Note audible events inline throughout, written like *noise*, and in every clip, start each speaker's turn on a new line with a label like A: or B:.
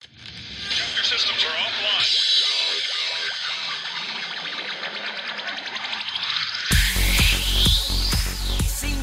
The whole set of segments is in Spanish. A: Your systems are offline.
B: Sin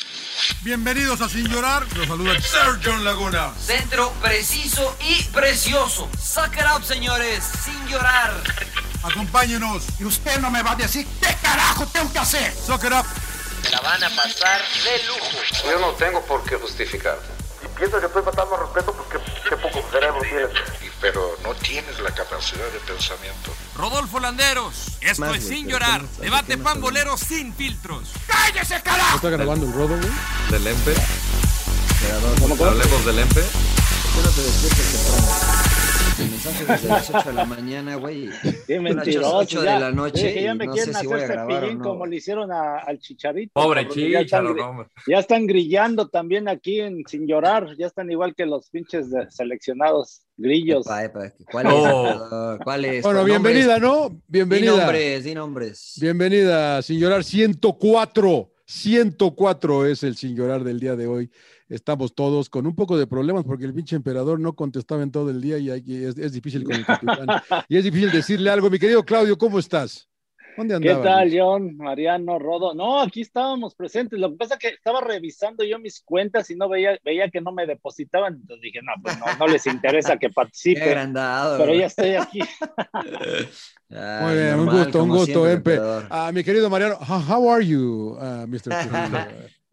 C: Bienvenidos a Sin Llorar. Los saluda Sergio Laguna.
B: Centro preciso y precioso. Suck it up, señores. Sin llorar.
C: Acompáñenos. Y usted no me va a decir qué carajo tengo que hacer. Suck it up.
B: La van a pasar de lujo.
D: Yo no tengo por qué justificarte.
E: Piensas que estoy faltando al respeto porque qué poco cerebro tienes.
A: Pero no tienes la capacidad de pensamiento.
F: Rodolfo Landeros, esto es Sin Llorar. Debate pambolero sin filtros.
D: ¿Del Empe? ¿Hablemos del Empe?
B: Desde las 8 de la mañana, güey.
G: Qué
B: Son las 8
G: mentiroso.
B: de
G: ya.
B: la noche.
G: Oye, que
B: y
G: ya me
B: no sé
G: quieren
B: si voy a
G: hacer
B: grabar o
G: cepillín
B: no.
G: como le hicieron a- al chicharito.
D: Pobre
G: cabrón, ya están
D: Chicharo,
G: gri-
D: no, hombre.
G: Ya están grillando también aquí en Sin Llorar. Ya están igual que los pinches de- seleccionados grillos.
B: Epa, epa, ¿Cuál es?
D: Oh.
B: ¿Cuál es?
H: Bueno,
B: Con
H: bienvenida,
B: nombres.
H: ¿no?
B: Di
H: Bienvenida.
B: nombres, di nombres.
H: Bienvenida, a sin llorar 104. 104 es el sin llorar del día de hoy. Estamos todos con un poco de problemas porque el pinche emperador no contestaba en todo el día y hay que- es, es difícil con el capitán.
B: *laughs*
H: y es difícil decirle algo. Mi querido Claudio, ¿cómo estás? ¿Dónde
G: ¿Qué
H: andabas?
G: tal, John, Mariano, Rodo? No, aquí estábamos presentes. Lo que pasa es que estaba revisando yo mis cuentas y no veía, veía que no me depositaban. Entonces dije, no, pues no, no les interesa que
B: Qué
G: participen.
B: agrandado.
G: Pero
B: güey.
G: ya estoy aquí.
B: Ay,
H: Muy bien, un
B: normal,
H: gusto, un
B: como
H: gusto,
B: siempre,
H: Empe.
B: emperador.
H: Ah, mi querido Mariano, how, how are you, ah, Mr.
B: *laughs*
H: Trujillo?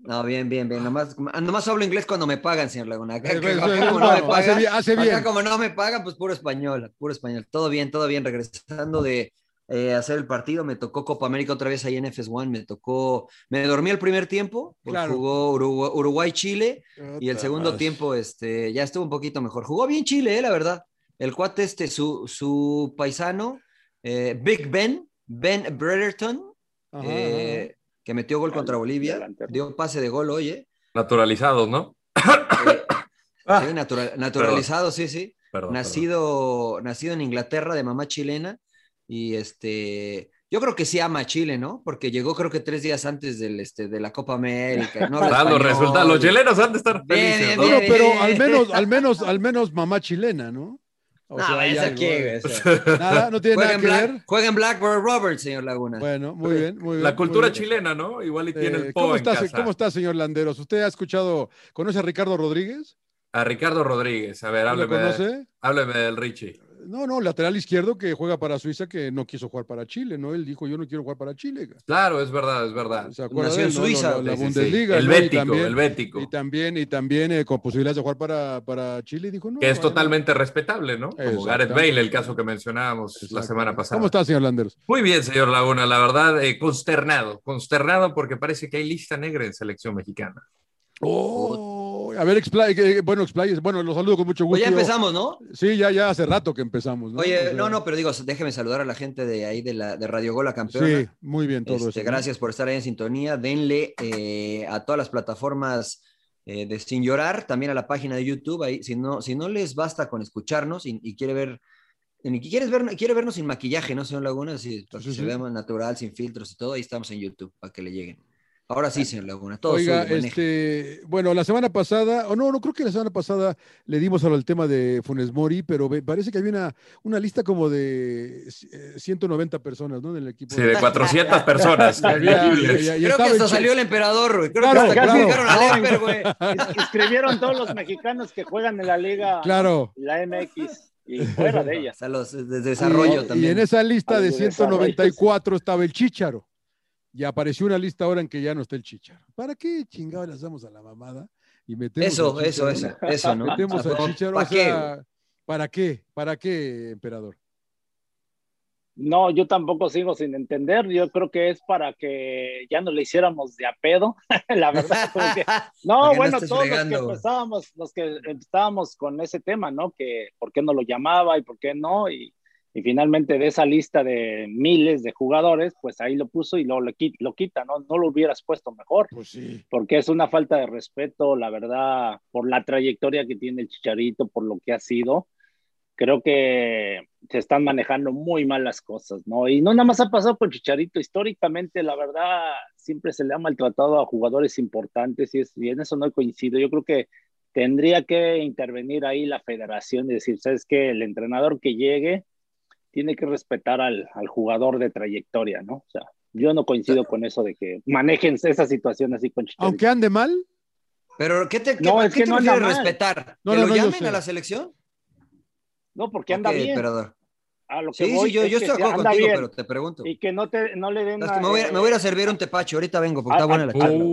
B: No, bien, bien, bien. Nomás, ah, nomás hablo inglés cuando me pagan, señor Laguna. Acá, *laughs*
H: Eh,
B: que-
H: eso
B: acá
H: es
B: como no me
H: bueno, hace
B: pagan,
H: bien- hace
B: acá
H: bien.
B: como no me pagan, pues puro español, puro español. Todo bien, todo bien. Regresando de eh, hacer el partido, me tocó Copa América otra vez ahí en FS1. Me tocó, me dormí el primer tiempo, porque
H: Claro.
B: jugó Urugu- Uruguay-Chile y el
H: Puta
B: segundo
H: madre.
B: tiempo este, ya estuvo un poquito mejor. Jugó bien Chile, eh, la verdad. El cuate este, su, su paisano, eh, Big Ben, Ben Brederton,
H: Ajá,
B: eh, que metió gol contra Bolivia,
G: delantero.
B: dio pase de gol, oye.
H: *coughs*
D: Naturalizados, ¿no?
B: Eh,
H: Ah.
B: sí, natural- naturalizado, sí, sí.
D: Perdón,
B: Nacido, nacido en Inglaterra de mamá chilena. Y este, yo creo que sí ama a Chile, ¿no? Porque llegó creo que tres días antes del, este, de la Copa América. No
D: perdón.
B: habla
D: *laughs* Dando
B: español.
D: resultados. Ah, Los chilenos han de estar
B: Bien,
D: felices,
B: bien,
D: ¿no?
H: Bueno,
B: bien.
H: pero al menos,
B: *laughs*
H: al menos, al menos mamá chilena, ¿no? O
B: No,
H: sea, hay
B: ¿eso
H: algo,
B: qué,
H: ¿eh?
B: güey? O sea,
H: Nada, no tiene
B: juega,
H: nada
B: en
H: que
B: Black,
H: ver.
B: juega en Blackbird Roberts, señor Laguna.
H: Bueno, muy bien, muy bien.
D: La
H: muy
D: cultura
H: bien.
D: chilena, ¿no? Igual y tiene
H: Eh,
D: el
H: ¿cómo,
D: po en
H: está, se-
D: casa.
H: ¿Cómo está, señor Landeros? ¿Usted ha escuchado, conoce a Ricardo Rodríguez?
D: A Ricardo Rodríguez, a ver,
H: ¿No ¿Lo
D: hábleme, de-
H: conoce?
D: hábleme del Richie.
H: No, no, lateral izquierdo que juega para Suiza que no quiso jugar para Chile, ¿no? Él dijo, yo no quiero jugar para Chile.
D: Claro, es verdad, es verdad.
H: ¿Se acuerda
B: Nació
H: de
B: en
H: él, no?
B: Suiza.
H: La, la
D: Sí, sí, sí.
H: Bundesliga,
D: El
H: ¿no? Y
D: Bético,
H: también-
D: el Bético.
H: Y también, y también eh, con posibilidades de jugar para, para Chile, dijo, no.
D: Que es
H: vaya, no.
D: totalmente respetable, ¿no? Como Gareth
H: Exactamente.
D: Bale, el caso que mencionábamos la
H: Exacto.
D: semana pasada.
H: ¿Cómo está, señor Landeros?
D: Muy bien, señor Laguna, la verdad, eh, consternado, consternado porque parece que hay lista negra en selección mexicana.
H: Oh, a ver, expla- eh, bueno, explayes. Bueno, los saludo con mucho gusto.
B: Pues ya
H: Yo-
B: empezamos, ¿no?
H: Sí, ya, ya hace rato que empezamos. ¿no? pues, eh. O
B: Oye,
H: sea,
B: no, no, pero digo, déjeme saludar a la gente de ahí de, la, de Radio Gola Campeona.
H: Sí, muy bien todo
B: Este,
H: eso. ¿no?
B: gracias por estar ahí en sintonía. Denle eh, a todas las plataformas eh, de Sin Llorar, también a la página de YouTube. Ahí, si, no, si no les basta con escucharnos y, y quiere ver, y quieres ver, quiere vernos sin maquillaje, ¿no, señor Laguna? Si, para que
H: Sí,
B: se
H: sí.
B: vea más natural, sin filtros y todo, ahí estamos en YouTube para que le lleguen. Ahora sí, señor Laguna, todo
H: Oiga,
B: suyo, maneje.
H: este, bueno, la semana pasada, o no, no creo que la semana pasada le dimos al tema de Funes Mori, pero ve- parece que había una, una lista como de eh, 190 personas, ¿no? Del equipo.
D: Sí, de
G: *laughs*
D: 400 personas.
H: Y había- y- y- y
B: Creo que
H: estaba
B: hasta
H: en-
B: salió el emperador, güey. Creo
H: Claro,
B: que hasta
H: claro.
B: clasificaron al Emper, güey. *laughs*
G: Inscribieron todos los mexicanos que juegan en la liga,
H: Claro,
G: la MX. y fuera de ella.
B: O sea, los de desarrollo
H: y,
B: también.
H: Y en esa lista
G: Al
H: de
G: de
H: 194 estaba el Chicharo. Y apareció una lista ahora en que ya no está el Chicharo. ¿Para qué chingados las damos a la mamada? Y metemos
B: Eso,
H: al
B: eso,
H: Chícharo?
B: eso, eso, ¿no?
H: Metemos al Chícharo, o
B: ¿Para qué?
H: sea, ¿Para qué? ¿Para qué, emperador?
G: No, yo tampoco sigo sin entender. Yo creo que es para que ya no le hiciéramos de a pedo, *laughs* la
B: *laughs*
G: verdad. porque-
B: Para
G: No,
B: que no
G: bueno,
B: estés
G: todos
B: fregando,
G: los que
B: güey.
G: empezábamos, los que empezábamos con ese tema, ¿no? Que por qué no lo llamaba y por qué no. Y, y finalmente de esa lista de miles de jugadores, pues ahí lo puso y luego lo, qui- lo quita, ¿no? No lo hubieras puesto mejor,
H: Pues sí.
G: porque es una falta de respeto, la verdad, por la trayectoria que tiene el Chicharito, por lo que ha sido. Creo que se están manejando muy mal las cosas, ¿no? Y no nada más ha pasado con Chicharito. Históricamente, la verdad, siempre se le ha maltratado a jugadores importantes y, es- y en eso no coincido. Yo creo que tendría que intervenir ahí la federación y decir, ¿sabes qué? El entrenador que llegue tiene que respetar al, al jugador de trayectoria, ¿no? O sea, yo no coincido con eso de que manejen esa situación así con Chicharito.
H: Aunque ande mal,
B: Pero, ¿qué te, qué,
G: No, es
B: qué
G: que
B: te
G: no anda
B: prefieres
G: mal.
B: respetar?
H: No,
B: ¿Que
H: no,
B: lo
H: no, yo
B: llamen
H: sé.
B: a la selección?
G: No, porque anda
B: Ok,
G: bien.
B: emperador.
G: A lo que
B: Sí, sí,
G: voy
B: yo,
G: es
B: yo
G: que
B: estoy de
G: se
B: acuerdo
G: anda
B: contigo,
G: bien
B: pero te pregunto.
G: Y que no, te, no le den...
B: Sabes que
G: a-
B: me, voy a, me voy a ir a servir un tepache, ahorita vengo, porque
G: Ah,
B: está buena la charla.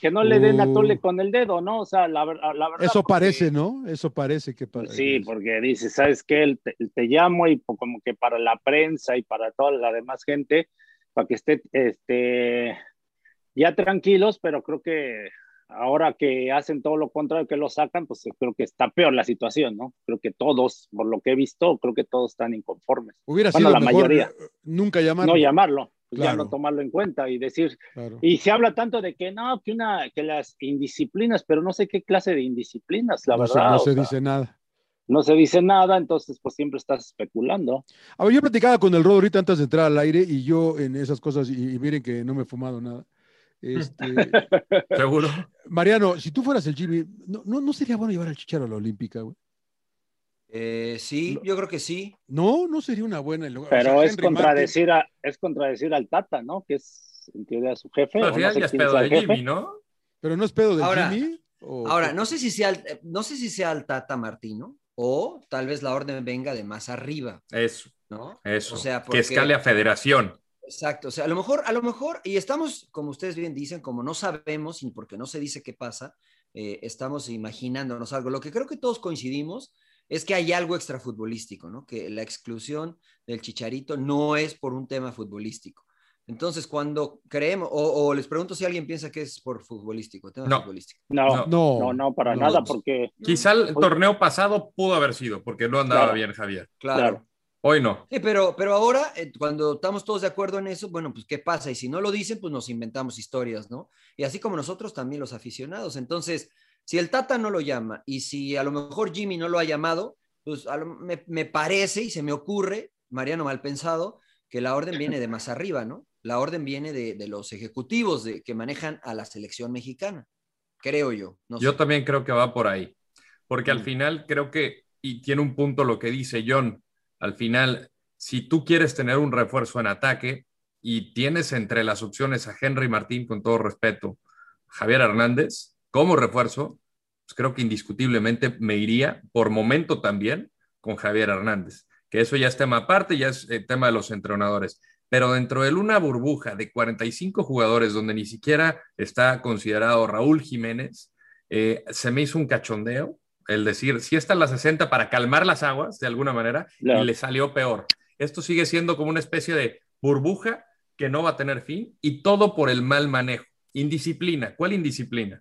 G: que no le den a
H: Uh.
G: Tole con el dedo, ¿no? O sea, la, ver- la verdad.
H: eso
G: porque-
H: parece, ¿no? Eso parece que parece.
G: Sí, porque dice, ¿sabes qué? El Te, el te llamo y po- como que para la prensa y para toda la demás gente, para que esté este, ya tranquilos, pero creo que ahora que hacen todo lo contrario, que lo sacan, pues creo que está peor la situación, ¿no? Creo que todos, por lo que he visto, creo que todos están inconformes.
H: Hubiera
G: Bueno,
H: sido
G: la
H: mejor
G: mayoría.
H: eh, nunca llamar.
G: No llamarlo, pues, ya
H: Claro.
G: no tomarlo en cuenta y decir,
H: Claro.
G: Y se habla tanto de que no, que una, que las indisciplinas, pero no sé qué clase de indisciplinas, la
H: no se-
G: verdad.
H: no
G: o
H: se
G: sea,
H: dice nada.
G: no se dice nada, entonces pues siempre estás especulando.
H: A ver, yo platicaba con el Rodo ahorita antes de entrar al aire y yo en esas cosas, y, y miren que no me he fumado nada.
G: *laughs*
H: Este,
D: Seguro.
H: Mariano, si tú fueras el Jimmy, ¿no, no, no sería bueno llevar al Chicharo a la Olímpica, güey?
B: Eh, sí, yo creo que sí.
H: No, no sería una buena. Pero
G: Pero es contradecir a, es contradecir al Tata, ¿no? Que es en teoría su jefe. o
I: Al
G: no
I: final
G: sé
I: ya es
G: quién
I: pedo
G: sea
I: de
G: el jefe.
I: Jimmy, ¿no?
H: Pero no es pedo del
B: Ahora-
H: Jimmy. ¿o
B: Ahora,
H: qué?
B: no sé si sea, el- eh, no sé si sea el Tata Martino o tal vez la orden venga de más arriba,
I: Eso,
B: ¿no?
I: eso.
B: O sea,
I: Que
B: porque-
I: escale a federación.
B: Exacto, o sea, a lo mejor, a lo mejor, y estamos, como ustedes bien dicen, como no sabemos y porque no se dice qué pasa, eh, estamos imaginándonos algo. Lo que creo que todos coincidimos es que hay algo extrafutbolístico, ¿no? Que la exclusión del chicharito no es por un tema futbolístico. Entonces, cuando creemos, o, o les pregunto si alguien piensa que es por futbolístico, tema
I: No.
B: futbolístico.
G: No,
I: No.
G: no,
H: No,
G: no, para
H: no.
G: nada, porque
I: Quizá el torneo pasado pudo haber sido, porque no andaba
G: Claro.
I: bien Javier.
B: claro.
G: Claro.
I: Hoy no.
B: Sí, pero, pero ahora, eh, cuando estamos todos de acuerdo en eso, bueno, pues ¿qué pasa? Y si no lo dicen, pues nos inventamos historias, ¿no? Y así como nosotros también los aficionados. Entonces, si el Tata no lo llama y si a lo mejor Jimmy no lo ha llamado, pues a lo- me, me parece y se me ocurre, Mariano mal pensado, que la orden viene de más arriba, ¿no? La orden viene de, de los ejecutivos de, que manejan a la selección mexicana, creo yo. No
I: Yo
B: sé. Mm.
I: también creo que va por ahí. Porque al final creo que, y tiene un punto lo que dice John, al final, si tú quieres tener un refuerzo en ataque y tienes entre las opciones a Henry Martín, con todo respeto, Javier Hernández como refuerzo, pues creo que indiscutiblemente me iría por momento también con Javier Hernández, que eso ya es tema aparte, ya es eh, tema de los entrenadores. Pero dentro de una burbuja de 45 jugadores donde ni siquiera está considerado Raúl Jiménez, eh, se me hizo un cachondeo el decir, si están las 60 para calmar las aguas de alguna manera,
G: Claro.
I: y le salió peor. Esto sigue siendo como una especie de burbuja que no va a tener fin y todo por el mal manejo. Indisciplina, ¿cuál indisciplina?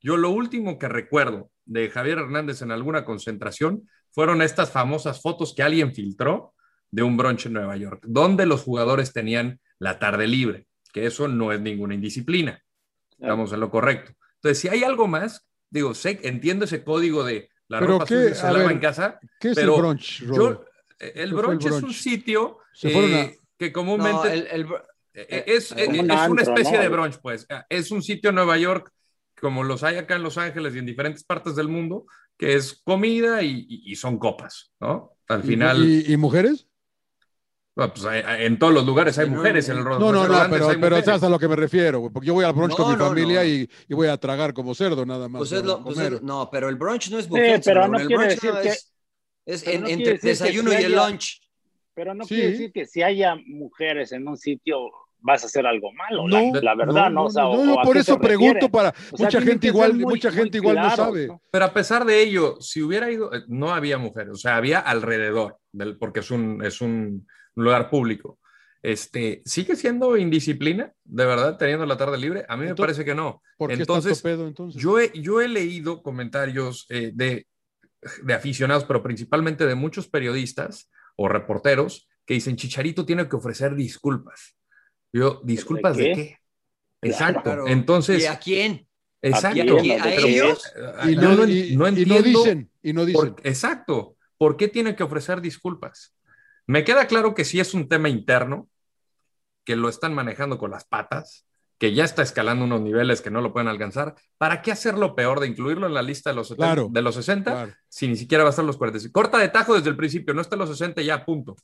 I: Yo lo último que recuerdo de Javier Hernández en alguna concentración fueron estas famosas fotos que alguien filtró de un bronche en Nueva York, donde los jugadores tenían la tarde libre, que eso no es ninguna indisciplina. Estamos en lo correcto. Entonces, si hay algo más, digo, sé, entiendo ese código de la
H: Pero
I: ropa
H: qué,
I: sucia se
H: a
I: lava
H: ver,
I: en casa.
H: ¿Qué es
I: pero
H: el brunch,
I: Yo,
H: Rodo?
I: eh,
H: ¿Qué
I: el
H: fue el
I: brunch es un
H: brunch?
I: sitio
H: Se fueron
I: eh, que
B: No,
I: comúnmente
B: el- el bro-
I: eh, Es,
B: Como
I: eh,
G: un
I: es una
G: antro,
I: especie
G: ¿no?
I: de brunch, pues. Es un sitio en Nueva York, como los hay acá en Los Ángeles y en diferentes partes del mundo, que es comida y, y- y son copas, ¿no? Al
H: ¿Y-
I: final,
H: ¿Y, y mujeres?
I: bueno, pues, hay- hay- en todos los lugares hay
B: No,
I: mujeres, en el
H: No, no,
I: Rodolfo
H: no,
I: Hernández
H: pero,
I: hay
H: pero
I: mujeres.
H: sabes a lo que me refiero, güey, porque yo voy al brunch
B: No,
H: con mi
B: no,
H: familia
B: no.
H: Y, y voy a tragar como cerdo nada más.
B: Pues es
H: por
B: lo- pues es-
H: comer.
B: no, pero el brunch no es
G: pero
B: señor,
G: no
B: el
G: quiere
B: brunch
G: decir que-
B: Es
G: Pero
B: en-
G: no
B: entre
G: quiere
B: el
G: decir que
B: desayuno
G: si
B: y el
G: haya-
B: lunch.
G: Pero no
B: Sí.
G: quiere decir que si haya mujeres en un sitio vas a hacer algo malo, la-
H: No,
G: la, verdad, ¿no? o sea, o-
H: yo
G: o a
H: por
G: qué
H: eso
G: te
H: pregunto
G: refieres.
H: para
G: O sea,
H: mucha
G: tienen
H: gente
G: que
H: igual,
G: ser muy-
H: mucha
G: muy
H: gente igual
G: claros,
H: no sabe.
I: Pero a pesar de ello, si hubiera ido, eh, no había mujeres, o sea, había alrededor, del, porque es un, es un lugar público. Este, ¿Sigue siendo indisciplina, de verdad, teniendo la tarde libre? A mí me
H: Entonces,
I: parece que no.
H: ¿Por qué es tanto
I: Entonces,
H: pedo entonces?
I: yo he, yo he leído comentarios eh, de, de aficionados, pero principalmente de muchos periodistas o reporteros que dicen, Chicharito tiene que ofrecer disculpas. Yo, ¿disculpas de
G: qué?
I: qué? Exacto.
B: Claro.
I: Entonces,
B: ¿Y a quién?
I: Exacto.
B: ¿A quién? ¿A
I: Pero-
B: ellos?
H: Y
I: yo
H: no-
I: no, en-
H: y-
I: no
H: y no
I: entiendo.
H: dicen, y no dicen.
I: por- exacto. ¿Por qué tiene que ofrecer disculpas? Me queda claro que sí es un tema interno, que lo están manejando con las patas, que ya está escalando unos niveles que no lo pueden alcanzar. ¿Para qué hacerlo peor de incluirlo en la lista de los, 70
H: Claro,
I: de los 60
H: claro.
I: si ni siquiera va a estar los 45? Corta de tajo desde el principio, no está los 60 ya, punto.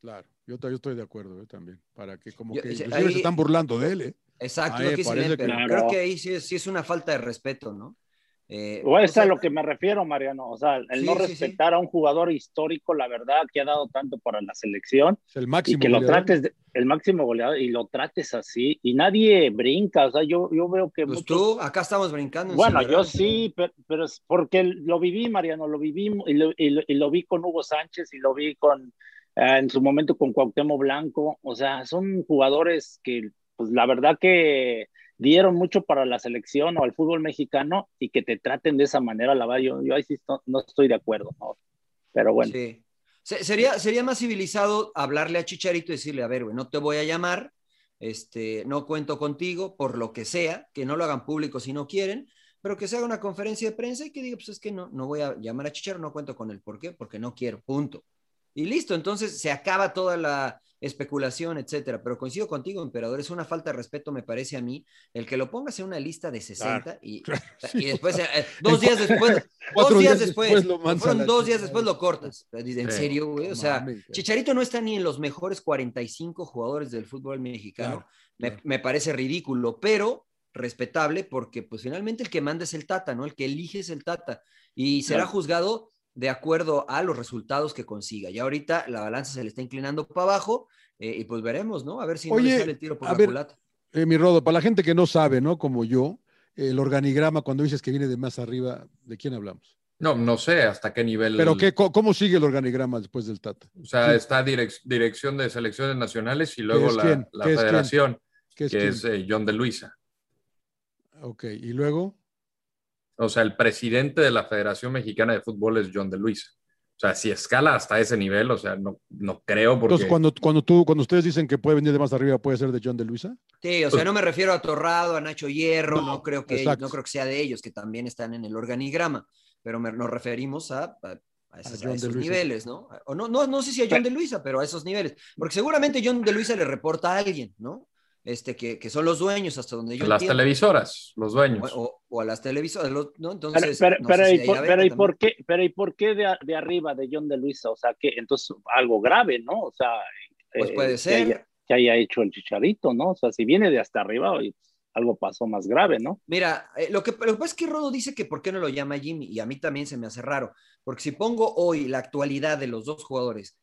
H: Claro, yo, ta- yo estoy de acuerdo eh, también. Para que como
B: Yo-
H: que
B: o sea,
H: inclusive
B: ahí-
H: se están burlando de él, ¿eh?
B: Exacto,
H: Ahí
B: lo que dice
H: parece
B: Len,
H: que-
B: pero
G: Claro.
B: creo que ahí sí, es- sí es una falta de respeto, ¿no? Eh,
G: O es
B: o sea,
G: a lo que me refiero, Mariano. O sea, el
B: Sí,
G: no
B: sí, sí.
G: respetar a un jugador histórico, la verdad, que ha dado tanto para la selección,
H: Es el
G: y
H: máximo.
G: que lo
H: goleador.
G: trates, de- el máximo goleador, y lo trates así, y nadie brinca. O sea, yo, yo veo que
B: pues
G: muchos-
B: tú, acá estamos brincando. en
G: Bueno,
B: Silverado.
G: yo sí, pe- pero, es porque lo viví, Mariano, lo viví y lo, y lo- y lo vi con Hugo Sánchez y lo vi con, eh, en su momento con Cuauhtémoc Blanco. O sea, son jugadores que, pues la verdad que dieron mucho para la selección o al fútbol mexicano y que te traten de esa manera, la verdad, yo, yo ahí sí no, no estoy de acuerdo, ¿no? Pero bueno,
B: Sí. Se- sería, sería más civilizado hablarle a Chicharito y decirle, a ver, güey, no te voy a llamar, este, no cuento contigo, por lo que sea, que no lo hagan público si no quieren, pero que se haga una conferencia de prensa y que diga, pues es que no, no voy a llamar a Chicharo, no cuento con él. ¿Por qué? Porque no quiero, punto. Y listo, entonces se acaba toda la especulación, etcétera. Pero coincido contigo, emperador, es una falta de respeto, me parece a mí, el que lo pongas en una lista de 60 y, *laughs* y después, eh, dos días después,
H: Cuatro
B: dos días,
H: días
B: después,
H: después lo mandan
B: fueron
H: a
B: dos
H: la
B: días
H: chingada.
B: después lo cortas. Dice, ¿En
I: Sí.
B: serio, güey? O sea,
H: Mami, güey.
B: Chicharito no está ni en los mejores 45 jugadores del fútbol mexicano.
H: Claro,
B: me,
H: claro.
B: me parece ridículo, pero respetable porque pues finalmente el que manda es el Tata, ¿no? El que elige es el Tata y será
G: Claro.
B: juzgado de acuerdo a los resultados que consiga. Y ahorita la balanza se le está inclinando para abajo eh, y pues veremos, ¿no? A ver si no
H: Oye,
B: le sale el tiro por
H: a
B: la
H: ver,
B: culata.
H: Eh, mi Rodo, para la gente que no sabe, ¿no? Como yo, el organigrama, cuando dices que viene de más arriba, ¿de quién hablamos?
I: No, no sé hasta qué nivel.
H: Pero qué, co- ¿cómo sigue el organigrama después del Tata?
I: O sea, está direc- dirección de selecciones nacionales y luego
H: es
I: la,
H: quién?
I: la
H: ¿Qué es quién?
I: federación,
H: ¿Qué es
I: que
H: quién?
I: es eh, John de Luisa.
H: Ok, y luego,
I: O sea, el presidente de la Federación Mexicana de Fútbol es John de Luisa. O sea, si escala hasta ese nivel, o sea, no, no creo porque...
H: entonces cuando, cuando tú, cuando ustedes dicen que puede venir de más arriba, ¿puede ser de John de Luisa?
B: Sí, o sea, no me refiero a Torrado, a Nacho Hierro, no, creo, que,
H: exacto.
B: no creo que sea de ellos, que también están en el organigrama, pero me- nos referimos a, a- a esos,
H: A John
B: a
H: de
B: esos
H: Luisa.
B: niveles, ¿no? O no, no, no sé si a John de Luisa, pero a esos niveles, porque seguramente John de Luisa le reporta a alguien, ¿no? Este, que, que son los dueños hasta donde yo
I: las
B: entiendo.
I: televisoras, los dueños.
B: O, o- o a las televisoras, los- ¿no?
G: Pero,
B: Entonces,
G: pero-
B: no sé
G: pero
B: si
G: ¿y
B: ahí
G: por-
B: la
G: pero
B: venta
G: ¿y
B: también.
G: por qué, pero ¿y por qué de, a- de arriba de John de Luisa? O sea, que entonces algo grave, ¿no? O sea,
B: Pues
G: eh,
B: puede
G: que
B: ser.
G: haya- que haya hecho el chicharito, ¿no? O sea, si viene de hasta arriba, oye, algo pasó más grave, ¿no?
B: Mira, eh, lo, que, lo que pasa es que Rodo dice que por qué no lo llama Jimmy, y a mí también se me hace raro, porque si pongo hoy la actualidad de los dos jugadores,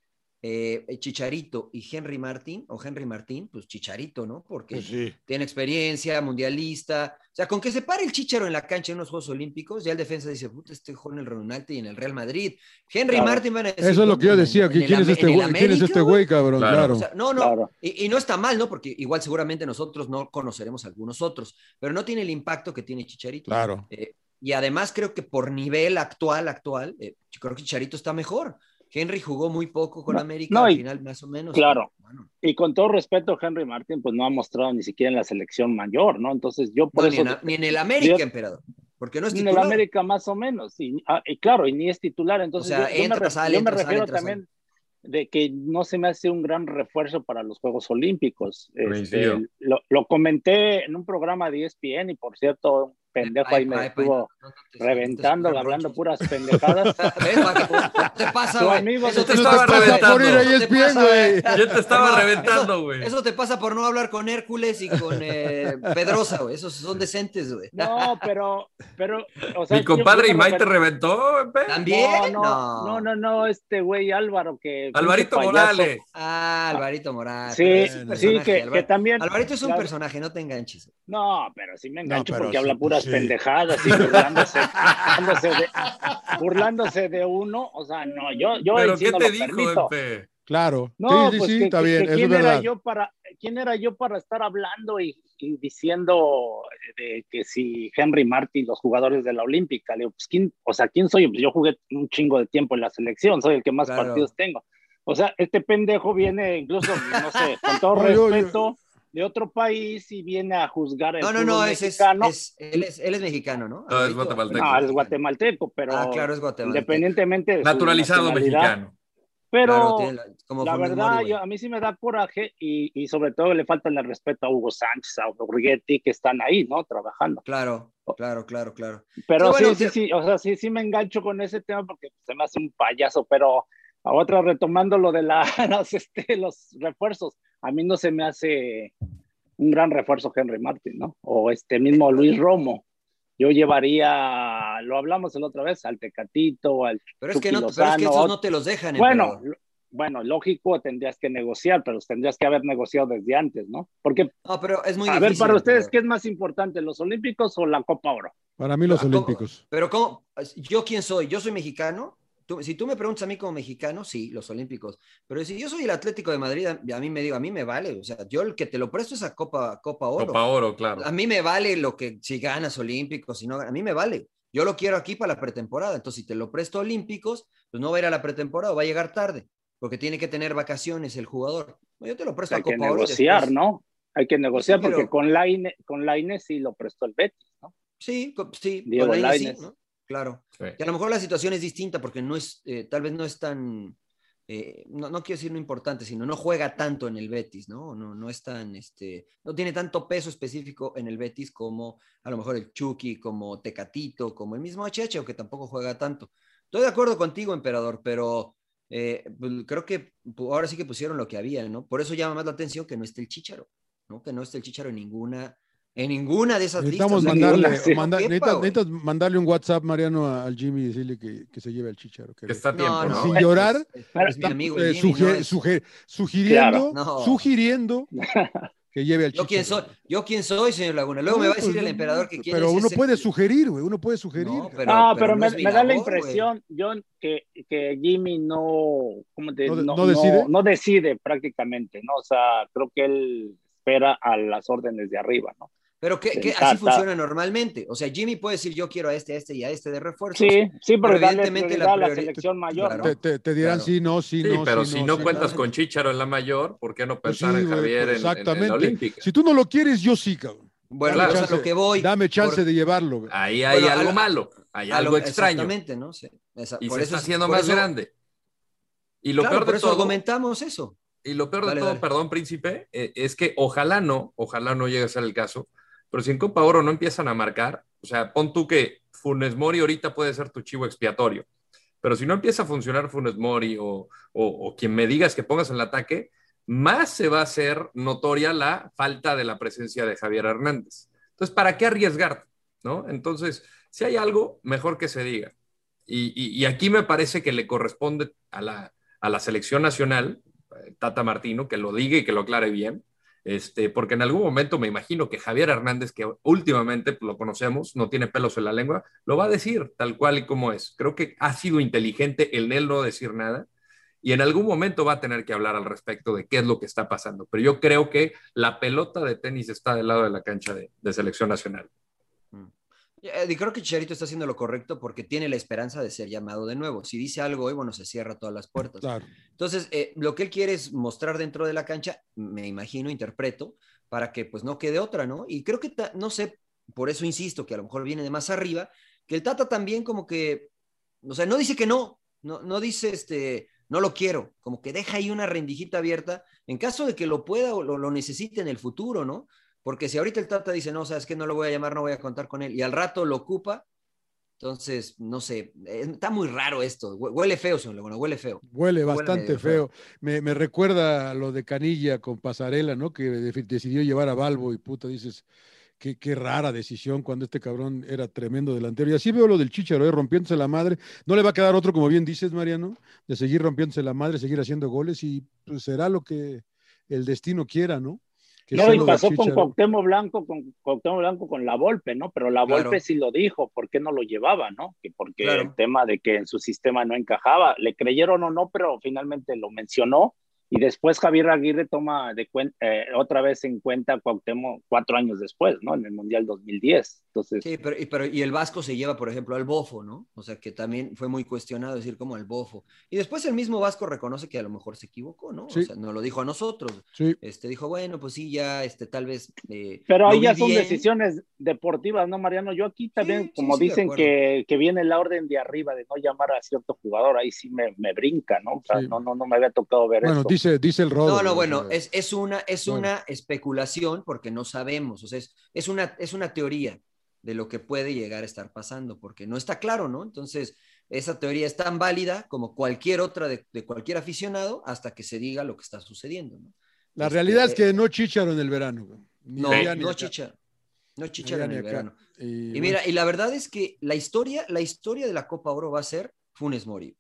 B: eh, Chicharito y Henry Martín, o Henry Martín, pues Chicharito, ¿no? Porque tiene experiencia, mundialista, o sea, con que se pare el Chicharo en la cancha en unos Juegos Olímpicos, ya el defensa dice, puta, este juega en el Renunante y en el Real Madrid. Henry
G: Claro.
B: Martín van a decir...
H: Eso es lo que yo
B: "Puta,
H: decía,
B: en-
H: que
B: en el
H: ¿quién es
B: Ame-
H: este
B: en el
H: güey? ¿Quién es
B: América,
H: este
B: güey?"
H: güey, cabrón?
I: Claro.
H: Claro.
B: O sea, no, no,
G: Claro.
B: y, y no está mal, ¿no? Porque igual seguramente nosotros no conoceremos algunos otros, pero no tiene el impacto que tiene Chicharito.
H: Claro.
B: Eh, y además creo que por nivel actual, actual, eh, yo creo que Chicharito está mejor. Henry jugó muy poco con
G: No,
B: América,
G: no,
B: al
G: y-
B: final más o menos.
G: claro.
B: pero, bueno,
G: Y con todo respeto, Henry Martín, pues no ha mostrado ni siquiera en la selección mayor, ¿no? Entonces yo por
B: no, ni,
G: eso...
B: en, a- ni en el América,
G: yo-
B: emperador, porque no es
G: ni en el
B: titular.
G: América más o menos, y, ah, y claro, y ni es titular, entonces
B: sea,
G: yo- yo, me,
B: entra,
G: ref-
B: sale,
G: yo me
B: entra, sale,
G: refiero
B: entra,
G: también de que no se me hace un gran refuerzo para los Juegos Olímpicos. Este,
I: Coincido.
G: E lo, lo comenté en un programa de ESPN y por cierto, pendejo ahí me
B: pues,
G: estuvo reventando,
B: *laughs*
G: hablando puras pendejadas.
B: ¿Qué pasa, güey?
G: Eso
B: te
H: estaba reventando.
B: Te pasa, güey.
I: Yo te estaba
B: Eso-
I: reventando, güey.
B: Eso te pasa por no hablar con Hércules y con eh, Pedrosa, güey. Esos son decentes, güey.
G: No, pero, pero, o sea,
I: Mi compadre
G: yo-
I: y Mike te reventó, Pepe.
B: ¿También?
G: No, no, no, no, no, este güey Álvaro que.
I: Alvarito
G: pinche payaso.
I: Morales.
B: Ah, Alvarito Morales.
G: Sí,
B: Es un
G: sí,
B: personaje,
G: que-
B: Alvar-
G: que también-
B: Alvarito es un
G: la-
B: personaje, no te enganches.
G: No, pero sí me engancho
H: pero
G: porque
H: sí,
G: habla puras
H: sí.
G: pendejadas y burlándose, burlándose, de, burlándose de uno. O sea, no, yo, yo
I: ¿Pero
G: ahí sí
I: qué
G: no
I: te
G: lo
I: dijo,
G: permito.
I: Pepe?
H: Claro.
G: No,
H: sí, sí,
G: pues
H: sí,
G: que-
H: está
G: que-
H: bien,
G: que
H: eso es
G: quién
H: verdad.
G: era yo para, quién era yo para estar hablando y, y diciendo eh, de que si Henry Martin, los jugadores de la Olímpica, le digo, pues quién, o sea, quién soy yo, Pues yo jugué un chingo de tiempo en la selección, soy el que más
B: Claro.
G: partidos tengo. O sea, este pendejo viene incluso, no sé, con
H: *laughs*
G: todo
H: No, yo- yo-
G: respeto, de otro país y viene a juzgar el
B: No, no,
G: fútbol
B: no, es, es-
G: mexicano.
B: es- él, es, él es mexicano, ¿no?
I: No, es
B: Alvarito.
I: guatemalteco.
G: Ah, es guatemalteco, pero
B: Ah, claro, es guatemalteco.
G: independientemente de su
I: Naturalizado
G: nacionalidad,
I: mexicano.
G: Pero
B: Claro, tiene la- como
G: la
B: Funes
G: verdad,
B: Mori,
G: yo-
B: güey.
G: a mí sí me da coraje y, y sobre todo le faltan el respeto a Hugo Sánchez, a Urgetti, que están ahí, ¿no? Trabajando.
B: Claro, claro, claro, claro.
G: Pero
B: Sí,
G: sí,
B: bueno,
G: sí,
B: te-
G: sí, o sea, sí, sí me engancho con ese tema porque se me hace un payaso, pero a otra retomando lo de la- *laughs* los, este, los refuerzos, a mí no se me hace un gran refuerzo Henry Martin, ¿no? O este mismo Luis Romo. Yo llevaría, lo hablamos la otra vez, al Tecatito, al
B: Pero es que,
G: Chucky
B: no, pero es que
G: Lozano,
B: esos no te los dejan.
G: bueno,
B: emperador.
G: lo- bueno, lógico, tendrías que negociar, pero tendrías que haber negociado desde antes, ¿no? Porque,
B: no, pero es muy
G: a
B: difícil.
G: ver, para ustedes,
B: emperador.
G: ¿qué es más importante, los Olímpicos o la Copa Oro?
H: Para mí los
B: Ah, ¿cómo?
H: olímpicos.
B: Pero ¿cómo? ¿Yo quién soy? ¿Yo soy mexicano? Tú- si tú me preguntas a mí como mexicano, sí, los Olímpicos. Pero si yo soy el Atlético de Madrid, a, a mí me digo, a mí me vale. O sea, yo el que te lo presto es a Copa, Copa Oro.
I: Copa Oro, claro.
B: A mí me vale lo que si ganas Olímpicos, si no ganas, a mí me vale. Yo lo quiero aquí para la pretemporada. Entonces, si te lo presto a Olímpicos, pues no va a ir a la pretemporada, va a llegar tarde, porque tiene que tener vacaciones el jugador. No, yo te lo presto
G: Hay
B: a Pues Copa
G: que
B: Oro y
G: negociar,
B: después-
G: ¿no? Hay que negociar
B: Sí, pero-
G: porque con Laine, E, con Laine sí lo prestó el Betis, ¿no?
B: Sí, co- sí, con
G: Diego
B: Lainez, sí,
G: Lainez.
B: ¿no? Claro.
I: Sí.
B: Y a lo mejor la situación es distinta porque no es, eh, tal vez no es tan, eh, no, no quiero decir no importante, sino no juega tanto en el Betis, ¿no? No, no es tan, este, no tiene tanto peso específico en el Betis como a lo mejor el Chucky, como Tecatito, como el mismo HH, aunque tampoco juega tanto. Estoy de acuerdo contigo, emperador, pero eh, pues, creo que pu- ahora sí que pusieron lo que había, ¿no? Por eso llama más la atención que no esté el Chicharo, ¿no? Que no esté el Chicharo en ninguna, en ninguna de esas
H: Necesitamos
B: listas.
H: mandarle,
G: ninguna, sí.
H: manda-
B: Quepa,
H: necesitas,
B: güey.
H: necesitas mandarle un WhatsApp, Mariano, a- al Jimmy y decirle que, que se lleve al chicharo. que
I: Que
H: ve.
I: está a tiempo, ¿no?
H: no. Sin llorar,
B: Es, es- es mi
H: Está,
B: amigo.
H: eh,
B: el Jimmy,
H: suge-
B: no es-
H: suge- sugiriendo,
B: Claro. No.
H: sugiriendo que lleve al
B: yo
H: chicharo.
B: quién soy, yo quién soy, señor Laguna. Luego me va a decir el emperador que quién
H: Pero
B: es
H: uno
B: ese-
H: puede sugerir, güey, uno puede sugerir.
B: No,
H: cabrón.
B: pero,
G: ah, pero,
B: no
G: me,
B: es mi
G: me da la
B: labor, güey.
G: impresión, John, que, que Jimmy no, ¿cómo te-
H: ¿No de-
G: no-
H: no decide?
G: no- no decide prácticamente, ¿no? O sea, creo que él espera a las órdenes de arriba, ¿no?
B: Pero que, que
G: Ah,
B: así
G: está.
B: funciona normalmente. O sea, Jimmy puede decir yo quiero a este, a este y a este de refuerzo.
G: Sí, sí, pero
B: evidentemente
G: evidentemente
B: la
G: la,
B: priori-
G: selección mayor,
B: Claro.
G: ¿no?
H: te, te- te dirán
B: Claro.
H: sí, no, sí,
I: Sí,
H: no.
I: pero si no
H: sí,
I: cuentas
H: no.
I: con Chicharo en la mayor, ¿por qué no
H: Pues
I: pensar
H: sí,
I: en
H: güey,
I: Javier en- en, en
H: exactamente.
I: la Olímpica?
H: Si tú no lo quieres, yo sí, cabrón.
B: Bueno,
I: Claro.
B: eso es a lo que voy.
H: Dame chance
B: Por-
H: de llevarlo, güey.
I: Ahí hay
B: Bueno, a
I: algo
B: lo-
I: malo, hay
B: a lo-
I: algo extraño.
B: Exactamente, ¿no? Sí, esa-
I: Y
B: por
I: se
B: eso
I: está
B: es-
I: haciendo
B: por
I: más
B: eso-
I: grande. Y lo
B: claro,
I: peor de
B: por eso
I: todo,
B: argumentamos eso.
I: y lo peor de
B: Dale,
I: todo,
B: dale.
I: perdón, príncipe, eh, es que ojalá no, ojalá no llegue a ser el caso, pero si en Copa Oro no empiezan a marcar, o sea, pon tú que Funes Mori ahorita puede ser tu chivo expiatorio, pero si no empieza a funcionar Funes Mori o, o- o quien me digas que pongas en el ataque, más se va a hacer notoria la falta de la presencia de Javier Hernández. Entonces, ¿para qué arriesgarte? ¿No? Entonces, si hay algo, mejor que se diga. Y, y- y aquí me parece que le corresponde a la, a la selección nacional, eh, Tata Martino, que lo diga y que lo aclare bien, este, porque en algún momento me imagino que Javier Hernández, que últimamente pues, lo conocemos, no tiene pelos en la lengua, lo va a decir tal cual y como es. Creo que ha sido inteligente el él no decir nada y en algún momento va a tener que hablar al respecto de qué es lo que está pasando. Pero yo creo que la pelota de tenis está del lado de la cancha de, de selección nacional.
B: Eh, Y creo que Chicharito está haciendo lo correcto porque tiene la esperanza de ser llamado de nuevo. Si dice algo hoy, bueno, se cierra todas las puertas.
H: Claro.
B: Entonces, eh, lo que él quiere es mostrar dentro de la cancha, me imagino, interpreto, para que pues no quede otra, ¿no? Y creo que, ta- no sé, por eso insisto, que a lo mejor viene de más arriba, que el Tata también como que, o sea, no dice que no, no, no dice, este, no lo quiero, como que deja ahí una rendijita abierta en caso de que lo pueda o lo, lo necesite en el futuro, ¿no? Porque si ahorita el Tata dice, no, sabes que no lo voy a llamar, no voy a contar con él, y al rato lo ocupa, entonces, no sé, eh, está muy raro esto. Huele feo, señor Laguna, huele feo.
H: Huele bastante huele feo. feo. Me, me, recuerda a lo de Canilla con Pasarela, ¿no? Que decidió llevar a Balbo y puta, dices, Qué, qué, rara decisión cuando este cabrón era tremendo delantero. Y así veo lo del Chicharo, ¿eh? rompiéndose la madre. No le va a quedar otro, como bien dices, Mariano, de seguir rompiéndose la madre, seguir haciendo goles y pues, será lo que el destino quiera, ¿no? Que
G: no, y pasó con Cuauhtémoc Blanco, con Cuauhtémoc Blanco con la Volpe, ¿no? Pero la Volpe claro. sí lo dijo, ¿por qué no lo llevaba, no? Que porque claro. el tema de que en su sistema no encajaba, le creyeron o no, pero finalmente lo mencionó. Y después Javier Aguirre toma de eh, otra vez en cuenta Cuauhtémoc cuatro años después, ¿no? En el Mundial 2010. Entonces...
B: Sí, pero y, pero y, el Vasco se lleva, por ejemplo, al Bofo, ¿no? O sea, que también fue muy cuestionado decir como al Bofo. Y después el mismo Vasco reconoce que a lo mejor se equivocó, ¿no? Sí. O sea, no lo dijo a nosotros. Sí. Este, dijo, bueno, pues sí, ya, este, tal vez... Eh,
G: pero ahí ya son bien. decisiones deportivas, ¿no, Mariano? Yo aquí también, sí, como dicen que, que, viene la orden de arriba de no llamar a cierto jugador, ahí sí me, me brinca, ¿no? O sea, no, no, no me había tocado ver
H: bueno,
G: eso.
H: Dice, dice, el rodo.
B: No, no, bueno, es, es una, es bueno. una especulación porque no sabemos, o sea, es, es, una, es una teoría de lo que puede llegar a estar pasando, porque no está claro, ¿no? Entonces, esa teoría es tan válida como cualquier otra de, de cualquier aficionado hasta que se diga lo que está sucediendo, ¿no?
H: La Entonces, realidad eh, es que no chicharon en el verano.
B: este No, no, no chicharon. No chicharon en el verano. Y, y mira, bueno. y la verdad es que la historia, la historia de la Copa Oro va a ser Funes Mori.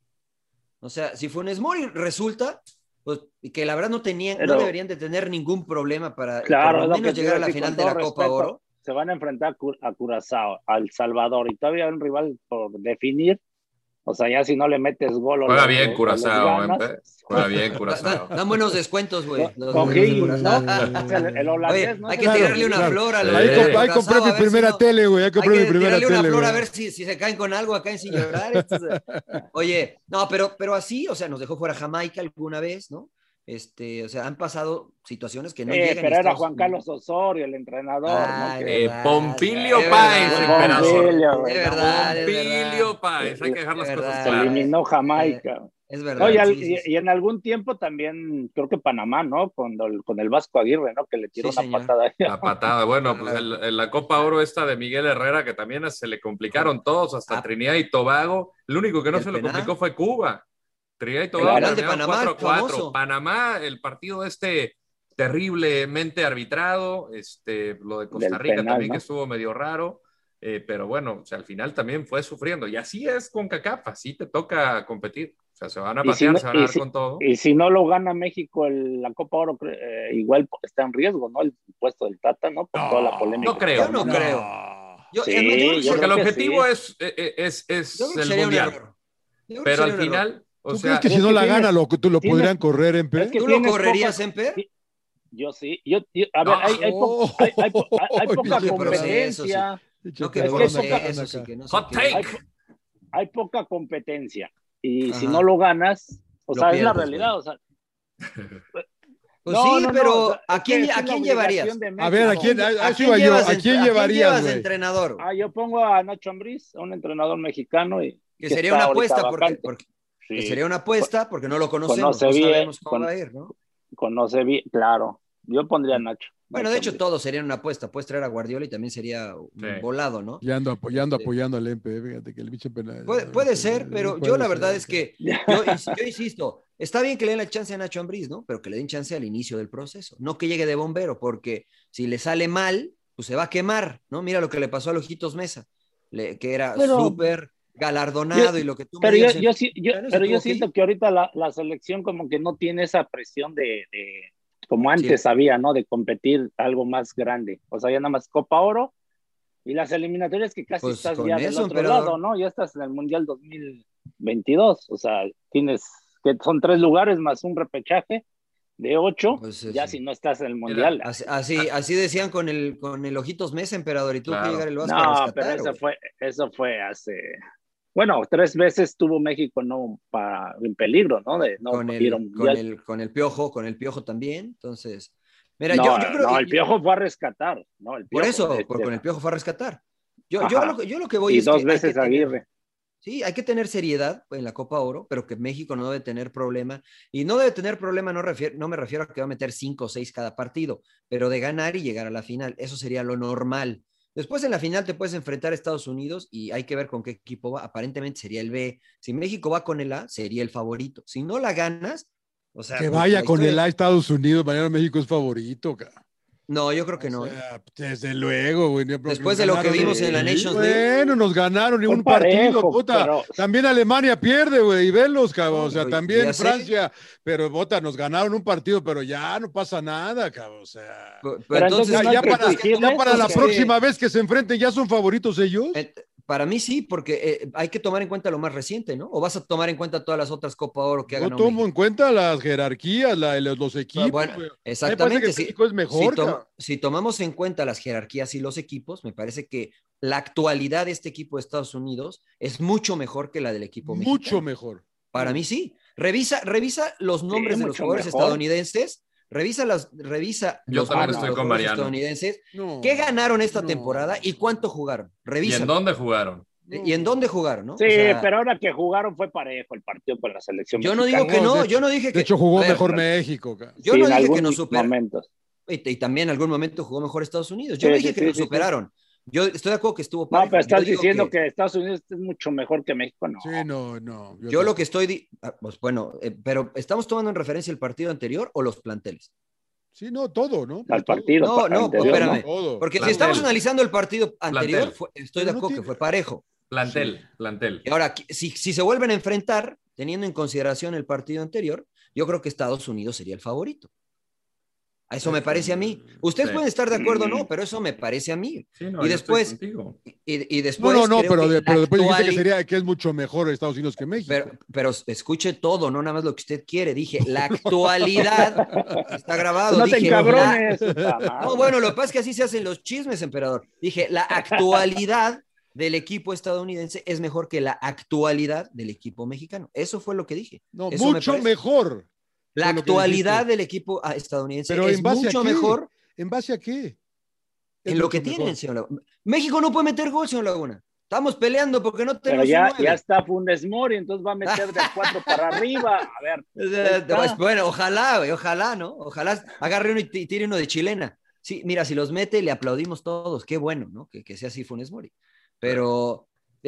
B: O sea, si Funes Mori resulta, pues, que la verdad no tenían, Pero, no deberían de tener ningún problema para
G: claro,
B: por lo menos llegar a la final de la Copa respeto, Oro.
G: Se van a enfrentar a Curazao, al Salvador, y todavía hay un rival por definir. O sea, ya si no le metes gol o
I: Juega bien Curazao, ¿eh? Juega bien Curazao.
B: Dan, buenos descuentos, güey.
G: Okay, ¿no?
H: *laughs*
G: el, el holandés, Oye,
B: ¿no? Hay que claro, tirarle una claro. flor a los
H: Hay, que, hay que comprar mi primera si tele, güey. Hay que comprar mi primera tele.
B: Hay que tirarle una flor
H: wey.
B: a ver si, si, se caen con algo acá en Sin Llorar. Entonces,
H: *laughs*
B: oye, no, pero, pero así, o sea, nos dejó fuera Jamaica alguna vez, ¿no? Este, o sea, han pasado situaciones que no eh, llegan.
G: Pero era Estados... Juan Carlos Osorio, el entrenador. Ah,
I: ¿no? eh, Pompilio Páez, emperador.
B: Es verdad.
I: Pompilio Páez, hay que dejar las cosas claras.
G: Se eliminó Jamaica.
B: Eh, es verdad. No,
G: y, al, sí, sí, sí. y, en algún tiempo también, creo que Panamá, ¿no? Con el, con el Vasco Aguirre, ¿no? Que le tiró una señor. patada. Ahí.
I: La *laughs* patada, bueno, pues el, en la Copa Oro esta de Miguel Herrera, que también se le complicaron todos, hasta ah. Trinidad y Tobago. El único que no se le complicó fue Cuba. Trinidad y Tobago.
B: El de Panamá, 4 -4.
I: Panamá, el partido este terriblemente arbitrado, este, lo de Costa Rica penal, también ¿no? que estuvo medio raro, eh, pero bueno, o sea, al final también fue sufriendo. Y así es con Cacafa, así te toca competir. O sea, se van a pasear, si no, se van a dar
G: si,
I: con todo.
G: Y si no lo gana México el, la Copa Oro, eh, igual está en riesgo, ¿no? El puesto del Tata, ¿no? Por
I: no,
G: toda la polémica.
I: No creo.
B: Yo no, creo. Ah.
I: Yo, sí, yo yo porque el objetivo sí. es, eh, es, es, es el mundial. Pero al final, o
H: ¿Tú
I: sea,
H: crees que si no que la tienes, gana, lo, tú lo tienes, podrían correr, en
B: es que ¿Tú lo correrías, Emper?
G: Yo sí. Yo, yo a ver, no. hay, hay,
B: Ah,
G: po, hay, hay,
B: oh,
G: po, hay, poca competencia. Hay poca competencia. Y Ajá. si no lo ganas, o lo sea, pierdes, es la realidad. Güey. O sea,
B: pues no, sí, no, pero no, o sea, ¿a quién, ¿a quién llevarías?
H: A ver, ¿a quién, a, a, ¿a quién, yo, llevas, ¿a quién llevarías? ¿a quién llevas
B: entrenador?
G: Ah, yo pongo a Nacho Ambriz, a un entrenador mexicano. Y,
B: que, sería una apuesta, porque, porque sí. que sería una apuesta porque no lo conocemos. Conoce bien, sabemos cómo con, va a ir, ¿no?
G: Conoce bien, claro. Yo pondría a Nacho.
B: Bueno, de hecho, todos serían una apuesta. Puedes traer a Guardiola y también sería un sí. volado, ¿no?
H: Y ando apoyando, apoyando al MP. Fíjate que el bicho penal.
B: Puede, puede ser, pero puede yo la verdad ser. es *laughs* que. Yo, yo, insisto, está bien que le den la chance a Nacho Ambriz, ¿no? Pero que le den chance al inicio del proceso. No que llegue de bombero, porque si le sale mal, pues se va a quemar, ¿no? Mira lo que le pasó a Lojitos Mesa, le, que era súper galardonado
G: yo,
B: y lo que tú
G: pero me yo, dices, yo, sí, yo claro, pero yo siento que ahorita la, la, selección como que no tiene esa presión de, de como antes sí. había, ¿no? De competir algo más grande. O sea, ya nada más Copa Oro y las eliminatorias que casi pues estás ya eso, del otro emperador. lado, ¿no? Ya estás en el Mundial 2022. O sea, tienes que son tres lugares más un repechaje de ocho, pues ya si no estás en el mundial.
B: Así, así, así, decían con el con el ojitos mes, emperador, y tú claro. que llegar el Vasco
G: no,
B: a rescatar,
G: pero eso wey. fue, eso fue hace bueno, tres veces tuvo México no para en peligro, ¿no? De, no
B: con, el, con, el, con, el, piojo, con el piojo también. Entonces, mira,
G: no,
B: yo, yo, creo
G: no,
B: que
G: el piojo fue a rescatar, ¿no? El piojo, este,
B: por eso, este... por, con el piojo fue a rescatar. Yo, yo, lo, yo lo, que voy
G: y
B: es
G: dos
B: que
G: veces
B: que
G: Aguirre.
B: Sí, hay que tener seriedad en la Copa Oro, pero que México no debe tener problema. Y no debe tener problema, no, refier no me refiero a que va a meter cinco o seis cada partido, pero de ganar y llegar a la final. Eso sería lo normal. Después en la final te puedes enfrentar a Estados Unidos y hay que ver con qué equipo va. Aparentemente sería el B. Si México va con el A, sería el favorito. Si no la ganas, o sea.
H: Que vaya con el A Estados Unidos, mañana México es favorito, cara.
B: No, yo creo que no. O sea,
H: desde luego, güey.
B: Después de lo que vimos en la Nations
H: League. Bueno, nos ganaron y un parejo, partido, puta. Pero... También Alemania pierde, güey, y velos, cabrón. O sea, también Francia. Sé. Pero, bota, nos ganaron un partido, pero ya no pasa nada, cabrón. O sea.
B: Pero, pero pues, entonces,
H: ya, ya, para, ya, para, la próxima vez que se enfrenten, ¿ya son favoritos ellos?
B: Para mí sí, porque eh, hay que tomar en cuenta lo más reciente, ¿no? ¿O vas a tomar en cuenta todas las otras Copa Oro que ha
H: ganado? No tomo México? en cuenta las jerarquías, la, los equipos. Bueno,
B: Ah, exactamente.
H: Me que México si, es mejor.
B: Si, tom si, tomamos en cuenta las jerarquías y los equipos, me parece que la actualidad de este equipo de Estados Unidos es mucho mejor que la del equipo
H: mucho
B: mexicano.
H: Mucho mejor.
B: Para mí sí. Revisa, revisa los nombres sí, de los jugadores mejor. estadounidenses Revisa las, revisa
I: Yo
B: los,
I: también estoy con Mariano.
B: estadounidenses. No, ¿Qué ganaron esta no. temporada y cuánto jugaron? Revisa.
I: ¿Y en dónde jugaron?
B: ¿Y en dónde jugaron? No?
G: Sí, o sea, pero ahora que jugaron fue parejo el partido con la selección.
B: Yo no digo que no, yo no dije que.
H: De hecho, jugó ver, mejor México. Cara.
B: Yo sí, no dije que nos superaron. Y, y, también en algún momento jugó mejor Estados Unidos. Yo sí, no dije sí, que nos superaron. Yo estoy de acuerdo que estuvo
G: parejo. No, pero estás diciendo que... que... Estados Unidos es mucho mejor que México, ¿no?
H: Sí, no, no.
B: Yo, yo lo que estoy. Pues bueno, eh, pero ¿estamos tomando en referencia el partido anterior o los planteles?
H: Sí, no, todo, ¿no?
G: Al partido.
B: No, no, anterior, espérame. ¿no? Porque plantel. si estamos analizando el partido anterior, fue, estoy de acuerdo no tiene... que fue parejo.
I: Plantel, sí. plantel.
B: Y ahora, si, si se vuelven a enfrentar, teniendo en consideración el partido anterior, yo creo que Estados Unidos sería el favorito. Eso me parece a mí. Ustedes sí. pueden estar de acuerdo o no, pero eso me parece a mí.
I: Sí, no,
B: y, después,
I: y,
B: y, después.
H: No, no, no, pero, de, pero después actual... dijiste que, sería, que es mucho mejor Estados Unidos que México.
B: Pero, pero, escuche todo, no nada más lo que usted quiere. Dije, la actualidad está grabado.
G: No
B: dije,
G: te encabrones.
B: La... *laughs* No, bueno, lo que pasa es que así se hacen los chismes, emperador. Dije, la actualidad del equipo estadounidense es mejor que la actualidad del equipo mexicano. Eso fue lo que dije.
H: *laughs* No,
B: eso
H: mucho
B: me
H: mejor.
B: La actualidad del equipo ah, estadounidense Pero es mucho mejor.
H: ¿En base a qué?
B: Es en lo que tienen, mejor. señor Laguna. México no puede meter gol, señor Laguna. Estamos peleando porque no tenemos.
G: Pero ya, ya está Funes Mori, entonces va a meter de cuatro para arriba. A ver.
B: Pues, bueno, ojalá, ojalá, ¿no? Ojalá agarre uno y tire uno de chilena. Sí, mira, si los mete, le aplaudimos todos. Qué bueno, ¿no? Que, que sea así Funes Mori. Pero,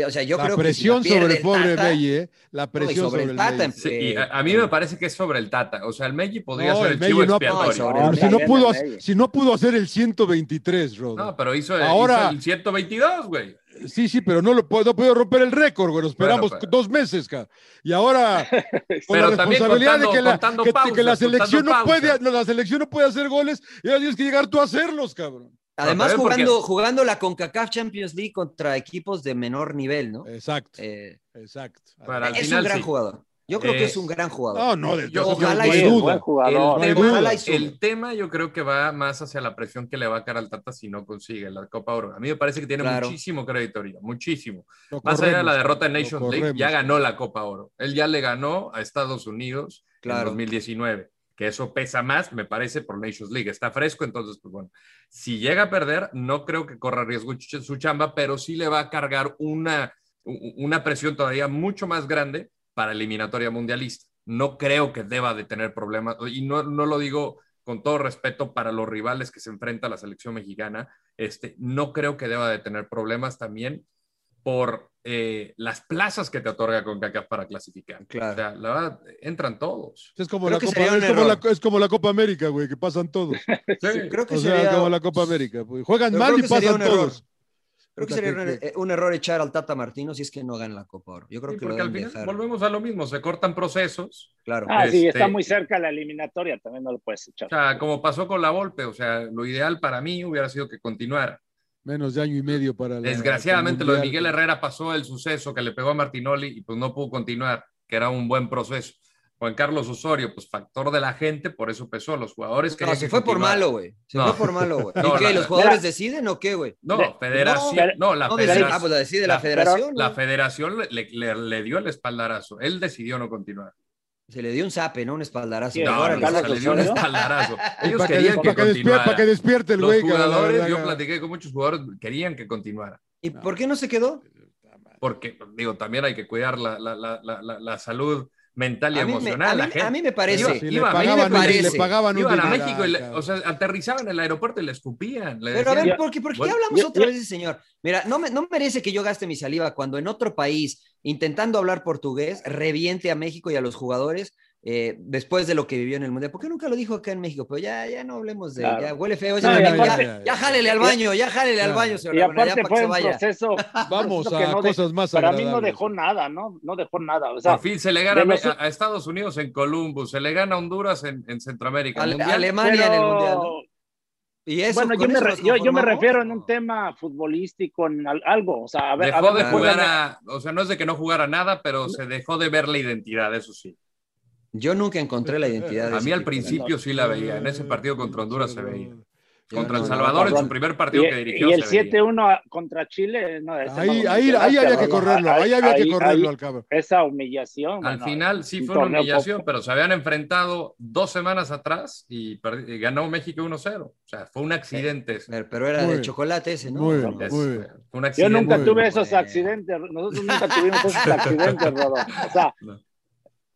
B: o sea, yo
H: la
B: creo
H: presión
B: que
H: si la sobre el pobre tata, Meggi, ¿eh? La presión no, sobre, sobre, el Tata.
I: Sí, y
B: eh,
I: a, a, mí me parece que es sobre el Tata. O sea, el Meggi podría no, ser el, el chivo
H: no,
I: expiatorio.
H: No, si, no pudo, si no pudo hacer el 123, Rodo.
I: No, pero hizo, Ahora, hizo el 122, güey.
H: Sí, sí, pero no lo puedo, no puedo romper el récord, güey. Nos esperamos bueno, pero... dos meses, cara. Y
I: *laughs*
H: ahora, con
I: pero
H: la responsabilidad
I: contando,
H: de que la, que,
I: pausas,
H: que la selección no
I: pausa.
H: puede, la selección no puede hacer goles y ahora tienes que llegar tú a hacerlos, cabrón.
B: Además, no, jugando, porque... jugando la CONCACAF Champions League contra equipos de menor nivel, ¿no?
H: Exacto. Eh, exacto.
B: Para es final, un gran sí. jugador. Yo creo eh... que es un gran jugador.
H: No, no, de,
B: yo,
G: ojalá y duda. pues, Jugador.
I: El, tema, ojalá el tema yo creo que va más hacia la presión que le va a cara al Tata si no consigue la Copa Oro. A mí me parece que tiene claro. muchísimo creditoría, muchísimo. No más allá de la derrota en Nations no League, ya ganó la Copa Oro. Él ya le ganó a Estados Unidos claro. en 2019 que eso pesa más, me parece, por Nations League. Está fresco, entonces, pues bueno, si llega a perder, no creo que corra riesgo su chamba, pero sí le va a cargar una, una presión todavía mucho más grande para eliminatoria mundialista. No creo que deba de tener problemas, y no, no lo digo con todo respeto para los rivales que se enfrenta a la selección mexicana, este, no creo que deba de tener problemas también por eh, las plazas que te otorga CONCACAF para clasificar. Claro. O sea, la verdad, entran todos.
H: Es como, la Copa, es como, la, es como la Copa, América, güey, que pasan todos.
B: sí, creo que
H: o
B: sería...
H: sea, como la Copa América. Güey. Juegan Pero mal y pasan todos.
B: Creo que sería un, un, error echar al Tata Martino si es que no gana la Copa Oro. Yo creo sí, que
I: porque
B: lo
I: al final dejar. volvemos a lo mismo, se cortan procesos.
B: Claro.
G: Ah, este, sí, está muy cerca la eliminatoria, también no lo puedes echar.
I: O sea, como pasó con la Volpe, o sea, lo ideal para mí hubiera sido que continuara.
H: Menos de año y medio para la,
I: Desgraciadamente, lo de Miguel Herrera pasó el suceso que le pegó a Martinoli y pues no pudo continuar, que era un buen proceso. Juan Carlos Osorio, pues factor de la gente, por eso pesó. Los jugadores
B: no, se que fue por malo, güey. Se no. fue por malo,
I: *laughs*
B: güey. No, ¿Y qué? ¿Los jugadores la... deciden o qué, güey?
I: No, federación. No, la federación.
B: Ah, pues la decide la, la federación.
I: La federación le, le, le dio el espaldarazo. Él decidió no continuar.
B: Se le dio un zape, ¿no? Un espaldarazo. Pues
I: No, no, no, se le dio un espaldarazo. Ellos
H: para
I: querían que,
H: para que,
I: continuara.
H: Para que despierte el
I: Los
H: güey.
I: Jugadores, verdad, yo platiqué con muchos jugadores, querían que continuara.
B: ¿Y por qué no se quedó?
I: porque, digo, también hay que cuidar la, la, la, la, la salud mental y
B: A mí me-
I: emocional.
B: a
I: la
B: mí-
I: gente.
B: a mí me parece.
I: Iba-
B: Si le
I: iba- a mí me
B: pagaban un-
I: parece.
B: le pagaban un
I: Iban a
B: dineral,
I: México, y le-
B: cabrón.
I: o sea, aterrizaban en el aeropuerto y le escupían. le
B: Pero a ver,
I: decían-
B: ¿por qué, por qué
I: Bueno,
B: hablamos otra vez de ese señor? Mira, no, me- no merece que yo gaste mi saliva cuando en otro país, intentando hablar portugués, reviente a México y a los jugadores eh, después de lo que vivió en el Mundial. ¿Por qué nunca lo dijo acá en México? Pero ya, ya no hablemos de...
G: Claro.
B: Ya huele feo. ese
G: No, y
B: ya,
G: aparte-
B: ya- ya jálele al baño, ya jálele al baño, señor
G: Y
B: Laguna,
G: aparte
B: ya para que
G: fue
B: se
G: un
B: vaya.
G: proceso.
H: Vamos
G: proceso que
H: a
G: no de-
H: cosas más
G: Para mí no
H: agradables.
G: dejó nada, ¿no? No dejó nada. O sea,
I: Por fin se le gana
G: de
I: a-
G: los-
I: a, a Estados Unidos en Columbus, se le gana a Mundial. Honduras en, en Centroamérica.
B: Ale-
I: Mundial.
B: Alemania en el Mundial, ¿no? Y eso,
G: bueno, yo
B: con
G: me,
B: eso
G: re-
B: nos
G: yo, yo me
B: conformamos.
G: refiero en un tema futbolístico, en al- algo. O sea, a ver, a
I: dejó
G: ver,
I: de
G: recuérdame-
I: jugar a, o sea, no es de que no jugara nada, pero se dejó de ver la identidad, eso sí.
B: Yo nunca encontré la identidad. de
I: A
B: ese
I: mí
B: tipo,
I: al
B: la
I: principio
B: neta.
I: sí la veía, en ese partido contra Honduras se veía. Contra El
B: no,
I: Salvador en su
G: cabrón.
I: primer partido
G: y,
I: que dirigió
G: y el
I: se veía.
G: 7-1 contra Chile, no, ese no lo
H: Ahí- ahí-
G: mencionaste,
H: ahí había que
G: cabrón.
H: correrlo, ahí había que correrlo al cabrón.
G: Esa humillación.
I: Al
G: bueno,
I: final sí
G: un
I: fue una
G: torneo
I: humillación, pero se habían enfrentado dos semanas atrás y, perdi- y ganó México 1-0. O sea, fue un accidente. ese.
B: Pero, pero era
H: Muy
B: de
H: bien.
B: chocolate ese, ¿no?
H: Muy bien,
I: Es-
H: muy bien.
I: fue un
G: Yo
I: accidente.
G: nunca
H: Muy
G: tuve
H: bueno.
G: esos accidentes, nosotros nunca tuvimos esos accidentes, Rodo. O sea,
I: *laughs* No.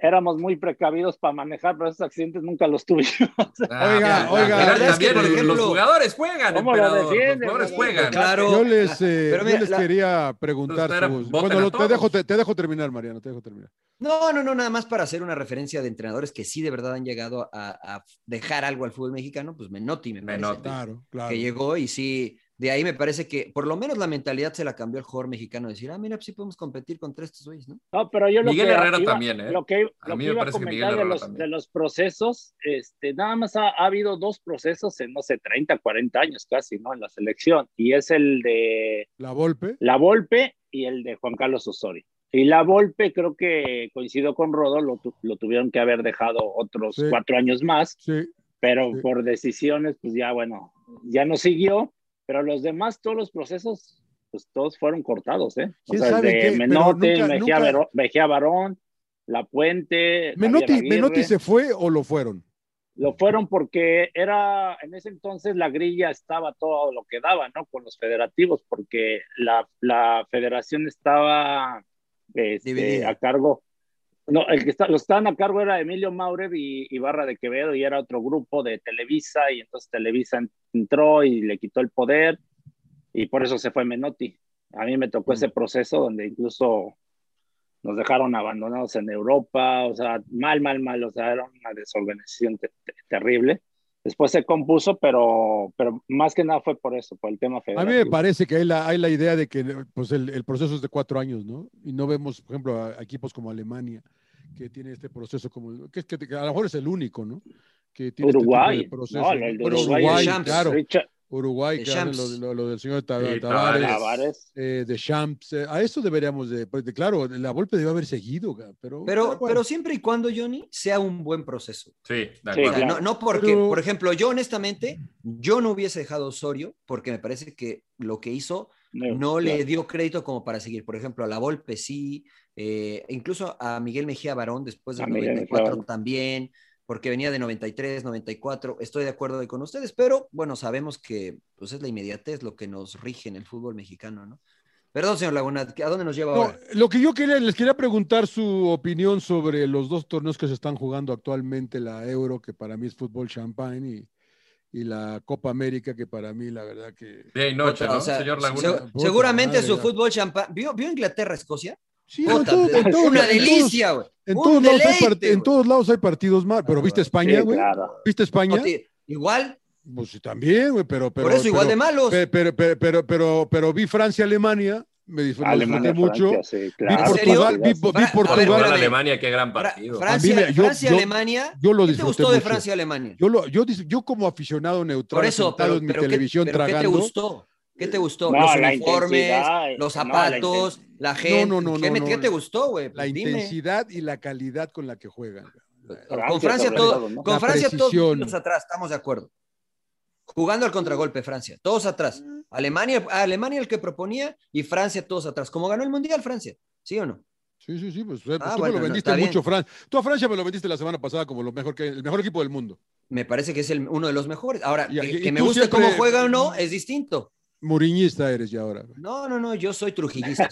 G: éramos muy precavidos para manejar, pero esos accidentes nunca los tuvimos.
I: Ah,
H: Oiga,
I: mira, la
H: oiga.
I: verdad
B: Es que,
I: también
B: por ejemplo,
I: los jugadores juegan,
G: ¿Cómo lo
I: emperador,
G: defienden,
I: los jugadores
G: Rodo?
I: juegan.
B: Claro.
H: Yo les, eh,
B: Pero
H: yo
B: mira,
H: les
B: la-
H: quería preguntar.
I: Entonces, era,
H: sus-
I: voten
H: bueno,
I: a
H: lo- te,
I: todos.
H: dejo, te, te dejo terminar, Mariano, te dejo terminar.
B: No, no, no, nada más para hacer una referencia de entrenadores que sí de verdad han llegado a, a dejar algo al fútbol mexicano, pues Menotti me parece.
I: Menotti.
B: ¿no?
H: Claro, claro.
B: Que llegó y sí, de ahí me parece que por lo menos la mentalidad se la cambió el jugador mexicano, decir, ah, mira, pues sí podemos competir contra estos güeyes, ¿no?
G: *laughs* No, pero yo lo
I: Miguel
G: que
I: Herrera
G: iba-
I: también, ¿eh?
G: Lo que,
I: A
G: lo
I: mí
G: que
I: me
G: iba a
I: parece que Miguel
G: comentar de
I: Herrera
G: los,
I: también.
G: de los procesos, este, nada más ha, ha habido dos procesos en, no sé, 30, 40 años casi, ¿no? En la selección. Y es el de
H: La Volpe.
G: La Volpe y el de Juan Carlos Osorio. Y La Volpe creo que coincido con Rodo, lo, tu- lo tuvieron que haber dejado otros
H: Sí.
G: cuatro años más,
H: Sí,
G: pero
H: Sí.
G: por decisiones, pues ya, bueno, ya no siguió. Pero los demás, todos los procesos, pues todos fueron cortados, ¿eh? O
H: ¿Quién
G: sea,
H: sabe qué?
G: de
H: Pero
G: Menote,
H: nunca-
G: Mejía,
H: nunca-
G: Veró- Mejía Barón, La Puente. Javier
H: Menotti,
G: Aguirre.
H: Menotti se fue o lo fueron.
G: Lo fueron porque era, en ese entonces la grilla estaba todo lo que daba, ¿no? Con los federativos, porque la, la federación estaba este,
B: Dividida.
G: a cargo. No, el que está, los estaban a cargo era Emilio Maurer y, y Barra de Quevedo, y era otro grupo de Televisa, y entonces Televisa en- entró y le quitó el poder, y por eso se fue Menotti. A mí me tocó ese proceso donde incluso nos dejaron abandonados en Europa, o sea, mal, mal, mal, o sea, era una desorganización te- te- terrible. Después se compuso, pero, pero más que nada fue por eso, por el tema
H: A mí me
G: federal.
H: parece que hay la, hay la idea de que pues, el, el proceso es de cuatro años, ¿no? Y no vemos, por ejemplo, a, a equipos como Alemania, que tiene este proceso como. que, es que- que a lo mejor es el único, ¿no? Que tiene este tipo de
G: Uruguay,
H: proceso.
G: no, el de
H: Bueno,
G: Uruguay,
H: Uruguay,
B: Champs.
H: claro.
G: Richard
H: Uruguay,
B: De
H: claro, lo,
B: Champs.
H: lo- lo del señor Ta-
I: Sí,
H: Tavares.
I: Tavares.
G: Tavares.
H: eh, de Champs, eh, a eso deberíamos de, pues, de- claro, la golpe debe haber seguido, ga, pero
B: Pero,
H: bueno.
B: pero siempre y cuando, Johnny, sea un buen proceso.
I: Sí, de
G: Sí,
I: acuerdo.
B: O sea,
G: claro.
B: no, no porque,
H: Pero-
B: por ejemplo, yo honestamente, yo no hubiese dejado a Osorio porque me parece que lo que hizo no le dio crédito como para seguir. Por ejemplo, a La Volpe sí, eh, incluso a Miguel Mejía Barón después
G: A
B: del
G: Miguel Mejía
B: 94
G: Barón.
B: también, porque venía de 93, 94. Estoy de acuerdo ahí con ustedes, pero bueno, sabemos que pues, es la inmediatez lo que nos rige en el fútbol mexicano, ¿no? Perdón, señor Laguna, ¿a dónde nos lleva
H: No,
B: ahora?
H: lo que yo quería, les quería preguntar su opinión sobre los dos torneos que se están jugando actualmente, la Euro, que para mí es fútbol champagne, y, y la Copa América, que para mí, la verdad que...
I: Día y noche,
B: O
I: ¿no,
B: sea,
I: señor
B: seg-
I: Laguna?
H: Puta
B: seguramente
H: madre,
B: su
H: ya.
B: fútbol champán. ¿Vio, vio Inglaterra-Escocia?
H: Sí, en
B: Puta,
H: todo- en todo-
B: una
H: en todos-
B: delicia, güey.
H: En
B: Un
H: todos, lados hay
B: deleite,
H: part- en
B: güey.
H: todos lados hay partidos mal, pero
B: Ah,
H: ¿viste
B: bueno.
H: España,
G: Sí,
H: güey?
G: claro.
H: ¿Viste España?
B: No te- Igual,
H: Pues sí, también, güey, pero, pero...
B: por eso igual
H: pero-
B: de malos.
H: Pe- Pero, pero, pero, pero, pero vi Francia-Alemania, me disfr- lo disfruté
G: Alemania,
H: mucho.
G: Francia, sí,
H: vi
G: claro.
H: pues, Portugal,
G: Sí,
H: vi,
G: sí.
H: po- vi
B: Fra- a ver,
I: Portugal,
H: Portugal.
B: espérame.
I: Alemania, qué gran
B: Fra-
I: partido.
B: Francia,
H: A mí me- yo-
B: Francia,
H: yo-
B: Alemania.
H: yo lo
B: ¿Qué te
H: disfruté
B: gustó de
H: mucho.
B: Francia Alemania?
H: yo, lo, yo, dis- yo como aficionado neutral,
B: Por eso,
H: sentado
B: pero,
H: en mi
B: pero ¿qué-
H: televisión
B: pero ¿qué,
H: tragando.
B: te gustó? ¿Qué te gustó?
G: No,
B: los
G: la
B: uniformes,
G: intensidad, eh,
B: los
G: no, la
B: zapatos, la gente.
H: No, no, no,
B: ¿Qué, me-
H: no,
B: qué
H: no.
B: te gustó, güey? Pues
H: la
B: Dime.
H: intensidad y la calidad con la que juegan.
B: Con Francia
G: sobre
B: todo,
G: todo, ¿no?
B: con
H: La
B: Francia todos
H: precisión.
B: los atrás, estamos de acuerdo. Jugando al contragolpe Francia, todos atrás.
H: Mm.
B: Alemania, ah, Alemania el que proponía y Francia todos atrás. Como ganó el mundial Francia, ¿sí o no?
H: Sí, sí, sí, pues, pues,
B: Ah,
H: tú
B: bueno, no,
H: me lo vendiste
B: está bien.
H: mucho, Francia. Tú a Francia me lo vendiste la semana pasada como lo mejor que, el mejor equipo del mundo.
B: Me parece que es el- uno de los mejores. Ahora,
H: Y-
B: que,
H: y-
B: que
H: y
B: me
H: tú
B: guste
H: siempre-
B: cómo juega o no es distinto.
H: Muriñista eres ya ahora. güey.
B: No, no, no, yo soy trujillista.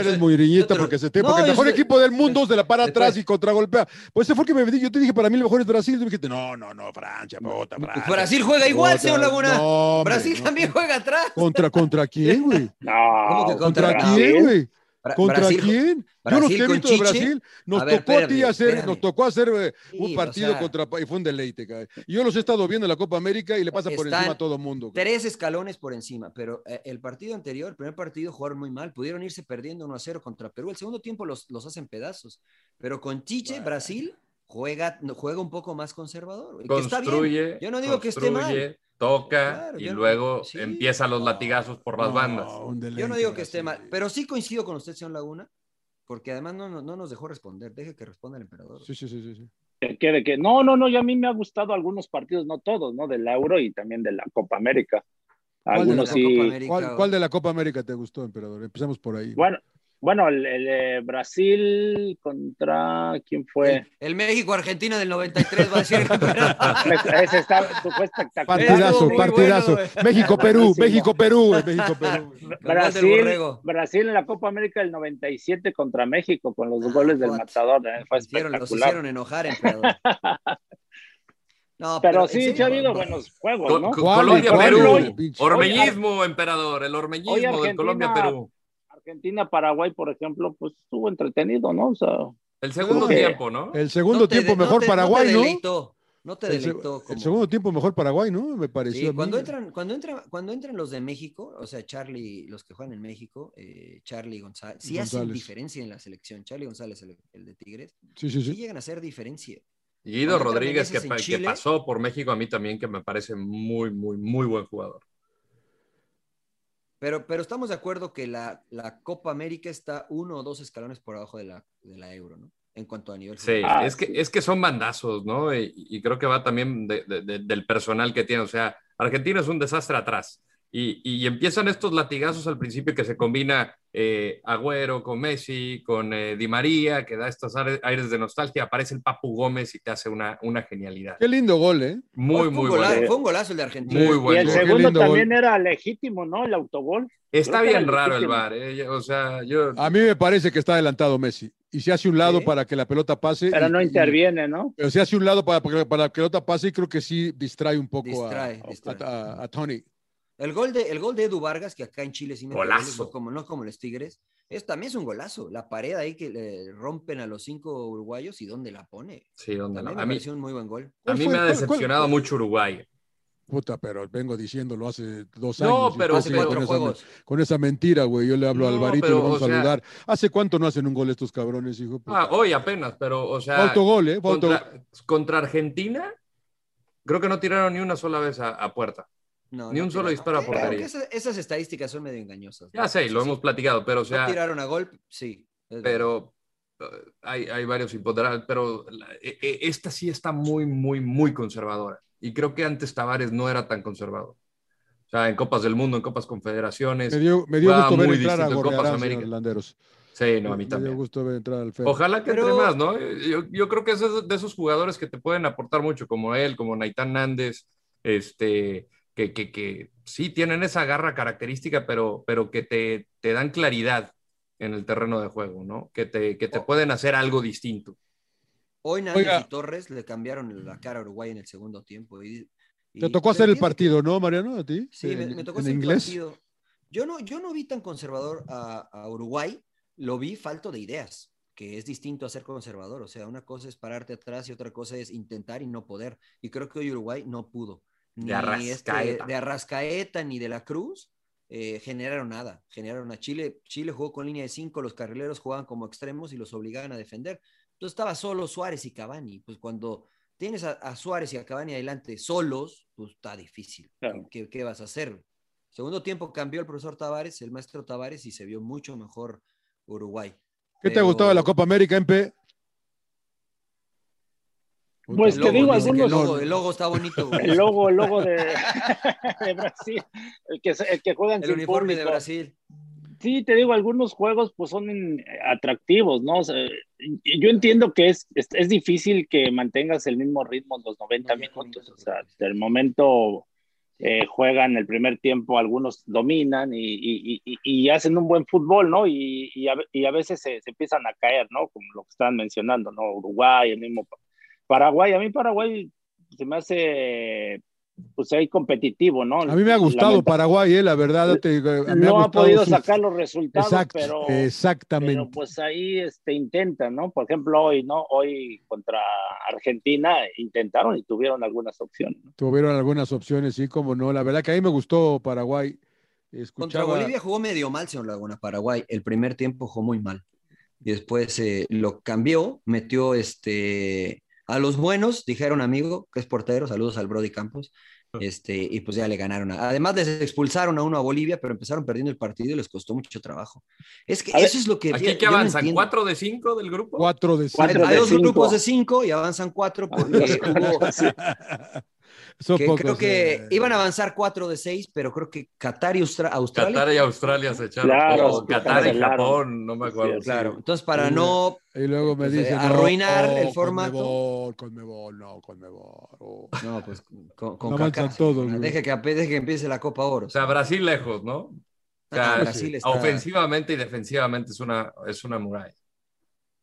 B: *laughs*
H: eres muriñista porque se te.
B: No,
H: Porque el
B: yo
H: mejor
B: soy-
H: equipo del mundo se la para atrás y contragolpea. Pues ese fue el que me vendí. Yo te dije, para mí el mejor es Brasil. Y me dijiste, no, no, no, Francia, puta, Francia.
B: Brasil juega igual,
H: Puta,
B: señor Laguna.
H: no, hombre,
B: Brasil
H: no.
B: también juega atrás.
H: ¿Contra, ¿Contra quién,
B: *laughs*
H: güey?
G: Ah,
B: ¿Cómo que
H: ¿Contra,
B: Brasil?
H: quién, güey?
B: Bra-
H: ¿Contra
B: Brasil-
H: quién? Yo los
B: Brasil
H: que he
B: con
H: visto de
B: Chiche.
H: Brasil, nos
B: A ver,
H: tocó a ti
B: espérame,
H: hacer,
B: espérame.
H: nos tocó hacer eh,
B: Sí,
H: un
B: o
H: partido
B: sea-
H: contra y fue un deleite, cabrón. Y yo los he estado viendo en la Copa América y le pasa por
B: Están-
H: encima a todo mundo. güey.
B: Tres escalones por encima, pero eh, el partido anterior, el primer partido, jugaron muy mal. Pudieron irse perdiendo 1 a 0 contra Perú. El segundo tiempo los, los hacen pedazos. Pero con Chiche, Brasil juega, no, juega un poco más conservador. güey, que está bien.
I: Construye,
B: Yo no digo que esté
I: construye,
B: mal.
I: toca
B: Claro,
I: y
B: yo no-
I: luego
B: sí.
I: empieza los latigazos por las
H: No,
I: bandas.
H: un
B: Yo no
H: deleite,
B: digo que esté
H: Brasil.
B: mal, pero sí coincido con usted, señor Laguna, porque además no, no, no nos dejó responder. Deje que responda el emperador.
H: Sí, sí, sí, sí, sí.
G: ¿De qué, de qué? No, no, no, y a mí me ha gustado algunos partidos, no todos, ¿no? Del Euro y también de la Copa América.
H: ¿Cuál de
G: Algunos
H: la
G: sí.
B: Copa América,
H: ¿Cuál,
B: güey?
H: cuál de la Copa América te gustó, emperador? Empecemos por ahí.
G: Bueno, bueno, el, el, eh, Brasil contra quién fue?
B: El México-Argentina del 93 va a decir *laughs* el emperador.
G: *laughs* Ese está, fue espectacular.
H: partidazo,
B: estuvo muy
H: partidazo.
B: bueno,
H: México-Perú,
G: Buenísimo.
H: México-Perú, eh, México-Perú.
B: Con
H: güey.
B: gol del
G: Brasil,
B: Borrego.
G: Brasil en la Copa América del 97 contra México con los
B: Ah,
G: goles del
B: what?
G: matador. eh, Fue
B: Los hicieron- los
G: espectacular.
B: hicieron enojar,
G: *laughs*
B: emperador. No,
G: pero
B: en
G: sí,
B: serio,
G: ya ha habido
B: no.
G: buenos
I: Co-
G: juegos, ¿no?
I: co-
H: ¿Cuál,
I: Colombia,
G: cuál,
I: Perú.
G: cuál,
H: pinche?
I: Ormeñismo, emperador. El ormeñismo
G: Oye,
I: de
G: Argentina-
I: Colombia, Perú.
G: Argentina, Paraguay, por ejemplo, pues estuvo entretenido, ¿no? O sea,
I: El segundo
G: Oye.
I: tiempo, ¿no?
H: El
B: *laughs*
H: segundo
B: No te
H: tiempo
B: de- no
H: mejor
B: te-
H: Paraguay,
B: No
H: ¿no?
B: te deleitó. No te
H: El se-
B: deleitó.
H: El
B: como-
H: segundo tiempo mejor Paraguay, ¿no? Me
B: Sí,
H: pareció. a mí.
B: cuando entran, cuando entran, cuando entran los de México, o sea, Charlie, los que juegan en México, eh, Charlie González, sí hacen
H: González.
B: diferencia en la selección. Charlie González, el, el de Tigres,
H: Sí, sí,
B: sí
H: sí.
B: llegan a hacer diferencia.
I: Y Guido
B: Cuando entran
I: Rodríguez, que,
B: Meneses
I: pa-
B: en
I: que
B: Chile.
I: pasó por México a mí también, que me parece muy, muy, muy buen jugador.
B: Pero, pero estamos de acuerdo que la, la Copa América está uno o dos escalones por abajo de la, de la Euro, ¿no? En cuanto a nivel.
I: Sí,
G: Ah,
I: es, que,
G: sí.
I: es que son bandazos, ¿no? Y, y creo que va también de- de- de- del personal que tiene. O sea, Argentina es un desastre atrás. Y, y empiezan estos latigazos al principio que se combina eh, Agüero con Messi, con eh, Di María, que da estos aire- aires de nostalgia. Aparece el Papu Gómez y te hace una, una genialidad.
H: Qué lindo gol, ¿eh?
I: Muy,
B: Hoy fue,
I: muy
B: un gola-
I: bueno.
B: fue un golazo el de Argentina.
I: Muy
G: y el
I: bueno.
H: Qué
G: segundo
H: lindo gol.
G: también era legítimo, ¿no? El autogol.
I: Está
G: creo que
I: bien
G: era
I: raro el
G: legítimo.
I: bar. eh, O sea, yo.
H: A mí me parece que está adelantado Messi. Y se hace un lado
B: Sí.
H: para que la pelota pase.
G: Pero
H: y-
G: no
H: y-
G: interviene, ¿no?
H: Pero se hace un lado para, para para que la pelota pase y creo que sí distrae un poco a-
B: Distrae,
H: a,
B: distrae.
H: a- a- a Tony.
B: El gol, de, el gol de Edu Vargas, que acá en Chile sí mete
I: Golazo.
B: goles, no como, no como los Tigres, es, también es un golazo. La pared ahí que le rompen a los cinco uruguayos y dónde la pone.
I: Sí, onda,
B: También
I: no.
B: me
I: A mí,
B: pareció un muy buen gol.
I: a
H: ¿Cuál
I: mí
H: fue?
I: me ha
H: ¿Cuál- cuál-
I: decepcionado mucho Uruguay.
H: Puta, pero vengo diciéndolo hace dos
I: No,
H: años. y
I: pero-
H: usted
B: Hace
H: sigue
I: pero-
H: con
B: cuatro
H: esa,
B: juegos.
H: con esa mentira, güey. Yo le hablo a
I: No,
H: Alvarito y
I: pero,
H: lo vamos
I: o sea-
H: a saludar. ¿Hace cuánto no hacen un gol estos cabrones, hijo?
I: Ah,
H: Puta.
I: hoy apenas, pero, o sea.
H: Fue autogol, ¿eh? Fue autogol.
I: contra, contra Argentina, creo que no tiraron ni una sola vez a, a puerta.
B: No,
I: Ni
B: no
I: un solo
B: tiraron.
I: disparo a
B: Aunque-
I: portería.
B: aunque Esas, esas estadísticas son medio engañosas. ¿no?
I: Ya sé, lo
B: Sí,
I: hemos
B: sí.
I: platicado, pero, o
B: No
I: sea,
B: tiraron a gol, sí. es verdad.
I: pero eh, hay, hay varios imponderables, pero la- e- e- esta sí está muy, muy, muy conservadora. Y creo que antes Tavares no era tan conservador. O sea, en Copas del Mundo, en Copas Confederaciones.
H: Me dio, me dio
I: Jugaba
H: gusto ver
I: muy
H: entrar a
I: distinto en Copas
H: Gorrearán,
I: América.
H: señor Landeros.
I: Sí, no, a mí
H: me dio
I: también.
H: gusto ver entrar al Fer.
I: Ojalá que entre
B: Pero-
I: más, ¿no? Yo, yo creo que esos de esos jugadores que te pueden aportar mucho, como él, como Naitán Nández, este, que, que, que sí tienen esa garra característica, pero, pero que te, te dan claridad en el terreno de juego, ¿no? Que te, que te pueden hacer algo distinto.
B: Hoy Nández
H: Oiga.
B: y Torres le cambiaron la cara a Uruguay en el segundo tiempo. y- y-
H: Te tocó
B: pero
H: hacer el
B: tiene-
H: partido, ¿no, Mariano? ¿A ti?
B: Sí, me,
H: En-
B: me tocó
H: en
B: hacer el
H: inglés.
B: partido. Yo no, yo no vi tan conservador a, a Uruguay, lo vi falto de ideas, que es distinto a ser conservador. O sea, una cosa es pararte atrás y otra cosa es intentar y no poder. Y creo que hoy Uruguay no pudo. Ni este,
I: Arrascaeta.
B: de Arrascaeta ni de la Cruz eh, generaron nada. Generaron a Chile. Chile jugó con línea de cinco, los carrileros jugaban como extremos y los obligaban a defender. Entonces estaba solo Suárez y Cavani. Pues cuando tienes a, a Suárez y a Cavani adelante solos, pues está difícil.
G: Claro.
B: ¿Qué, qué vas a hacer? Segundo tiempo cambió el profesor Tavares, el maestro Tavares, y se vio mucho mejor Uruguay.
H: ¿Qué te ha gustado de la Copa América, MP?
G: Pues
B: El
G: te
B: logo,
G: digo,
B: dice que el,
G: algunos-
B: logo, el logo está bonito. güey.
G: *laughs* El logo, el logo de, *laughs* de Brasil, el que, se- el que juegan
B: El
G: sin
B: uniforme de
G: público.
B: Brasil.
G: Sí, te digo, algunos juegos pues son eh, atractivos, ¿no? O sea, y- yo entiendo que es, es, es difícil que mantengas el mismo ritmo en los
B: No,
G: 90
B: ya,
G: minutos,
B: no
G: o
B: te
G: sea,
B: preocupes.
G: del momento eh, juegan el primer tiempo, algunos dominan y, y, y, y hacen un buen fútbol, ¿no? Y, a, a, veces se, se, empiezan a caer, ¿no? Como lo que están mencionando, ¿no? Uruguay, el mismo Paraguay. A mí Paraguay se me hace, pues ahí competitivo, ¿no?
H: A mí me ha gustado Lamenta Paraguay, eh, la verdad. Te,
G: me no ha, ha podido sus... sacar los resultados, Exacto, pero...
H: Exactamente.
G: Pero pues ahí este, intentan, ¿no? Por ejemplo, hoy, ¿no? Hoy contra Argentina intentaron y tuvieron algunas opciones. ¿no?
H: Tuvieron algunas opciones, sí, como no. La verdad que a mí me gustó Paraguay.
B: Contra
H: Escuchaba...
B: Bolivia jugó medio mal, señor Laguna, Paraguay. El primer tiempo jugó muy mal. Y después eh, lo cambió, metió este... A los buenos, dijeron amigo, que es portero, saludos al Brody Campos, este, y pues ya le ganaron. Además, les expulsaron a uno a Bolivia, pero empezaron perdiendo el partido y les costó mucho trabajo. Es que
I: a
B: eso es lo que.
I: Aquí yo, que avanzan, no ¿cuatro de cinco del grupo?
H: Cuatro de cinco.
B: Hay, hay dos grupos de cinco y avanzan cuatro
I: *laughs*
B: porque
H: *laughs*
G: *laughs*
B: hubo. Que pocos, creo que eh, iban a avanzar 4 de 6, pero creo que Qatar y Austra Australia.
I: Qatar y Australia se echaron.
G: Claro,
I: oh, Qatar y Japón, no me acuerdo. Sí,
B: claro, entonces para y, no
H: y luego me
B: entonces,
H: dicen,
B: arruinar no, oh, el formato.
H: Conmebol, conmebol, no, Conmebol. Oh.
B: No, pues con, con no Kaká, todos, deje, que, deje que empiece la Copa Oro.
I: O sea, Brasil lejos, ¿no? O sea, ah, Brasil está... Ofensivamente y defensivamente es una, es una muralla.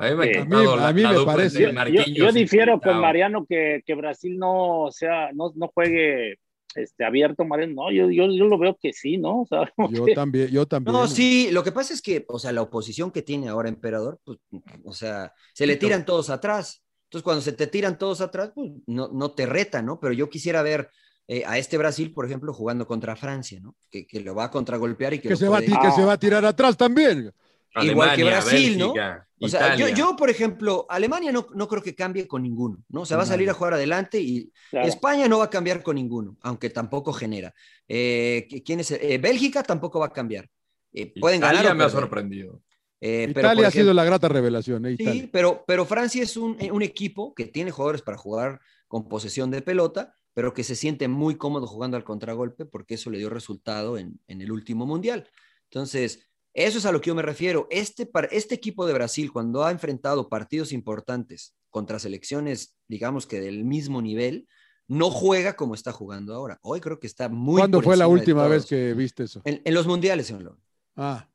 H: A mí me, eh, a mí, la, a mí me parece.
G: Yo, yo, difiero con Mariano que, que Brasil no o sea, no, no juegue este, abierto, Mariano. No, yo, yo, yo lo veo que sí, ¿no? O sea, *laughs*
H: yo
G: que...
H: también, yo también.
B: No, sí, lo que pasa es que, o sea, la oposición que tiene ahora Emperador, pues, o sea, se le tiran todos atrás. Entonces, cuando se te tiran todos atrás, pues no, no te reta, ¿no? Pero yo quisiera ver. Eh, a este Brasil, por ejemplo, jugando contra Francia, ¿no? Que, que lo va a contragolpear y que,
H: que se, puede... va a ah. que se va a tirar atrás
B: Eh,
H: también.
B: Alemania, igual que Brasil, Bélgica, ¿no? O sea, yo, yo, por ejemplo, Alemania no, no, creo que cambie con ninguno, ¿no? O sea, va a salir a jugar adelante y claro. España no va a cambiar con ninguno, aunque tampoco genera. Eh, ¿Quién es? Eh, Bélgica tampoco va a cambiar. Eh, pueden Italia ganar. Eh,
I: me ha sorprendido.
H: Italia pero, ejemplo, ha sido la grata revelación. eh,
B: sí, pero, pero Francia es un, eh, un equipo que tiene jugadores para jugar con posesión de pelota, pero que se siente muy cómodo jugando al contragolpe porque eso le dio resultado en, en el último mundial. Entonces, eso es a lo que yo me refiero. Este, este equipo de Brasil, cuando ha enfrentado partidos importantes contra selecciones, digamos que del mismo nivel, no juega como está jugando ahora. Hoy creo que está muy...
H: ¿Cuándo fue la última vez que viste eso?
B: En, en los mundiales, señor
H: Ah.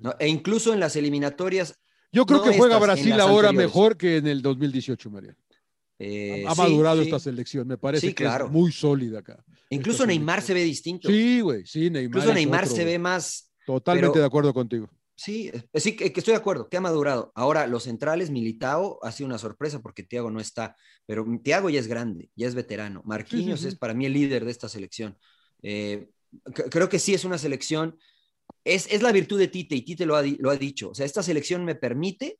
B: No, e incluso en las eliminatorias...
H: Yo creo no que juega estas, Brasil ahora anteriores. mejor que en el 2018, María. Eh, ha madurado sí, esta sí. selección, me parece sí, que claro. es muy sólida acá.
B: Incluso
H: esta
B: Neymar selección. se ve distinto.
H: Sí, güey, sí, Neymar.
B: Incluso Neymar otro, se ve más
H: Totalmente Pero, de acuerdo contigo.
B: Sí, eh, sí, que estoy de acuerdo, que ha madurado. Ahora, los centrales, Militao ha sido una sorpresa porque Tiago no está, pero Tiago ya es grande, ya es veterano. Marquinhos sí, sí, sí. es para mí el líder de esta selección. Eh, creo que sí es una selección, es, es la virtud de Tite y Tite lo ha, lo ha dicho. O sea, esta selección me permite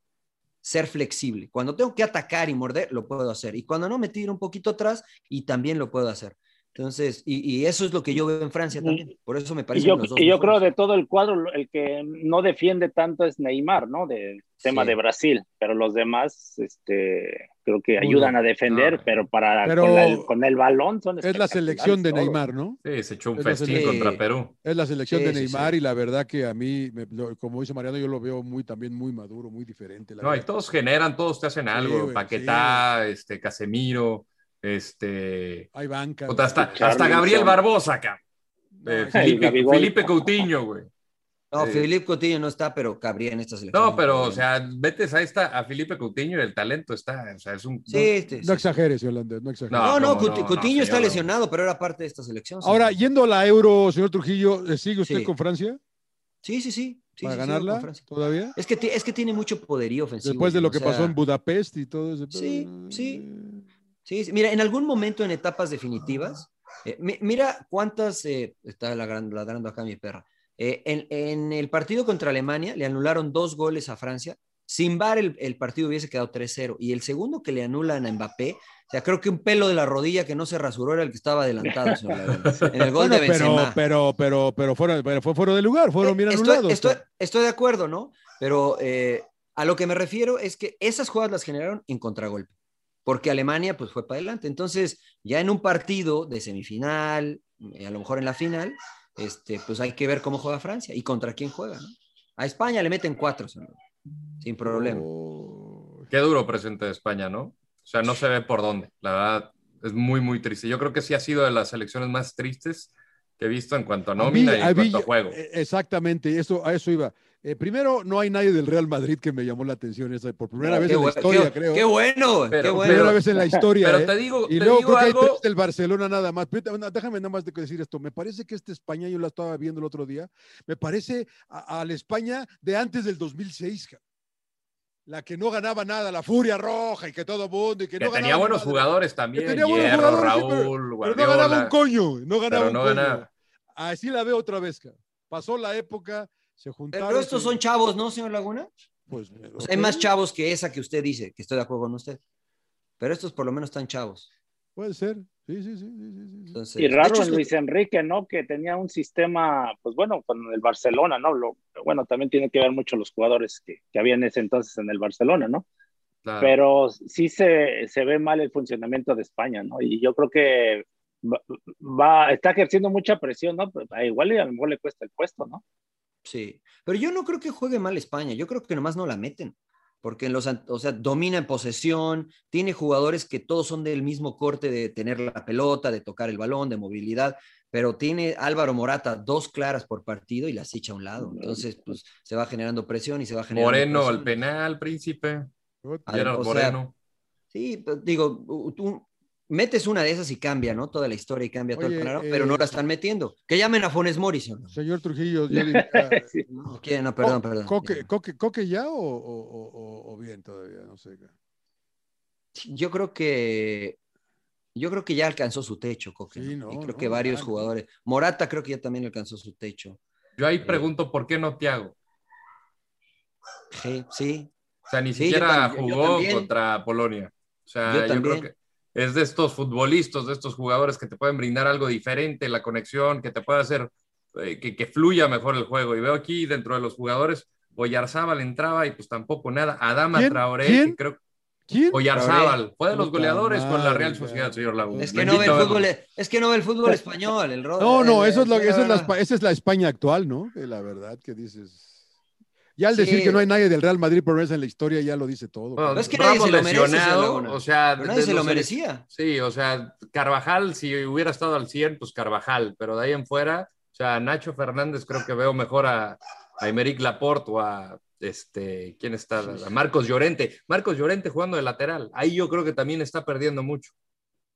B: ser flexible. Cuando tengo que atacar y morder, lo puedo hacer. Y cuando no, me tiro un poquito atrás y también lo puedo hacer. Entonces, y, y, eso es lo que yo veo en Francia también. Por eso me parece.
G: Y yo, los dos y yo creo de todo el cuadro, el que no defiende tanto es Neymar, ¿no? Del tema sí. de Brasil, pero los demás, este, creo que ayudan a defender, no. pero para pero con, la, con, el balón son
H: Es la selección de Neymar, ¿no?
I: Sí, se echó un festín contra Perú.
H: Es la selección sí, de Neymar sí, y la verdad que a mí, me, como dice Mariano, yo lo veo muy también muy maduro, muy diferente. La
I: no,
H: verdad.
I: y todos generan, todos te hacen algo. Güey, Paquetá, este, Casemiro este
H: hay banca este,
I: hasta, hasta, Gabriel Barbosa acá eh, Felipe, Felipe, Coutinho güey
B: no, eh, Felipe Coutinho no está, pero cabría en esta selección.
I: No, pero, o sea, vete a esta, a Felipe Coutinho, el talento está, o sea, es un...
H: Sí, no, este, no exageres, Yolanda, no exageres.
B: No, no, Coutinho, Coutinho está lesionado, pero era parte de esta selección.
H: ¿sí? Ahora, yendo a la Euro, señor Trujillo, ¿sigue usted sí. con Francia?
B: Sí, sí, sí. Sí,
H: para
B: sí,
H: ganarla sí, todavía.
B: Es que, es que tiene mucho poderío ofensivo.
H: Después de lo que sea... pasó en Budapest y todo ese... mm,
B: Sí, sí. Sí, sí, mira, en algún momento en etapas definitivas, eh, mi, mira cuántas, eh, está ladrando, ladrando, acá mi perra, eh, en, en, el partido contra Alemania le anularon dos goles a Francia, sin bar el, el partido hubiese quedado 3-0 y el segundo que le anulan a Mbappé, o sea, creo que un pelo de la rodilla que no se rasuró era el que estaba adelantado en el gol bueno, de
H: Benzema. Pero, pero, pero, pero, fueron, pero fue fuera de lugar, fueron bien
B: Eh, estoy,
H: anulados.
B: Estoy, estoy, de acuerdo, ¿no? Pero eh, a lo que me refiero es que esas jugadas las generaron en contragolpe porque Alemania pues fue para adelante. Entonces, ya en un partido de semifinal, eh, a lo mejor en la final, este, pues hay que ver cómo juega Francia y contra quién juega. ¿no? A España le meten cuatro, señor. sin problema.
I: Oh, qué duro presente de España, ¿no? O sea, no se ve por dónde. La verdad, es muy, muy triste. Yo creo que sí ha sido de las selecciones más tristes que he visto en cuanto a nómina a mí, y en cuanto a juego.
H: eh, e, Exactamente, eso, a eso iba. Eh, primero, no hay nadie del Real Madrid que me llamó la atención esa, por primera vez
B: qué
H: en la historia,
B: qué,
H: creo.
B: ¡Qué bueno!
H: Pero,
B: qué bueno.
H: Primera vez en la historia.
I: Pero
H: eh.
I: te digo,
H: y
I: te
H: luego
I: digo
H: creo que hay
I: algo.
H: tres del Barcelona nada más. Pero, no, déjame nada más de- decir esto. Me parece que este España, yo la estaba viendo el otro día, me parece a- al España de antes del 2006. ja. La que no ganaba nada, la furia roja y que todo mundo. Y que,
I: Que
H: no
I: tenía
H: ganaba
I: buenos
H: nada.
I: jugadores también.
H: tenía buenos
I: Hierro,
H: jugadores, sí, pero-
I: Raúl,
H: Pero
I: Guardiola.
H: no ganaba un coño, no ganaba
I: Pero
H: un
I: no
H: coño.
I: ganaba.
H: Así la veo otra vez. ca. Pasó la época, se juntaron.
B: Pero estos
H: se-
B: son chavos, ¿no, señor Laguna?
H: pues,
B: O sea, hay
H: ok.
B: más chavos que esa que usted dice, que estoy de acuerdo con usted. Pero estos por lo menos están chavos.
H: Puede ser. Sí, sí, sí. sí, sí, sí.
B: Entonces,
G: Y
B: de
G: raro
B: hecho,
G: en
B: es-
G: Luis Enrique, ¿no? Que tenía un sistema, pues bueno, con el Barcelona, ¿no? Lo, bueno, también tiene que ver mucho los jugadores que, que había en ese entonces en el Barcelona, ¿no?
I: Claro.
G: Pero sí se, se ve mal el funcionamiento de España, ¿no? Y yo creo que va, va- está ejerciendo mucha presión, ¿no? Pues, a Igual y a lo mejor le cuesta el puesto, ¿no?
B: Sí, pero yo no creo que juegue mal España, yo creo que nomás no la meten, porque en los, an- o sea, domina en posesión, tiene jugadores que todos son del mismo corte de tener la pelota, de tocar el balón, de movilidad, pero tiene Álvaro Morata dos claras por partido y las echa a un lado, entonces pues se va generando presión y se va generando
I: Moreno, el
B: presión.
I: penal, príncipe.
H: Puta.
B: Al-
I: Gerard
B: pues, o sea,
I: Moreno.
B: Sí, pero digo, u- tú metes una de esas y cambia, ¿no? Toda la historia y cambia todo el
H: Oye,
B: panorama,
H: eh,
B: pero no la están metiendo. Que llamen a Fones Mori, ¿sí o no?
H: Señor
B: *laughs*
H: Trujillo, yo diría,
B: No, ¿quién? No, perdón,
H: Co-
B: perdón.
H: Coque, coque, coque ya o, o- o- o bien todavía, no sé. ca.
B: Yo creo que yo creo que ya alcanzó su techo, Coque.
H: Sí,
B: ¿no? Y
H: no,
B: creo
H: no,
B: que varios
H: ya, no.
B: jugadores. Morata creo que ya también alcanzó su techo.
I: Yo
B: eh,
I: ahí pregunto por qué no Tiago.
B: Sí, sí.
I: O sea, ni
B: Sí, yo
I: siquiera
B: también- yo
I: jugó
B: también.
I: contra Polonia. O
B: Yo
I: sea, yo, creo
B: también.
I: que es de estos futbolistas, de estos jugadores que te pueden brindar algo diferente, la conexión, que te puede hacer eh, que, que fluya mejor el juego. Y veo aquí dentro de los jugadores, Oyarzábal entraba y pues tampoco nada. Adama
H: ¿Quién?
I: Traoré,
H: ¿Quién?
I: que creo
H: ¿Quién?
I: Oyarzábal, fue de los
H: Puta
I: goleadores con la
H: madre,
I: Real
H: ya.
I: Sociedad, señor Laguna.
B: Es que
I: Lo
B: no ve el
I: invito a verlo.
B: fútbol, es que no ve el fútbol español, el Ro-
H: No, no,
B: el-
H: eso es lo,
B: el-
H: esa, es la, Espa- esa es la España actual, ¿no? Que la verdad que dices. Ya al
B: Sí.
H: decir que no hay nadie del Real Madrid por vez en la historia, ya lo dice todo.
I: Bueno,
B: No, es que nadie
I: Ramos
B: se lo merece, señor
I: lesionado,
B: Laguna.
I: o sea,
B: Pero
I: de-
B: nadie
I: de
B: se lo
I: los-
B: merecía.
I: Sí, o sea, Carvajal, si hubiera estado al 100, pues Carvajal, pero de ahí en fuera, o sea, Nacho Fernández creo que veo mejor a, a Emerick Laporte o a, este, ¿quién está? A Marcos Llorente. Marcos Llorente jugando de lateral. Ahí yo creo que también está perdiendo mucho.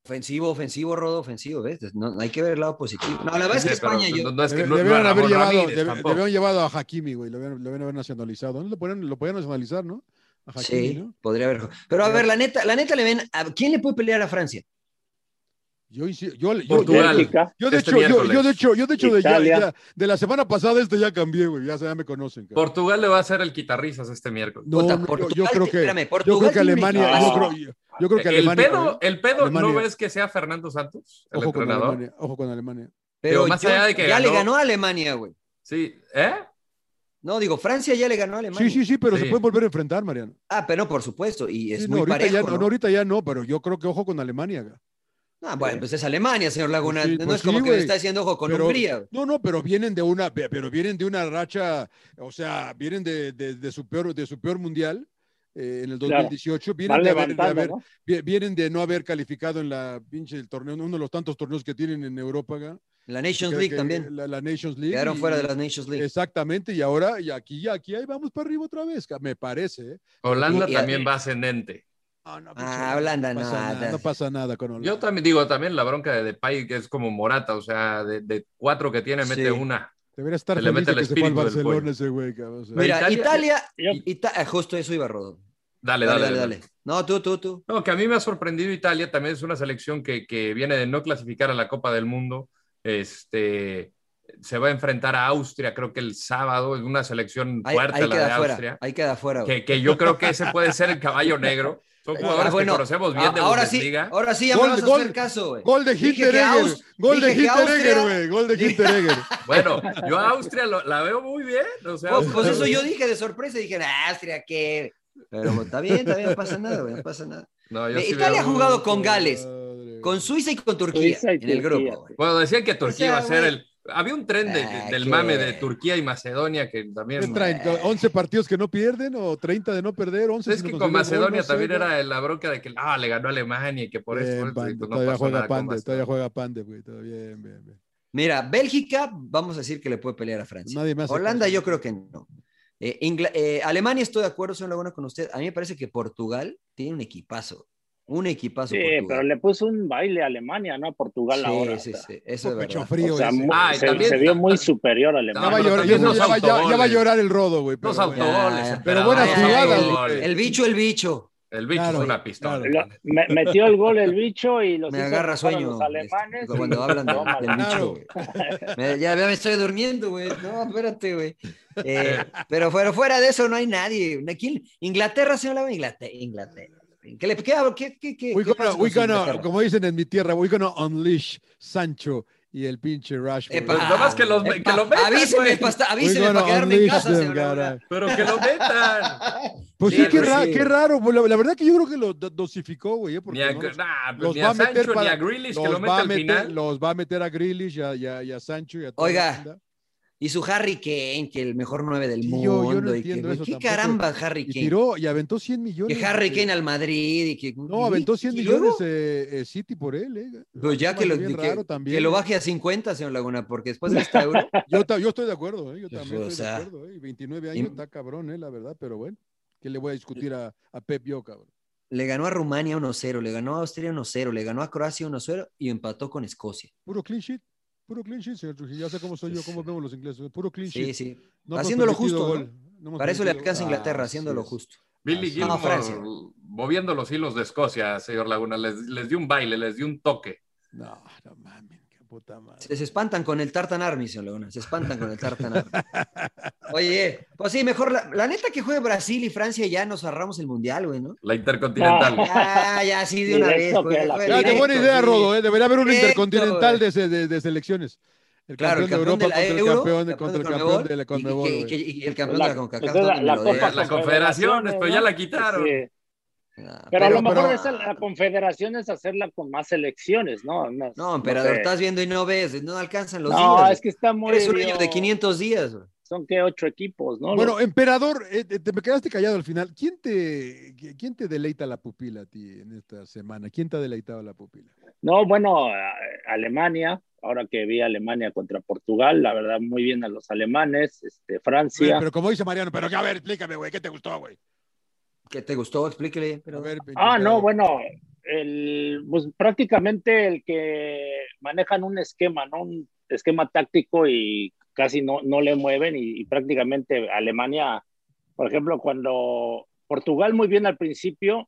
B: Ofensivo, ofensivo, Rodo, ofensivo, ¿ves? No, hay que ver el lado positivo. No, la verdad es que
I: Sí, pero
B: España, yo,
I: no- no es que
H: Debe-
I: no- no
H: debieron
I: era
H: haber
I: Ramón
H: llevado,
I: Ramírez
H: debe-
I: tampoco.
H: debieron llevado a Hakimi, güey, lo debieron, lo debieron haber nacionalizado. ¿No lo podían, lo podían nacionalizar, no? A Hakimi,
B: sí,
H: ¿no?
B: podría haber. Pero a ver, la neta, la neta le ven, ¿a quién le puede pelear a Francia?
H: Yo, insi- yo, yo-
I: Portugal.
G: Bélgica,
H: yo de
I: Este
H: hecho, yo,
I: miércoles.
H: yo de hecho, yo de hecho, de, ya-
G: Italia.
H: ya- de la semana pasada este ya cambié, güey, ya, se- ya me conocen. cabrón.
I: Portugal le va a hacer el quitarrizas este miércoles.
H: No,
B: Puta,
H: no, yo- yo,
B: Portugal,
H: creo que,
B: espérame,
H: yo creo
B: Portugal
H: que
B: tiene-
H: Alemania,
G: No.
H: yo creo, yo- yo creo que
I: el
H: Alemania.
I: pedo, el pedo ¿no
H: Alemania.
I: ves que sea Fernando Santos, el
H: ojo con
I: entrenador?
H: Alemania, ojo con Alemania.
B: Pero
I: Digo, más
B: yo-
I: allá de que
B: ya le
I: ganó-
B: ganó a Alemania, güey.
I: Sí, ¿eh?
B: No, digo, Francia ya le ganó a Alemania.
H: Sí, sí, sí, pero
I: Sí.
H: se pueden volver a enfrentar, Mariano.
B: Ah, pero no, por supuesto, y es
H: Sí, no,
B: muy
H: ahorita
B: parejo,
H: ya,
B: ¿no?
H: no, no, ahorita ya no, pero yo creo que ojo con Alemania. güey.
B: Ah, bueno, pues es Alemania, señor Laguna.
H: Pues sí,
B: no
H: pues
B: es como
H: sí,
B: que le
H: güey.
B: está haciendo ojo con
H: Pero-
B: Hungría.
H: No, no, pero vienen de una, pe- pero vienen de una racha, o sea, vienen de, de- de su peor, de su peor mundial eh, en el
G: Claro.
H: 2018. Vienen
G: Van
H: de haber, de
G: levantando,
H: haber-
G: ¿no?
H: vi- vienen de no haber calificado en la pinche el torneo, uno de los tantos torneos que tienen en Europa, güey.
B: La Nations
H: Que-
B: League
H: que-
B: también.
H: La, la Nations League.
B: Quedaron
H: y-
B: fuera de la Nations League.
H: Exactamente, y ahora, y aquí, y aquí, ahí vamos para arriba otra vez, ca- me parece. ¿eh?
I: Holanda
B: Y- y-
I: también va ascendente.
H: No, no,
B: Ah,
H: pinche,
B: Holanda,
H: no. pasa
B: no,
H: nada,
B: no.
H: no pasa nada con Holanda.
I: Yo también digo, también la bronca de Depay, que es como Morata, o sea, de, de cuatro que tiene, mete
B: Sí.
I: una.
H: Debería estar
I: Se le
H: feliz
I: mete el
H: de que se fue al
I: espíritu del
H: Barcelona
I: pollo.
H: ese güey, cabrón. o sea.
B: Mira,
I: Italia-
B: Italia.
G: Yo-
B: Ita- ah, justo eso iba, Rodo.
I: Dale,
B: Dale,
I: dale,
B: dale, dale. No, tú, tú, tú.
I: No, que a mí me ha sorprendido Italia, también es una selección que, que viene de no clasificar a la Copa del Mundo. Este, se va a enfrentar a Austria, creo que el sábado, es una selección
B: Ahí,
I: fuerte
B: ahí
I: la de
B: queda fuera.
I: Austria,
B: Ahí queda fuera. güey.
I: que, que yo creo que ese puede ser el caballo negro. Son jugadores
B: Ah, bueno,
I: que conocemos bien
B: ah,
I: de
B: ahora sí,
I: Bundesliga.
B: ahora sí ya
H: Gol,
B: me vas a
H: gol,
B: hacer caso, güey.
H: Gol de
B: Dije que
H: Hinteregger,
B: Aus-
H: gol de
B: dije que
H: Hinteregger,
B: Austria- *laughs*
H: güey, gol de
B: Dije-
H: Hinteregger.
B: *laughs*
I: Bueno, yo a Austria lo- la veo muy bien. O sea,
B: Pues,
I: *laughs*
B: pues eso yo dije de sorpresa. Dije, "Ah, Austria, ¿qué? Pero está bien, está bien, no pasa nada, güey, no pasa nada.
I: No, yo
B: Eh,
I: sí
B: Italia
I: veo-
B: ha jugado con Gales,
H: Madre,
B: con
H: güey.
B: Suiza y con Turquía
G: Suiza y
B: en el
G: Turquía.
B: grupo. güey.
I: Bueno, decían que Turquía
B: sea,
I: iba a ser
B: güey.
I: el, Había un tren de-
H: Ah,
I: del
H: qué-
I: mame de Turquía y Macedonia que también.
H: ¿Qué traen? ¿11 partidos que no pierden o 30 de no perder? 11
I: Es que con Macedonia también era la bronca de que ah, le ganó a Alemania y que por eso por eso, y pues, no
H: Eh, todavía
I: pasó
H: juega
I: nada con
H: Pande,
I: Macedonia.
H: todavía juega Pande, güey. Todavía, bien, bien, bien.
B: Mira, Bélgica, vamos a decir que le puede pelear a Francia.
H: Nadie me hace
B: Holanda, yo creo que no. Eh, Ingla- eh, Alemania, estoy de acuerdo, soy Laguna con usted. A mí me parece que Portugal tiene un equipazo. Un equipazo.
G: Sí, pero le puso un baile a Alemania, ¿no? A Portugal
B: Sí,
G: ahora.
B: sí,
G: o sea.
B: sí, eso es verdad.
H: frío
G: O sea,
H: ese.
G: muy-
H: Ah, y
G: se,
H: también-
G: se vio muy superior a Alemania.
H: Ya va, a llorar, ya- ya va- ya- ya va a llorar el rodo, güey.
G: Los
H: pero bueno.
G: autogoles,
H: Ya, ya. Pero
G: emperador,
H: buenas
G: los
H: jugadas,
G: autogoles.
H: güey.
B: El bicho, el bicho.
I: El bicho
H: Claro,
I: es una pistola.
G: Lo- me- metió el gol el bicho y los
B: Me
G: hizo
B: agarra
G: enojar a
B: sueño,
G: los alemanes.
B: este,
G: *laughs*
B: cuando hablan de-
G: Toma,
B: del
G: claro.
B: bicho, güey. Me- ya, ya me estoy durmiendo, güey. No, espérate, güey. Eh, pero fuera, fuera de eso no hay nadie. Aquí, Inglaterra, señor Laguna, Inglaterra. Inglaterra. ¿Qué le qué, qué, qué, qué,
H: We
B: qué
H: gonna-
B: pasa con
H: we gonna-
B: Inglaterra?
H: como dicen en mi tierra, we gonna unleash Sancho y el pinche Rashford.
B: Epa, Pues nomás que los- epa, que lo metan, avíseme, güey. eh, pasta- avíseme
H: We gonna
B: para quedarme en
H: unleash
B: casa, señor Laguna.
H: caray.
I: Pero que lo metan.
H: Pues
I: Sí,
H: sí, qué,
I: pues
H: ra-
I: sí.
H: qué raro. pues, La, la verdad que yo creo que lo do- dosificó, güey. eh, porque
I: Ni a-
H: no los-
I: nah, pues,
H: los
I: ni
H: va
I: a
H: a meter
I: Sancho,
H: para-
I: ni a Grealish, que
H: los
I: lo mete
H: va a
I: al
H: meter-
I: final.
H: Los va a meter a Grealish y a, y a- y a Sancho y a toda la
B: Oiga,
H: banda.
B: y su Harry Kane, que el mejor 9 del
H: Sí,
B: mundo.
H: yo- yo no
B: y que-
H: entiendo
B: güey,
H: eso
B: ¿Qué
H: tampoco.
B: caramba, Harry
H: Y
B: Kane?
H: tiró y aventó 100 millones.
B: que Harry
H: eh.
B: Kane al Madrid y que.
H: No, aventó 100
B: ¿Y luego?
H: millones eh, eh, City por él, eh.
B: Pero ya que lo,
H: Bien
B: que-
H: raro también,
B: que lo
H: eh.
B: baje a 50, señor Laguna, porque después de esta
H: *laughs*
B: euro.
H: Yo, ta- yo estoy de acuerdo, ¿eh? yo
B: Pues,
H: también
B: o
H: estoy
B: sea,
H: de acuerdo. ¿eh? Y 29 años está cabrón, ¿eh? la verdad, pero bueno, ¿qué le voy a discutir a, a Pep yo, cabrón?
B: Le ganó a Rumania 1-0, le ganó a Austria 1-0, le ganó a Croacia 1-0 y empató con Escocia.
H: Puro clean sheet, puro clean sheet, señor Trujillo. Ya sé cómo soy yo, cómo vemos los ingleses. Puro clean
B: Pues Sí,
H: sheet.
B: sí.
H: No hemos
B: haciéndolo
H: permitido
B: justo.
H: gol,
B: ¿no?
H: no hemos
B: Para eso le
H: permitido
B: alcanza a
H: gol.
B: Inglaterra,
H: Ah,
B: haciéndolo
H: así es.
B: justo.
I: Billy
B: Ah,
I: Gilmore
B: Francia.
I: moviendo los hilos de Escocia, señor Laguna. Les, les dio un baile, les dio un toque.
H: No, no mames, qué puta madre.
B: Se, se espantan con el Tartan Army, señor Laguna. Se espantan con el Tartan Army. Oye, pues sí, mejor la, la neta que juegue Brasil y Francia ya nos ahorramos el mundial, güey, ¿no?
I: La intercontinental.
B: *laughs* Ya, ya, sí, de una vez.
G: Directo que
B: güey,
G: la
B: güey,
H: Ah, qué buena
B: directo,
H: idea,
B: sí.
H: Rodo. ¿eh? Debería haber un
B: Directo,
H: intercontinental
B: güey.
H: de, se- de- de selecciones. El
B: Claro,
H: campeón
B: el
H: de
B: campeón
H: Europa
B: de la
H: contra el
B: Euro,
H: campeón, de-
B: campeón
H: contra el
B: de Conmebol, y
H: campeón de la
B: que-
H: Conmebol.
B: y
H: güey.
B: que- y el campeón de la CONCACAF.
G: entonces,
B: no
G: la,
B: me
G: la
B: lo
G: Copa
B: digas.
I: La Confederaciones, pero ya la quitaron.
G: Sí.
B: Ah,
G: Pero, a lo mejor
H: pero-
G: esa- la confederación es hacerla con más selecciones, ¿no? No,
B: No, emperador,
G: sé.
B: estás viendo y no ves, no alcanzan los
G: No,
B: días.
G: es que está muy.
B: Eres un año
G: medio-
B: de 500 días. güey.
G: Son que ocho equipos, ¿no?
H: Bueno, emperador, eh, te te me quedaste callado al final. ¿Quién te, ¿Quién te deleita la pupila a ti en esta semana? ¿Quién te ha deleitado la pupila?
G: No, bueno, a- Alemania, ahora que vi a Alemania contra Portugal, la verdad, muy bien a los alemanes, este,
H: Oye,
G: Francia.
H: pero como dice Mariano, pero que, a ver, explícame, güey, ¿qué te gustó, güey?
B: ¿Qué te gustó? Explíquele.
H: A
B: emperador.
H: ver,
G: Ah,
H: emperador.
G: no, bueno, el, pues prácticamente el que manejan un esquema, ¿no? Un esquema táctico y casi no, no le mueven y, y prácticamente Alemania, por ejemplo, cuando Portugal muy bien al principio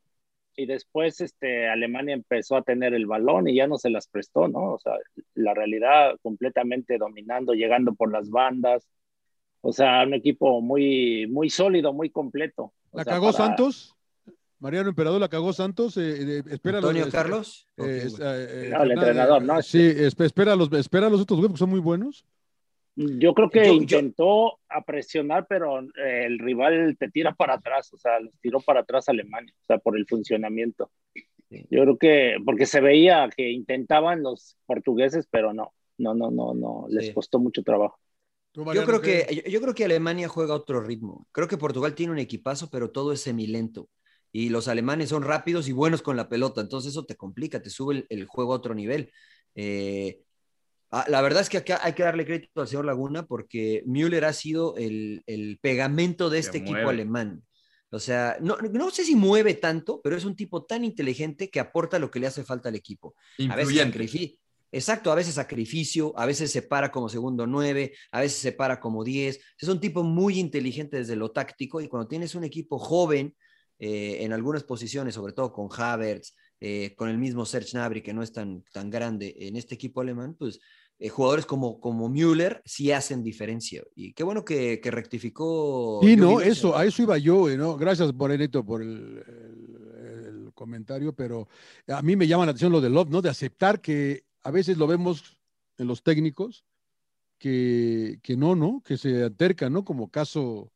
G: y después este, Alemania empezó a tener el balón y ya no se las prestó, ¿no? O sea, la realidad completamente dominando, llegando por las bandas. O sea, un equipo muy, muy sólido, muy completo. O
H: ¿La
G: sea,
H: cagó
G: para-
H: Santos? Mariano Emperador, ¿la cagó Santos? Eh, eh, espera los-
B: Antonio
G: este,
H: es-
B: Carlos.
H: eh,
B: ¿O quién,
H: es-
B: güey?
H: eh, eh,
G: No, el
H: Fernández,
G: entrenador, ¿no?
H: Sí, esp- espera a los, espera a los otros, güey, porque son muy buenos.
G: Yo creo que
B: Yo- yo-
G: intentó a presionar, pero eh, el rival te tira para atrás, o sea, los tiró para atrás a Alemania, o sea, por el funcionamiento.
B: Sí.
G: Yo creo que, porque se veía que intentaban los portugueses, pero no, no, no, no, no, les
B: Sí.
G: costó mucho trabajo.
B: Yo creo, que, yo, yo creo que Alemania juega a otro ritmo. Creo que Portugal tiene un equipazo, pero todo es semilento. Y los alemanes son rápidos y buenos con la pelota. Entonces eso te complica, te sube el, el juego a otro nivel. Eh, ah, la verdad es que acá hay que darle crédito al señor Laguna porque Müller ha sido el, el pegamento de este equipo
I: mueve.
B: alemán. O sea, no, no sé si mueve tanto, pero es un tipo tan inteligente que aporta lo que le hace falta al equipo. A veces
I: Influyente.
B: sacrificio. Exacto, a veces sacrificio, a veces se para como segundo nueve, a veces se para como diez. Es un tipo muy inteligente desde lo táctico y cuando tienes un equipo joven eh, en algunas posiciones, sobre todo con Havertz, eh, con el mismo Serge Gnabry que no es tan, tan grande en este equipo alemán, pues eh, jugadores como, como Müller sí hacen diferencia. Y qué bueno que, que rectificó. Jogi
H: Sí,
B: Löw.
H: no, eso, a eso iba yo, güey, ¿no? Gracias, Morenito, por el, el- el comentario, pero a mí me llama la atención lo de Love, ¿no? De aceptar que a veces lo vemos en los técnicos, que, que no, ¿no? Que se atercan, ¿no? Como caso,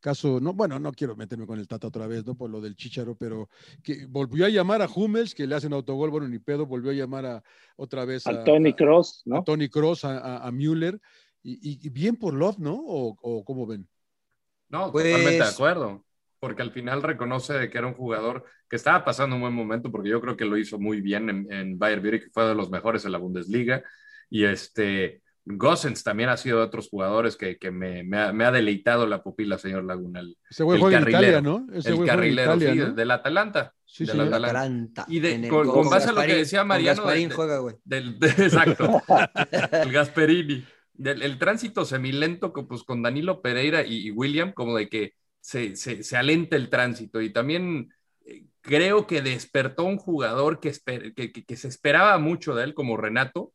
H: Caso, no, bueno, no quiero meterme con el Tata otra vez, ¿no? Por lo del Chicharo, pero que volvió a llamar a Hummels, que le hacen autogol, bueno, ni pedo, volvió a llamar a otra vez
G: a, Tony Cross, ¿no?
H: A Tony Cross, a, a, a Müller, y, y, bien por Love, ¿no? ¿O, o cómo ven?
I: No, pues... totalmente de acuerdo porque al final reconoce que era un jugador que estaba pasando un buen momento, porque yo creo que lo hizo muy bien en, en Bayern Múnich, que fue de los mejores en la Bundesliga, y este Gossens también ha sido de otros jugadores que, que me, me, ha, me, ha, deleitado la pupila, señor Laguna. El,
H: Ese güey juega en Italia, ¿no?
I: Ese el carrilero, Italia, sí, ¿no? del Atalanta.
B: Sí,
I: de
B: sí, Atalanta. Atalanta.
I: Y de, con, con, base Gasparín, a lo que decía Mariano. este,
B: Gasparín de, juega, güey.
I: Del, *laughs* de, exacto. el Gasperini. Del, el tránsito semilento con, pues, con Danilo Pereira y, y William, como de que se, se, se, alenta el tránsito y también eh, creo que despertó un jugador que, esper, que, que, que se esperaba mucho de él como Renato.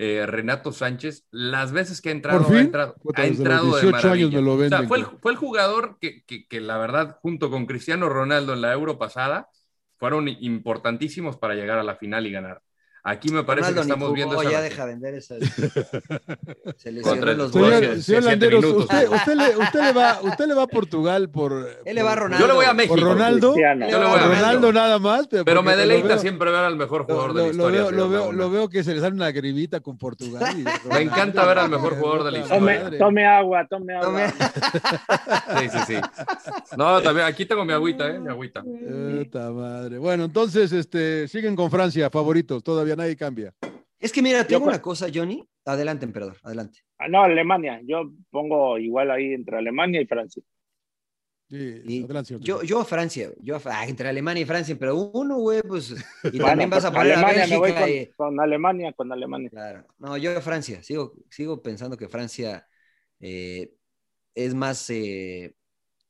I: Eh, Renato Sánchez, las veces que ha entrado,
H: Por fin,
I: ha entrado, ha entrado
H: de maravilla. Años lo venden,
I: o sea, fue, el, fue, el, jugador que, que, la verdad, junto con Cristiano Ronaldo en la Euro pasada, fueron importantísimos para llegar a la final y ganar. Aquí me parece Ronaldo que estamos viendo
B: esa ya deja vender esa.
I: *laughs* Se le los goles.
H: Señor Landeros, usted, usted, le, usted, le va, usted, le, va, a Portugal por.
B: *laughs* Él le va a Ronaldo.
I: Yo le voy a México.
H: Por Ronaldo.
I: Yo le voy a
H: Ronaldo, Ronaldo nada más.
I: Pero, pero me deleita veo, siempre ver al mejor jugador
H: lo,
I: de la historia.
H: Veo, lo, veo, lo, veo, que se le sale una grivita
I: *laughs*
H: con Portugal. Y
I: me encanta ver al mejor jugador de la historia.
G: Tome, tome agua, tome agua.
I: Sí, sí, sí. No, también aquí tengo mi agüita, ¿eh? Mi agüita.
H: Puta madre. Bueno, entonces este, siguen con Francia, favoritos. Todavía nadie cambia.
B: Es que mira, tengo yo, una cosa, Johnny. Adelante, emperador, adelante.
G: Ah, No, Alemania. Yo pongo igual ahí entre Alemania y Francia.
H: Sí, y adelante,
B: yo, yo a Francia, yo a, ah, entre Alemania y Francia, pero uno, güey, pues. Y
G: *laughs*
B: bueno, también vas a poner
G: pues Alemania,
B: a Bélgica,
G: me voy con, y, con, Alemania, con Alemania.
B: Claro. No, yo a Francia. Sigo, sigo pensando que Francia eh, es más. Eh,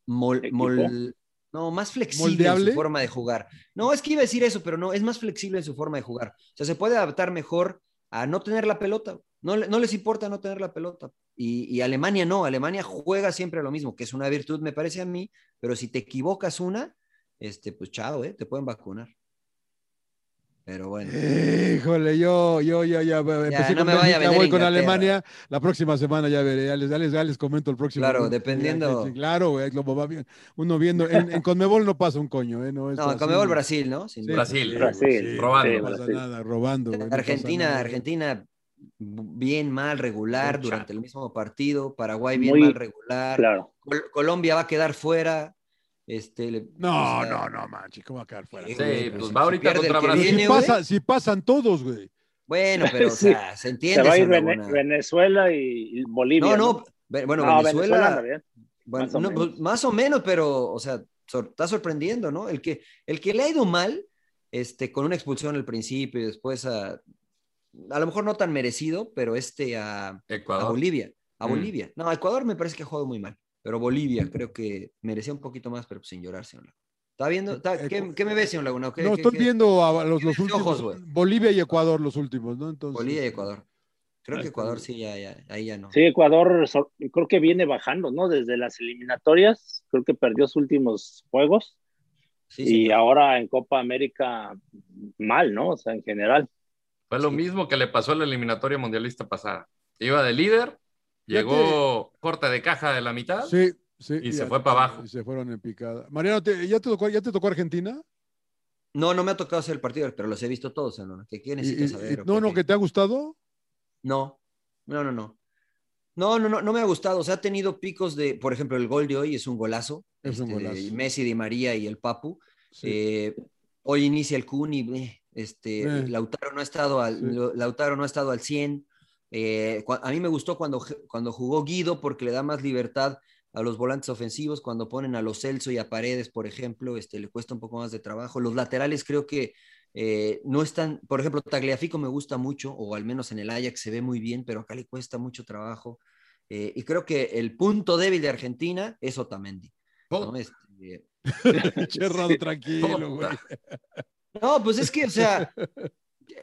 B: mol, mol, no, más flexible Moldeable. en su forma de jugar. No, es que iba a decir eso, pero no, es más flexible en su forma de jugar. O sea, se puede adaptar mejor a no tener la pelota. No, no les importa no tener la pelota. Y, y, Alemania no, Alemania juega siempre lo mismo, que es una virtud, me parece a mí, pero si te equivocas una, este, pues chao, ¿eh? te pueden vacunar. Pero bueno.
H: Híjole, yo, yo, yo, ya, empecé
B: no con me vaya a
H: voy con Inglaterra. Alemania. La próxima semana ya veré, ya les, ya les, ya les comento el próximo.
B: Claro, dependiendo.
H: Sí, claro, güey, como va bien. Uno viendo, en, en, Conmebol no pasa un coño, ¿eh? No,
B: no en Conmebol Brasil, ¿no?
H: pues
I: Sin sí, Brasil,
G: sí, Brasil,
I: robando.
H: no pasa
I: Brasil.
H: nada, robando. Güey,
B: Argentina,
H: no nada.
B: Argentina, bien mal, regular, Mucha. durante el mismo partido. Paraguay, bien Muy, mal, regular.
G: Claro.
B: Col Colombia va a quedar fuera. Este, le,
H: no, o sea, no, no, manches, ¿cómo va a quedar fuera?
I: Sí, sí pues va ahorita contra Brasil.
H: Viene, si, pasa, si, pasan todos, güey.
B: *laughs* Bueno, pero, sí. o sea, se entiende.
G: Se va a ir Vene buena. Venezuela y
B: No,
G: Bolivia.
B: no, ¿no? bueno, no, Venezuela. Venezuela bueno, más, o no, pues, más, o menos, pero, o sea, sor está sorprendiendo, ¿no? El que, el que le ha ido mal, este, con una expulsión al principio y después a. A lo mejor no tan merecido, pero este a,
I: Ecuador.
B: a Bolivia. A mm. Bolivia. No, Ecuador me parece que ha jugado muy mal pero Bolivia creo que merecía un poquito más, pero sin llorar, señor Laguna. ¿Está viendo? ¿Está, qué, qué, me ves, señor Laguna? ¿Qué,
H: Eh, no,
B: qué,
H: estoy viendo a los, los últimos. Ojos, Bolivia y Ecuador, los últimos, ¿no? Entonces...
B: Bolivia y Ecuador. Creo
H: Ah,
B: que Ecuador sí, ya, ya, ahí ya no.
G: Sí, Ecuador creo que viene bajando, ¿no? Desde las eliminatorias, creo que perdió sus últimos juegos. Sí, y señor. ahora en Copa América, mal, ¿no? O sea, en general.
I: Fue lo sí. mismo que le pasó a la eliminatoria mundialista pasada. Iba de líder, Llegó te... corte de caja de la mitad.
H: Sí, sí.
I: Y, y se fue para abajo.
H: Y se fueron en picada. Mariano, ¿te, ya, te tocó, ¿ya te tocó Argentina?
B: No, no me ha tocado hacer el partido, pero los he visto todos, ¿no? ¿Qué, qué necesitas y, saber?
H: no, no, que te ha gustado.
B: No, no, no, no. No, no, no, no me ha gustado. O sea, ha tenido picos de, por ejemplo, el gol de hoy es un golazo.
H: Es este, un golazo.
B: De Messi, Di María y el Papu. Sí. Eh, hoy inicia el Cuni. Eh, este, eh. Lautaro no ha estado al, sí. Lautaro no ha estado al 100. Eh, a mí me gustó cuando, cuando jugó Guido porque le da más libertad a los volantes ofensivos, cuando ponen a los Celso y a Paredes, por ejemplo, este, le cuesta un poco más de trabajo. Los laterales creo que eh, no están, por ejemplo, Tagliafico me gusta mucho, o al menos en el Ajax se ve muy bien, pero acá le cuesta mucho trabajo. Eh, y creo que el punto débil de Argentina es Otamendi.
H: ¿no? Este, Cherrado, tranquilo, güey.
B: No, pues es que, o sea,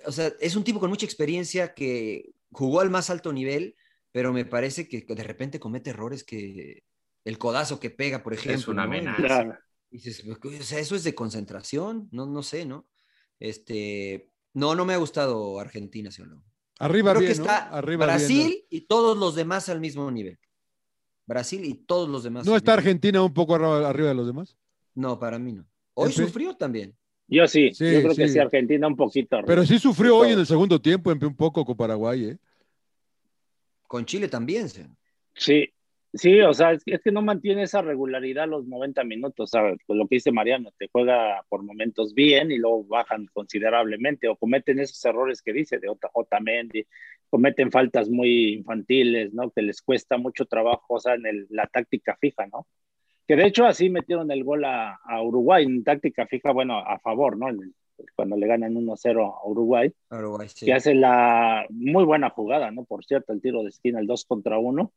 B: o sea, es un tipo con mucha experiencia que jugó al más alto nivel, pero me parece que de repente comete errores que el codazo que pega, por ejemplo.
I: Es una amenaza.
B: ¿no? Dices, o sea, eso es de concentración, no, no sé, ¿no? Este, no, no me ha gustado Argentina, sí o no.
H: Arriba
B: Creo
H: bien,
B: que está
H: ¿no? Arriba
B: Brasil
H: bien,
B: ¿no? y todos los demás al mismo nivel. Brasil y todos los demás.
H: ¿No está Argentina un poco arriba, arriba de los demás?
B: No, para mí no. Hoy
H: ¿En fin?
B: sufrió también.
G: Yo sí,
H: Sí,
G: yo creo que
H: sí.
G: sí, Argentina un poquito. arriba.
H: Pero sí sufrió hoy en el segundo tiempo, en un poco con Paraguay, ¿eh?
B: Con Chile también. se-
G: Sí, sí, o sea, es, es que no mantiene esa regularidad los 90 minutos, o sea, pues lo que dice Mariano, te juega por momentos bien y luego bajan considerablemente o cometen esos errores que dice de Ota- Otamendi, cometen faltas muy infantiles, ¿no? Que les cuesta mucho trabajo, o sea, en el- la táctica fija, ¿no? Que de hecho así metieron el gol a, a Uruguay, en táctica fija, bueno, a favor, ¿no? En el- cuando le ganan 1-0 a Uruguay
B: Uruguay, sí.
G: que hace la muy buena jugada, ¿no? Por cierto, el tiro de esquina, el 2 contra 1,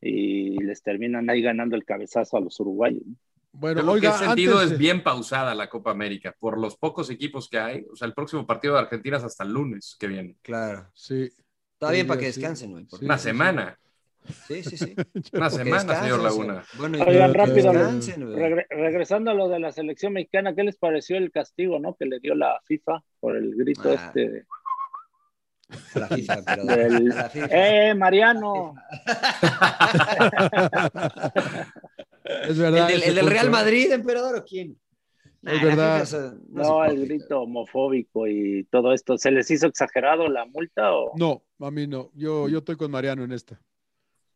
G: y les terminan ahí ganando el cabezazo a los uruguayos. ¿no?
H: Bueno,
I: Yo lo
H: oiga,
I: que he sentido
H: antes-
I: es bien pausada la Copa América por los pocos equipos que hay. O sea, el próximo partido de Argentina es hasta el lunes que viene.
B: Claro.
I: *laughs*
H: Sí.
B: Está bien para
H: Sí,
B: que
H: sí.
B: descansen, güey. porque-
I: Una semana.
B: *laughs* Sí, sí, sí.
I: Una
B: Porque
I: semana,
B: descansen,
I: señor Laguna.
B: sí. Bueno, y
G: Oigan,
B: que
G: rápido,
B: descansen, güey.
G: Regre- regresando a lo de la selección mexicana, ¿qué les pareció el castigo, ¿no? Que le dio la FIFA por el grito
B: Ah.
G: este de-
B: A la FIFA,
G: *laughs*
B: pero-
G: del...
B: a la FIFA.
G: ¡Eh, Mariano!
H: *laughs* es
B: ¿El,
H: verdad.
B: del,
H: ese
B: el del Real
H: punto, ¿eh?
B: Madrid, emperador o quién? Nah, la
H: verdad.
B: FIFA se- no se
G: No, el
B: puede.
G: grito homofóbico y todo esto. ¿Se les hizo exagerado la multa o...?
H: No, a mí no. Yo, yo estoy con Mariano en esta.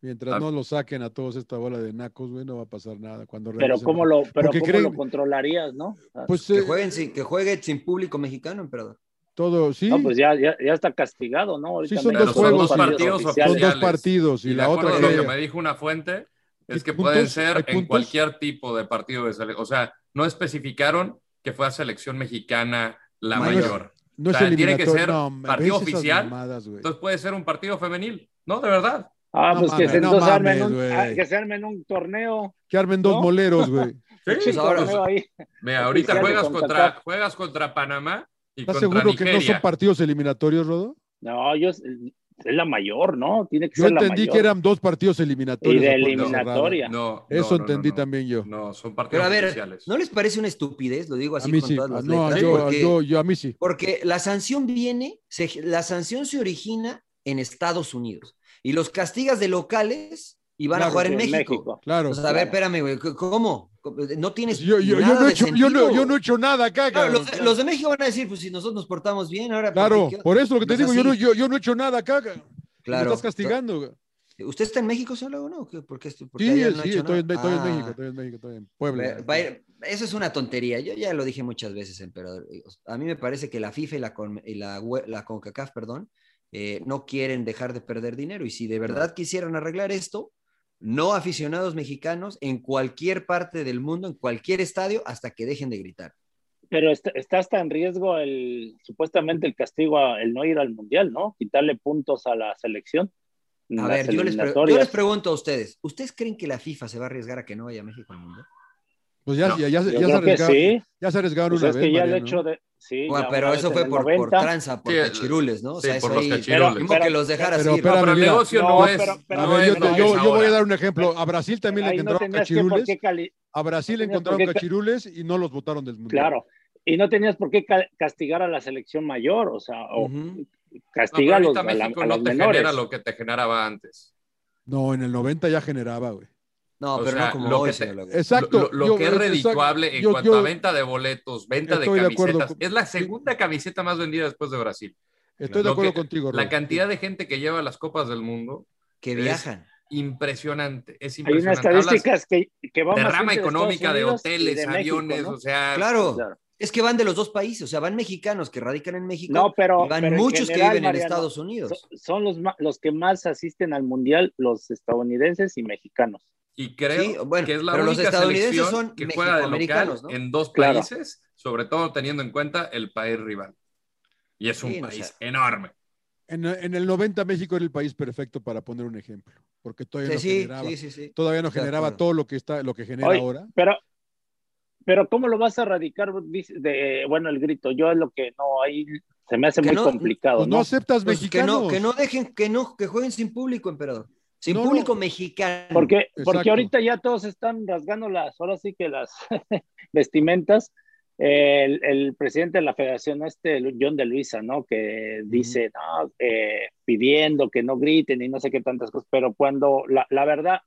H: Mientras
I: Ah.
H: no lo saquen a todos esta bola de nacos, güey, no va a pasar nada. Cuando
G: Pero
H: regresen-
G: ¿cómo lo, pero
H: Porque
G: ¿cómo
H: creen-
G: lo controlarías, no? Ah,
H: Pues
B: Que
H: eh,
B: jueguen sin, que juegue sin público mexicano, emperador.
H: todo, sí.
G: No, pues ya, ya, ya está castigado, ¿no?
H: Sí, son
G: no
H: dos
G: hay
H: juegos, sí.
I: partidos
H: son
G: oficiales.
H: dos
I: oficiales.
H: partidos y,
I: Y de
H: la otra
I: acuerdo a lo que me
H: que...
I: dijo una fuente es que
H: ¿Puntos?
I: pueden
H: ¿Hay
I: ser en
H: puntos?
I: cualquier tipo de partido de selección. O sea, no especificaron que fue a selección mexicana la
H: Mayor.
I: mayor.
H: No es
I: O sea, tiene que
H: eliminatorio.
I: ser
H: No, me
I: partido
H: ves esas
I: oficial.
H: mamadas, güey.
I: Entonces puede ser un partido femenil. No, de verdad.
G: Ah,
H: No
G: pues que,
H: mames,
G: se,
H: no
G: entonces armen
H: mames,
G: un,
H: güey.
G: ah, que se armen un torneo.
H: Que armen dos
G: ¿No?
I: *laughs*
H: moleros, güey.
I: Sí,
G: Sí,
B: pues ahora-
G: torneo ahí.
I: Mira, ahorita
G: Oficial de
I: juegas
G: CONCACAF.
I: contra, juegas contra Panamá y
H: ¿Estás
I: contra
H: seguro que
I: Nigeria.
H: no son partidos eliminatorios, Rodo?
G: No, yo es es la mayor, ¿no? Tiene que
H: Yo
G: ser la
H: entendí
G: mayor.
H: que eran dos partidos
G: y
H: eliminatorios.
G: de
H: a puerta
G: eliminatoria.
I: No,
H: cerrada. Eso
I: no, no,
H: entendí
I: no, no.
H: también yo.
I: No, son
B: Pero
I: partidos
B: a ver,
I: oficiales.
B: ¿no les parece una estupidez? Lo digo
H: a
B: así
H: mí
B: con
H: sí.
B: todas las
H: Ah, no,
B: letras.
H: yo,
B: porque,
H: yo, yo- a mí sí.
B: porque la sanción viene, se- la sanción se origina en Estados Unidos y los castigas de locales y van
G: Claro,
B: a jugar
G: sí,
B: en México.
H: Claro. Pues,
B: O
I: Pues,
B: sea, a ver, espérame, güey, ¿cómo? No tienes.
H: yo, yo- yo
B: nada
H: no he
B: de
H: hecho, yo, no,
B: sentido.
H: yo no he hecho nada acá,
B: Claro,
H: cabrón.
B: los, de- los de México van a decir, pues si nosotros nos portamos bien, ahora.
H: Claro,
B: ¿por qué?
H: por eso lo que te
B: No es
H: digo, yo
B: así.
H: no, yo, yo no he hecho nada acá. cabrón. Me estás castigando. güey.
B: ¿Usted está en México, señor Laguna? ¿O qué? ¿Por qué? estoy- por qué
H: Sí,
B: allá no ha
H: sí,
B: hecho
H: estoy, en,
B: nada?
H: estoy en
B: Ah,
H: México, estoy en México, estoy en Puebla.
B: va- va a ir- Eso es una tontería. Yo ya lo dije muchas veces, eh, emperador. A mí me parece que la FIFA y la, con- y la, UE- la CONCACAF, perdón, eh, no quieren dejar de perder dinero. Y si de verdad quisieran arreglar esto, no aficionados mexicanos en cualquier parte del mundo, en cualquier estadio, hasta que dejen de gritar.
G: Pero está, está hasta en riesgo el supuestamente el castigo, a, el no ir al mundial, ¿no? Quitarle puntos a la selección. en
B: A
G: las
B: ver, yo les, pre- yo
G: eliminatorias.
B: les pregunto a ustedes, ¿ustedes creen que la FIFA se va a arriesgar a que no vaya a México al mundo?
H: Pues ya,
I: No.
H: ya, ya,
G: Yo
H: ya se
G: creo que
H: arriesgaron,
G: sí.
H: ya se arriesgaron
G: Pues
H: una
G: es
H: vez.
G: que ya el
H: Mariano.
G: hecho de. Sí,
B: Bueno,
G: ya
B: pero
G: una
B: eso
G: vez
B: fue
G: en el
B: por, por
G: 90.
B: tranza, por
I: Sí,
B: cachirules, ¿no? O
I: sí,
B: sea,
I: por
B: eso
I: los
B: ahí-
I: cachirules.
B: como que los dejaras
H: Pero,
B: ir.
H: pero-
I: No, pero el
H: mira.
I: negocio no,
G: No,
I: es.
G: pero- pero-
H: A
I: no
H: ver, yo,
I: es-
H: te-
I: no
H: yo,
I: es
H: yo voy a
I: ahora.
H: dar un ejemplo. A Brasil también le
G: Ahí no
H: encontraron
G: tenías que por
H: cachirules.
G: qué cali-
H: A Brasil le
G: tenías por
H: encontraron
G: qué ca-
H: cachirules y no los votaron del mundo.
G: Claro. Y no tenías por qué ca- castigar a la selección mayor, o sea, o
B: Ujú.
I: No, pero
G: castiga a los,
I: ahorita
G: a la-
I: México
G: a
I: no
G: los
I: te
G: menores.
I: genera lo que te generaba antes.
H: No, en el 90 ya generaba, güey.
B: No,
I: O
B: pero
I: sea,
B: no como
I: lo
B: hoy,
I: que te-
B: señor Laguna.
H: Exacto.
I: Lo, lo
H: yo-
I: que es
H: exacto,
I: redituable en
H: yo-
I: cuanto
H: yo
I: a venta de boletos, venta de
H: Estoy de acuerdo
I: camisetas.
H: con-
I: es la segunda camiseta más vendida después de Brasil.
H: Estoy de
I: lo
H: acuerdo
I: que-
H: contigo,
I: La
H: Rob.
I: cantidad de gente que lleva las copas del mundo,
B: Que
I: es-
B: viajan.
I: impresionante. Es
G: Hay unas
I: impresionante. Hablas
G: estadísticas que, que va
I: de
G: más
I: rama
G: gente de
I: económica de,
G: Estados Unidos y
I: hoteles,
G: de México,
I: aviones,
G: ¿no?
I: o sea,
B: Claro,
G: Claro.
B: es que van de los dos países, o sea, van mexicanos que radican en México,
G: No, pero,
B: y van
G: pero en
B: muchos
G: general,
B: que viven
G: Mariano,
B: en Estados Unidos.
G: so- Son los, ma- los que más asisten al mundial, los estadounidenses y mexicanos.
I: Y creo
B: Sí, bueno,
I: que es la
B: pero los
I: única
B: estadounidenses
I: selección
B: son
I: que juega de local
B: mexicoamericanos, ¿no?
I: en dos
G: Claro.
I: países, sobre todo teniendo en cuenta el país rival. Y es un
B: Sí, no,
I: país
B: o sea,
I: enorme.
H: En, en el 90 México era el país perfecto para poner un ejemplo, porque todavía
B: Sí,
H: no
B: sí,
H: generaba,
B: sí, sí, sí.
H: todavía no
B: De
H: generaba
B: acuerdo.
H: todo lo que está, lo que genera
G: Oye,
H: ahora.
G: Pero, pero ¿cómo lo vas a erradicar? Dice- de- bueno, el grito, yo es lo que no, ahí se me hace
B: Que
G: muy
B: no-
G: complicado,
H: Pues no
G: ¿no?
H: aceptas
B: Pues que
H: mexicanos.
B: no, que no dejen, que no, que jueguen sin público, emperador. Sin
H: No, no.
B: público mexicano.
G: Porque,
H: Exacto.
G: porque ahorita ya todos están rasgando las, ahora sí que las *laughs* vestimentas. El, el presidente de la federación, este Lu- John de Luisa, ¿no? Que dice, no, eh, pidiendo que no griten y no sé qué tantas cosas, pero cuando la, la verdad,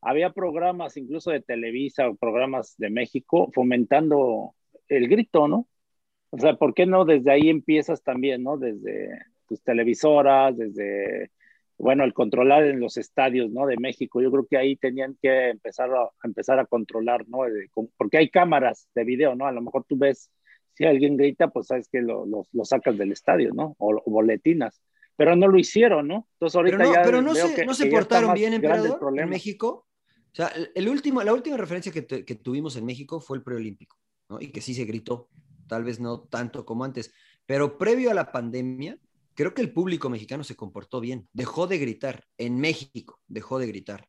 G: había programas incluso de Televisa o programas de México fomentando el grito, ¿no? O sea, ¿por qué no desde ahí empiezas también, ¿no? Desde tus televisoras, desde, bueno, el controlar en los estadios, ¿no? De México. Yo creo que ahí tenían que empezar a, a empezar a controlar, ¿no? Porque hay cámaras de video, ¿no? A lo mejor tú ves, si alguien grita, pues sabes que lo, lo, lo sacas del estadio, ¿no? o, o boletinas pero no lo hicieron, ¿no? Entonces ahorita
B: pero no,
G: ya
B: pero no veo se, que, no se que portaron bien, emperador, en México. O sea, el último, la última referencia que, te, que tuvimos en México fue el preolímpico, ¿no? Y que sí se gritó, tal vez no tanto como antes, pero previo a la pandemia, creo que el público mexicano se comportó bien, dejó de gritar, en México dejó de gritar,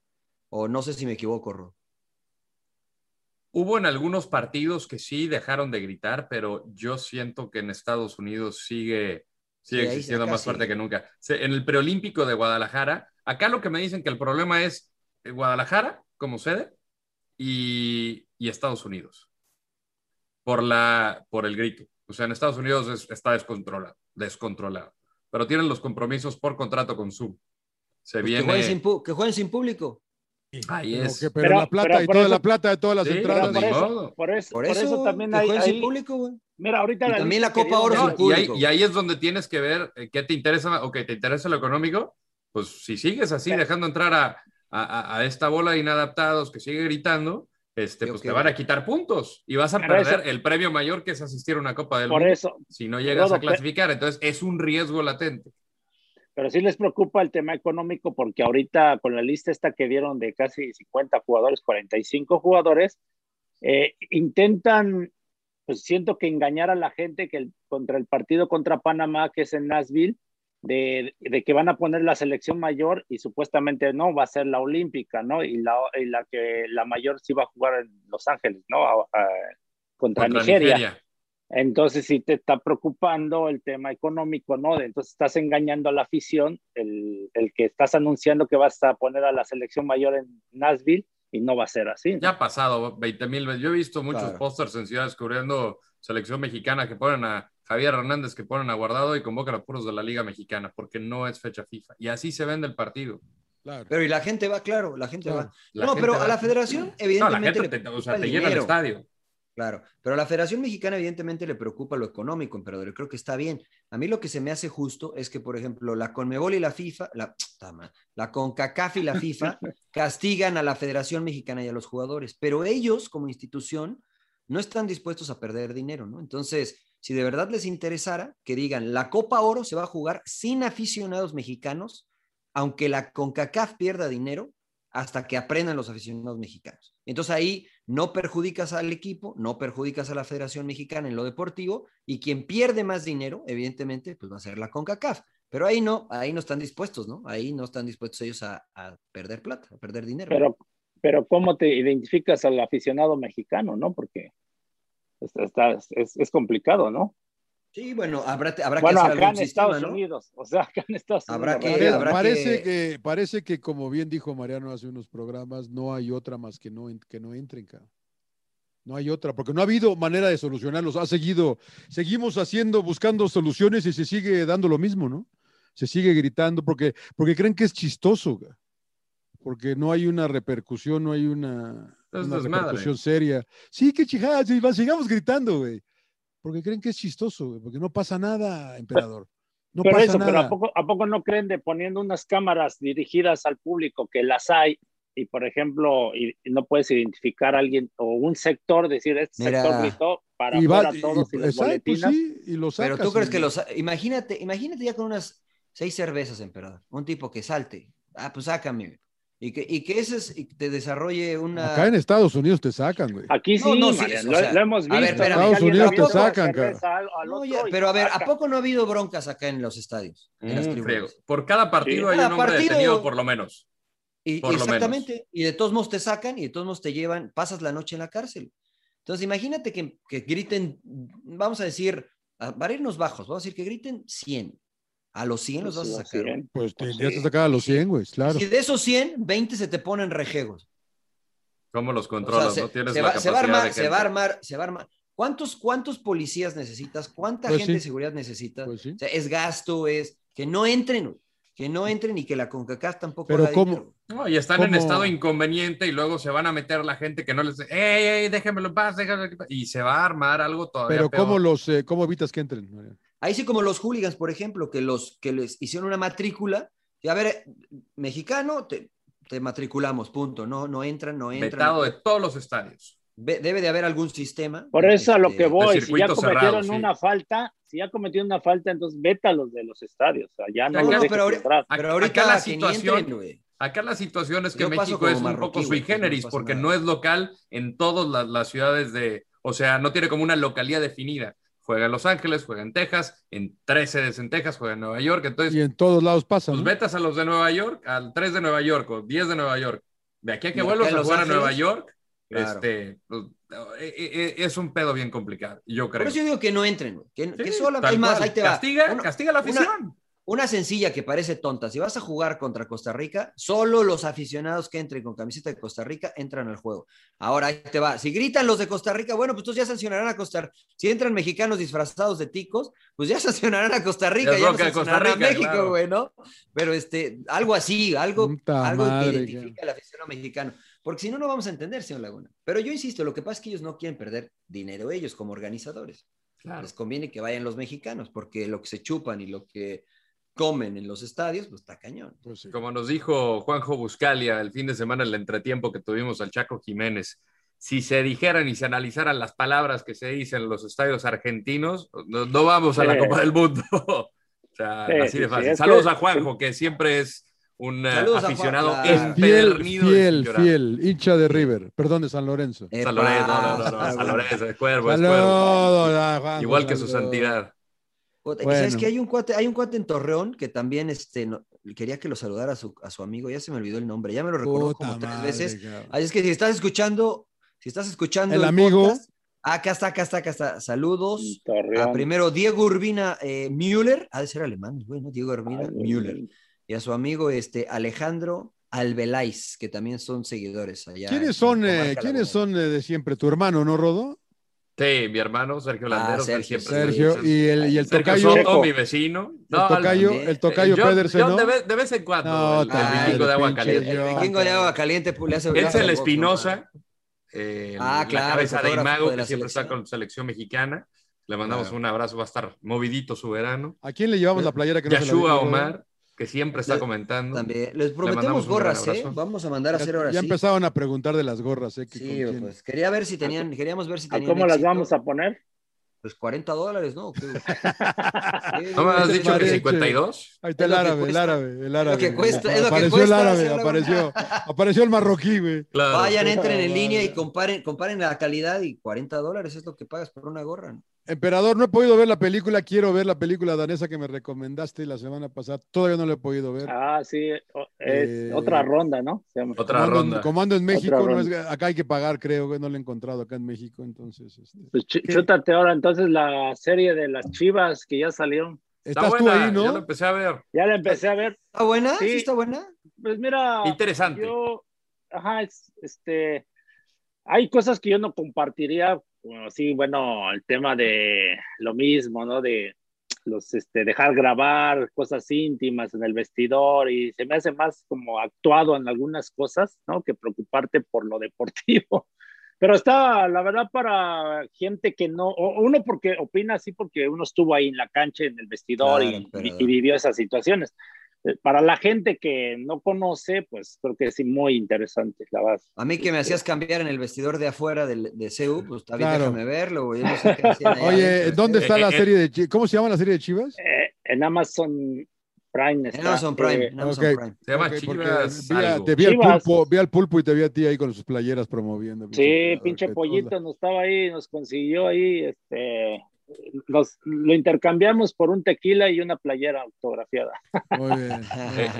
B: o no sé si me equivoco, Ro.
I: Hubo en algunos partidos que sí dejaron de gritar, pero yo siento que en Estados Unidos sigue, sigue sí, existiendo más fuerte que nunca. En el preolímpico de Guadalajara, acá lo que me dicen que el problema es eh, Guadalajara como sede y, y Estados Unidos por, la, por el grito. O sea, en Estados Unidos es, está descontrolado, descontrolado. Pero tienen los compromisos por contrato con Zoom. Se
B: pues
I: viene...
B: que, jueguen sin que jueguen sin público.
I: Ahí es.
H: Que, pero, pero, la plata pero y toda eso, la plata de todas las sí, entradas.
G: Por eso, por eso, por, eso, por eso también hay, hay...
B: público, güey.
G: Mira, ahorita
B: y la también la Copa Oro no, sin público.
I: Y ahí, y ahí, es donde tienes que ver eh, qué te interesa o okay, te interesa lo económico. Pues si sigues así sí. dejando entrar a, a, a, esta bola de inadaptados que sigue gritando, este, Yo pues te van a quitar puntos y vas a pero perder el premio mayor que es asistir a una Copa del
G: por
I: Mundo.
G: Eso.
I: Si no llegas Rodo, a clasificar, entonces es un riesgo latente
G: pero sí les preocupa el tema económico porque ahorita con la lista esta que dieron de casi 50 jugadores, 45 jugadores, eh, intentan, pues siento que engañar a la gente que el, contra el partido contra Panamá, que es en Nashville, de, de, que van a poner la selección mayor y supuestamente no, va a ser la olímpica, ¿no? Y la, y la que la mayor sí va a jugar en Los Ángeles, ¿no? A, a, contra, contra, Nigeria. Nigeria. Entonces, si te está preocupando el tema económico, ¿no? Entonces, estás engañando a la afición, el, el, que estás anunciando que vas a poner a la selección mayor en Nashville y no va a ser así. ¿no?
I: Ya ha pasado 20 mil veces. Yo he visto muchos claro. pósters en ciudades cubriendo selección mexicana que ponen a Javier Hernández, que ponen a Guardado y convocan a puros de la Liga Mexicana, porque no es fecha FIFA. Y así se vende el partido.
B: Claro. Pero y la gente va, claro, la gente claro. va. La no, gente pero va. a la federación, evidentemente. No, la gente
I: te, o sea, te llena el estadio.
B: Claro, pero a la Federación Mexicana evidentemente le preocupa lo económico, emperador, yo creo que está bien. A mí lo que se me hace justo es que, por ejemplo, la CONMEBOL y la FIFA, la, la CONCACAF y la FIFA castigan a la Federación Mexicana y a los jugadores, pero ellos como institución no están dispuestos a perder dinero, ¿no? Entonces, si de verdad les interesara que digan, la Copa Oro se va a jugar sin aficionados mexicanos, aunque la CONCACAF pierda dinero, hasta que aprendan los aficionados mexicanos. Entonces ahí no perjudicas al equipo, no perjudicas a la Federación Mexicana en lo deportivo y quien pierde más dinero, evidentemente, pues va a ser la CONCACAF. Pero ahí no, ahí no están dispuestos, ¿no? Ahí no están dispuestos ellos a, a perder plata, a perder dinero.
G: Pero, pero ¿cómo te identificas al aficionado mexicano, no? Porque está, está, es, es complicado, ¿no?
B: Sí, bueno, habrá, habrá
G: bueno,
B: que hacer
G: acá en
B: sistema,
G: Estados ¿no? Unidos, o sea, acá en Estados
B: habrá
G: Unidos.
B: Que,
H: habrá Eh, parece que... que... parece que como bien dijo Mariano hace unos programas, no hay otra más que no que no entren, cabrón. No hay otra, porque no ha habido manera de solucionarlos. Ha seguido, seguimos haciendo, buscando soluciones y se sigue dando lo mismo, ¿no? Se sigue gritando porque, porque creen que es chistoso, cabrón. porque no hay una repercusión, no hay una,
I: es
H: una repercusión seria. Sí, que chijadas, sigamos gritando, güey porque creen que es chistoso, güey, porque no pasa nada, emperador. No
G: pero
H: pasa
G: eso,
H: nada.
G: pero ¿a poco, ¿a poco, no creen de poniendo unas cámaras dirigidas al público que las hay? Y por ejemplo, y, y no puedes identificar a alguien o un sector, decir este Mira, sector gritó para
H: y
G: va, a todos y, y los
H: hay, pues sí, y lo
B: Pero tú crees que los. Imagínate, imagínate ya con unas seis cervezas, emperador. Un tipo que salte. Ah, pues sácame. Y que, y que ese es, y te desarrolle una.
H: Acá en Estados Unidos te sacan, güey.
G: Aquí sí, no, no, sí Mariano, o sea, lo, lo, hemos visto.
H: A ver, espérame, Estados Unidos te sacan,
B: cerveza, al, al no, ya, pero a ver, ¿a poco no ha habido broncas acá en los estadios? En
I: mm, las por cada partido sí. hay cada un hombre partido, detenido, por lo menos.
B: Y, por exactamente. Lo menos. Y de todos modos te sacan y de todos modos te llevan, pasas la noche en la cárcel. Entonces, imagínate que, que griten, vamos a decir, para irnos bajos, vamos a decir que griten 100. A los 100 pues los vas a sacar. 100.
H: Pues te, ya te sacaba a los 100, güey, claro.
B: Si de esos 100, 20 se te ponen rejegos.
I: ¿Cómo los controlas? O sea, se, no tienes
B: se
I: la
B: va,
I: capacidad
B: se va a armar,
I: de
B: se va a armar, se va a armar. ¿Cuántos, cuántos policías necesitas? ¿Cuánta
H: pues
B: gente
H: sí.
B: de seguridad necesitas?
H: Pues sí.
B: o sea, es gasto, es que no entren. que no entren y que la CONCACAF tampoco.
H: Pero
B: haga
H: ¿cómo?
I: No, y están en
H: ¿Cómo?
I: estado inconveniente y luego se van a meter la gente que no les... ¡Ey, ey, déjenmelo en paz! déjenmelo en paz", Y se va a armar algo todavía
H: Pero
I: peor.
H: ¿cómo, los, eh, ¿cómo evitas que entren? Mariano?
B: Ahí sí como los hooligans, por ejemplo, que los que les hicieron una matrícula, y a ver, eh, mexicano, te, te matriculamos, punto. No, no entran, no entran.
I: vetado de todos los estadios.
B: Ve- Debe de haber algún sistema.
G: Por eso a lo
B: este,
G: que
I: de
G: voy, si ya
I: circuito
G: cometieron
I: cerrado, sí.
G: una falta, si ya cometieron una falta, entonces vete a los de los estadios. O sea, ya no
I: Acá-
G: los dejes
B: pero ahora-
G: entrar.
I: Ac-
B: Pero ahorita
I: acá la
B: que ni
I: situación-
B: entren, güey.
I: Acá la situación es que
B: Yo paso
I: México
B: como
I: es un
B: marroquí,
I: poco
B: güey,
I: sui
B: entonces no
I: generis,
B: pasa
I: porque
B: nada.
I: no es local en todas las, las ciudades de, o sea, no tiene como una localidad definida. Juega en Los Ángeles, juega en Texas, en tres sedes en Texas, juega en Nueva York. Entonces,
H: Y en todos lados pasa.
I: pues
H: ¿no?
I: vetas a los de Nueva York, al 3 de Nueva York o 10 de Nueva York. De aquí a que
B: Y acá
I: vuelvas
B: en
I: a
B: Los
I: jugar a
B: Ángeles,
I: Nueva York,
B: claro.
I: este, pues, eh, eh, eh, es un pedo bien complicado, yo creo.
B: Por eso yo digo que no entren, güey. Que,
I: Sí,
B: que solo-
I: tal
B: es más,
I: cual.
B: ahí te va.
I: castiga,
B: Una-
I: castiga a la
B: una-
I: afición.
B: Una sencilla que parece tonta. Si vas a jugar contra Costa Rica, solo los aficionados que entren con camiseta de Costa Rica entran al juego. Ahora ahí te va. Si gritan los de Costa Rica, bueno, pues entonces ya sancionarán a Costa Rica. Si entran mexicanos disfrazados de ticos, pues ya *laughs* sancionarán a Costa Rica, ya,
I: Ya es
B: no
I: bronca de Costa
B: sancionarán
I: Rica,
B: a México,
I: claro.
B: güey, ¿no? Pero este, algo así, algo,
H: Puta
B: algo
H: madre,
B: que
H: cabrón.
B: identifica al aficionado mexicano. Porque si no, no vamos a entender, señor Laguna. Pero yo insisto, lo que pasa es que ellos no quieren perder dinero ellos como organizadores
I: Claro.
B: les conviene que vayan los mexicanos, porque lo que se chupan y lo que comen en los estadios, pues está cañón.
H: Pues sí.
I: Como nos dijo Juanjo Buscalia el fin de semana en el entretiempo que tuvimos al Chaco Jiménez, si se dijeran y se analizaran las palabras que se dicen en los estadios argentinos, no, no vamos a la
G: Sí.
I: Copa del Mundo. *laughs* o sea,
G: Sí,
I: así
G: sí,
I: de
G: sí,
I: fácil.
G: es
I: Saludos
G: que-
I: a Juanjo, que siempre es un eh,
B: Saludos a
I: aficionado
B: Juan, Ah, claro.
H: Fiel,
I: empedernido de
H: fiel,
I: llorar.
H: fiel, hincha de River, perdón, de San Lorenzo.
I: San Lorenzo, Pues, no, no, no, San Lorenzo, es cuervo, es cuervo.
H: Saludos, ah, Juan,
I: Igual que su
H: saludos.
I: santidad.
B: Puta,
H: Bueno.
B: ¿Sabes que hay un cuate, hay un cuate en Torreón que también este, no- quería que lo saludara a su, a su amigo, ya se me olvidó el nombre, ya me lo recordó
H: Puta
B: como tres
H: madre,
B: veces.
H: cabrón.
B: Así es que si estás escuchando, si estás escuchando
H: El amigo.
B: podcast, acá está, acá está, acá está. Saludos.
G: Torreón.
B: A primero Diego Urbina eh, Müller, ha de ser alemán, bueno, Diego Urbina
G: Ay,
B: Müller. Y a su amigo este, Alejandro Albeláis, que también son seguidores allá. en
H: ¿Quiénes son, eh,
B: Comarca Laguna.
H: ¿quiénes son eh, de siempre? ¿Tu hermano, no, Rodo?
I: Sí, mi hermano Sergio Landeros, que
B: Sergio,
I: siempre-
H: Sergio. Y el, y el
I: Sergio
H: tocayo.
I: Soto,
G: Ah, Checo.
I: mi vecino.
H: El
I: No,
H: tocayo,
B: también.
H: el tocayo
I: Eh, John-
H: Pedersen,
I: John
H: ¿no?
I: de, vez, de vez en cuando,
H: No,
I: el, el
B: también,
I: vikingo de agua
H: pinche
I: caliente.
H: John.
B: El vikingo de agua caliente, pues, le hace- le
I: Es
B: hace
I: el
B: box,
I: Espinosa, eh,
B: Ah, claro,
I: la
B: el
I: cabeza de
B: fotógrafo
I: Imago,
B: de
I: que
B: la
I: siempre está
B: selección.
I: con selección mexicana. Le mandamos
B: Claro.
I: un abrazo, va a estar movidito su verano.
H: ¿A quién le llevamos la playera que no se la
I: Yashua
H: dimos, Rodo?
I: Omar, que siempre está
B: Le-
I: comentando.
B: También. Les
I: mandamos
B: prometemos
I: un gran
B: gorras, ¿eh?
I: abrazo.
B: Vamos a mandar a hacer
H: Ya,
B: ahora
H: ya
B: sí.
H: empezaron a preguntar de las gorras, ¿eh? que con
B: Sí,
H: quién.
B: pues quería ver si tenían, queríamos ver si
G: ¿A
B: tenían.
G: cómo las
B: éxito.
G: vamos a poner?
B: Pues 40 dólares,
G: *laughs*
B: ¿no? ¿Qué- este qué-
I: ¿No me has
H: Ese
I: dicho que
H: Mareche.
I: 52?
H: Ahí
B: Es
H: está el
B: lo que
H: árabe, el
B: cuesta.
H: árabe, el árabe.
B: que cuesta, es lo que
H: apareció el
B: cuesta,
H: árabe,
B: señor
H: apareció, apareció el marroquí, güey.
I: Claro.
B: Vayan,
G: *laughs*
H: Puta
B: entren en línea y
H: madre.
B: comparen, comparen la calidad y 40 dólares es lo que pagas por una gorra. ¿no?
H: Emperador, no he podido ver la película, quiero ver la película danesa que me recomendaste la semana pasada, todavía no la he podido ver.
G: Ah, sí, o- es
H: Eh,
G: otra ronda, ¿no? Se llama.
I: Otra
H: Como ando en-
I: ronda.
H: Como ando en México,
G: Otra
H: no es- acá hay que pagar, creo, que no lo he encontrado acá en México, entonces. este,
G: Pues chu- chútate ahora entonces la serie de las chivas que ya salieron.
H: Estás
I: está
H: tú
I: buena,
H: ahí,
I: ya lo
H: ¿no?
I: empecé a ver.
G: Ya la empecé a ver.
B: ¿Está buena? ¿Sí,
G: Sí.
B: está buena?
G: Pues mira,
I: Interesante.
G: yo, ajá, es- este, hay cosas que yo no compartiría, bueno, sí, bueno, el tema de lo mismo, ¿no? De los, este, dejar grabar cosas íntimas en el vestidor y se me hace más como actuado en algunas cosas, ¿no? Que preocuparte por lo deportivo. *laughs* Pero está, la verdad, para gente que no, o- uno porque opina así porque uno estuvo ahí en la cancha, en el vestidor
B: Claro,
G: y-
B: pero-
G: y vivió esas situaciones eh, para la gente que no conoce, pues creo que es muy interesante, la verdad.
B: A mí que
H: Eh,
B: me hacías cambiar en el vestidor de afuera del, de CEU, pues está bien,
H: Claro.
B: déjame verlo. güey, yo no sé
H: *laughs*
B: qué hacían ahí
H: Oye,
B: adentro.
H: ¿dónde
I: *laughs*
H: está la
I: Eh, eh,
H: serie de Chivas? ¿Cómo se llama la serie de Chivas?
G: Eh, en Amazon Prime está.
B: En Amazon Prime,
G: eh,
B: en Amazon
H: ok.
B: Prime.
I: Se llama
H: Ok, porque
I: Chivas.
H: vi a-
I: algo.
H: te vi al,
G: Chivas.
H: pulpo, vi al pulpo y te vi a ti ahí con sus playeras promoviendo.
G: sí,
B: "Ah,
H: emperador,
G: pinche
H: qué
G: pollito nos estaba ahí, nos consiguió ahí, este, nos, lo intercambiamos por un tequila y una playera autografiada.
H: onda. Muy
G: *laughs*
H: bien.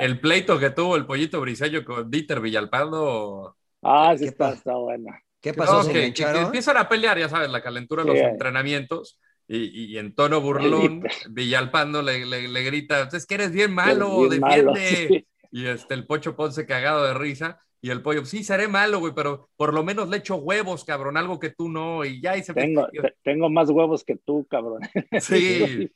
I: El pleito que tuvo el pollito briseño con Dieter Villalpando.
G: Ah, sí,
B: ¿Qué
G: está,
B: pasa?
G: está buena.
B: *laughs* ¿Qué pasó?
I: No,
B: ¿Se
I: que- que- que
B: engancharon?
I: empiezan a pelear, ya sabes, la calentura de los
G: Sí.
I: entrenamientos. Y, y en tono burlón, Villalpando le, le- le grita: Es que eres bien
B: Ah,
I: malo,
G: Bien malo,
I: defiende.
G: *laughs* sí.
I: Y este, el Pocho Ponce cagado de risa. Y el pollo, sí, seré malo, güey, pero por lo menos le echo huevos, cabrón, algo que tú no. Y ya, y
B: *laughs*
I: se
G: Tengo, te- tengo más huevos que tú, cabrón.
I: *laughs* Sí,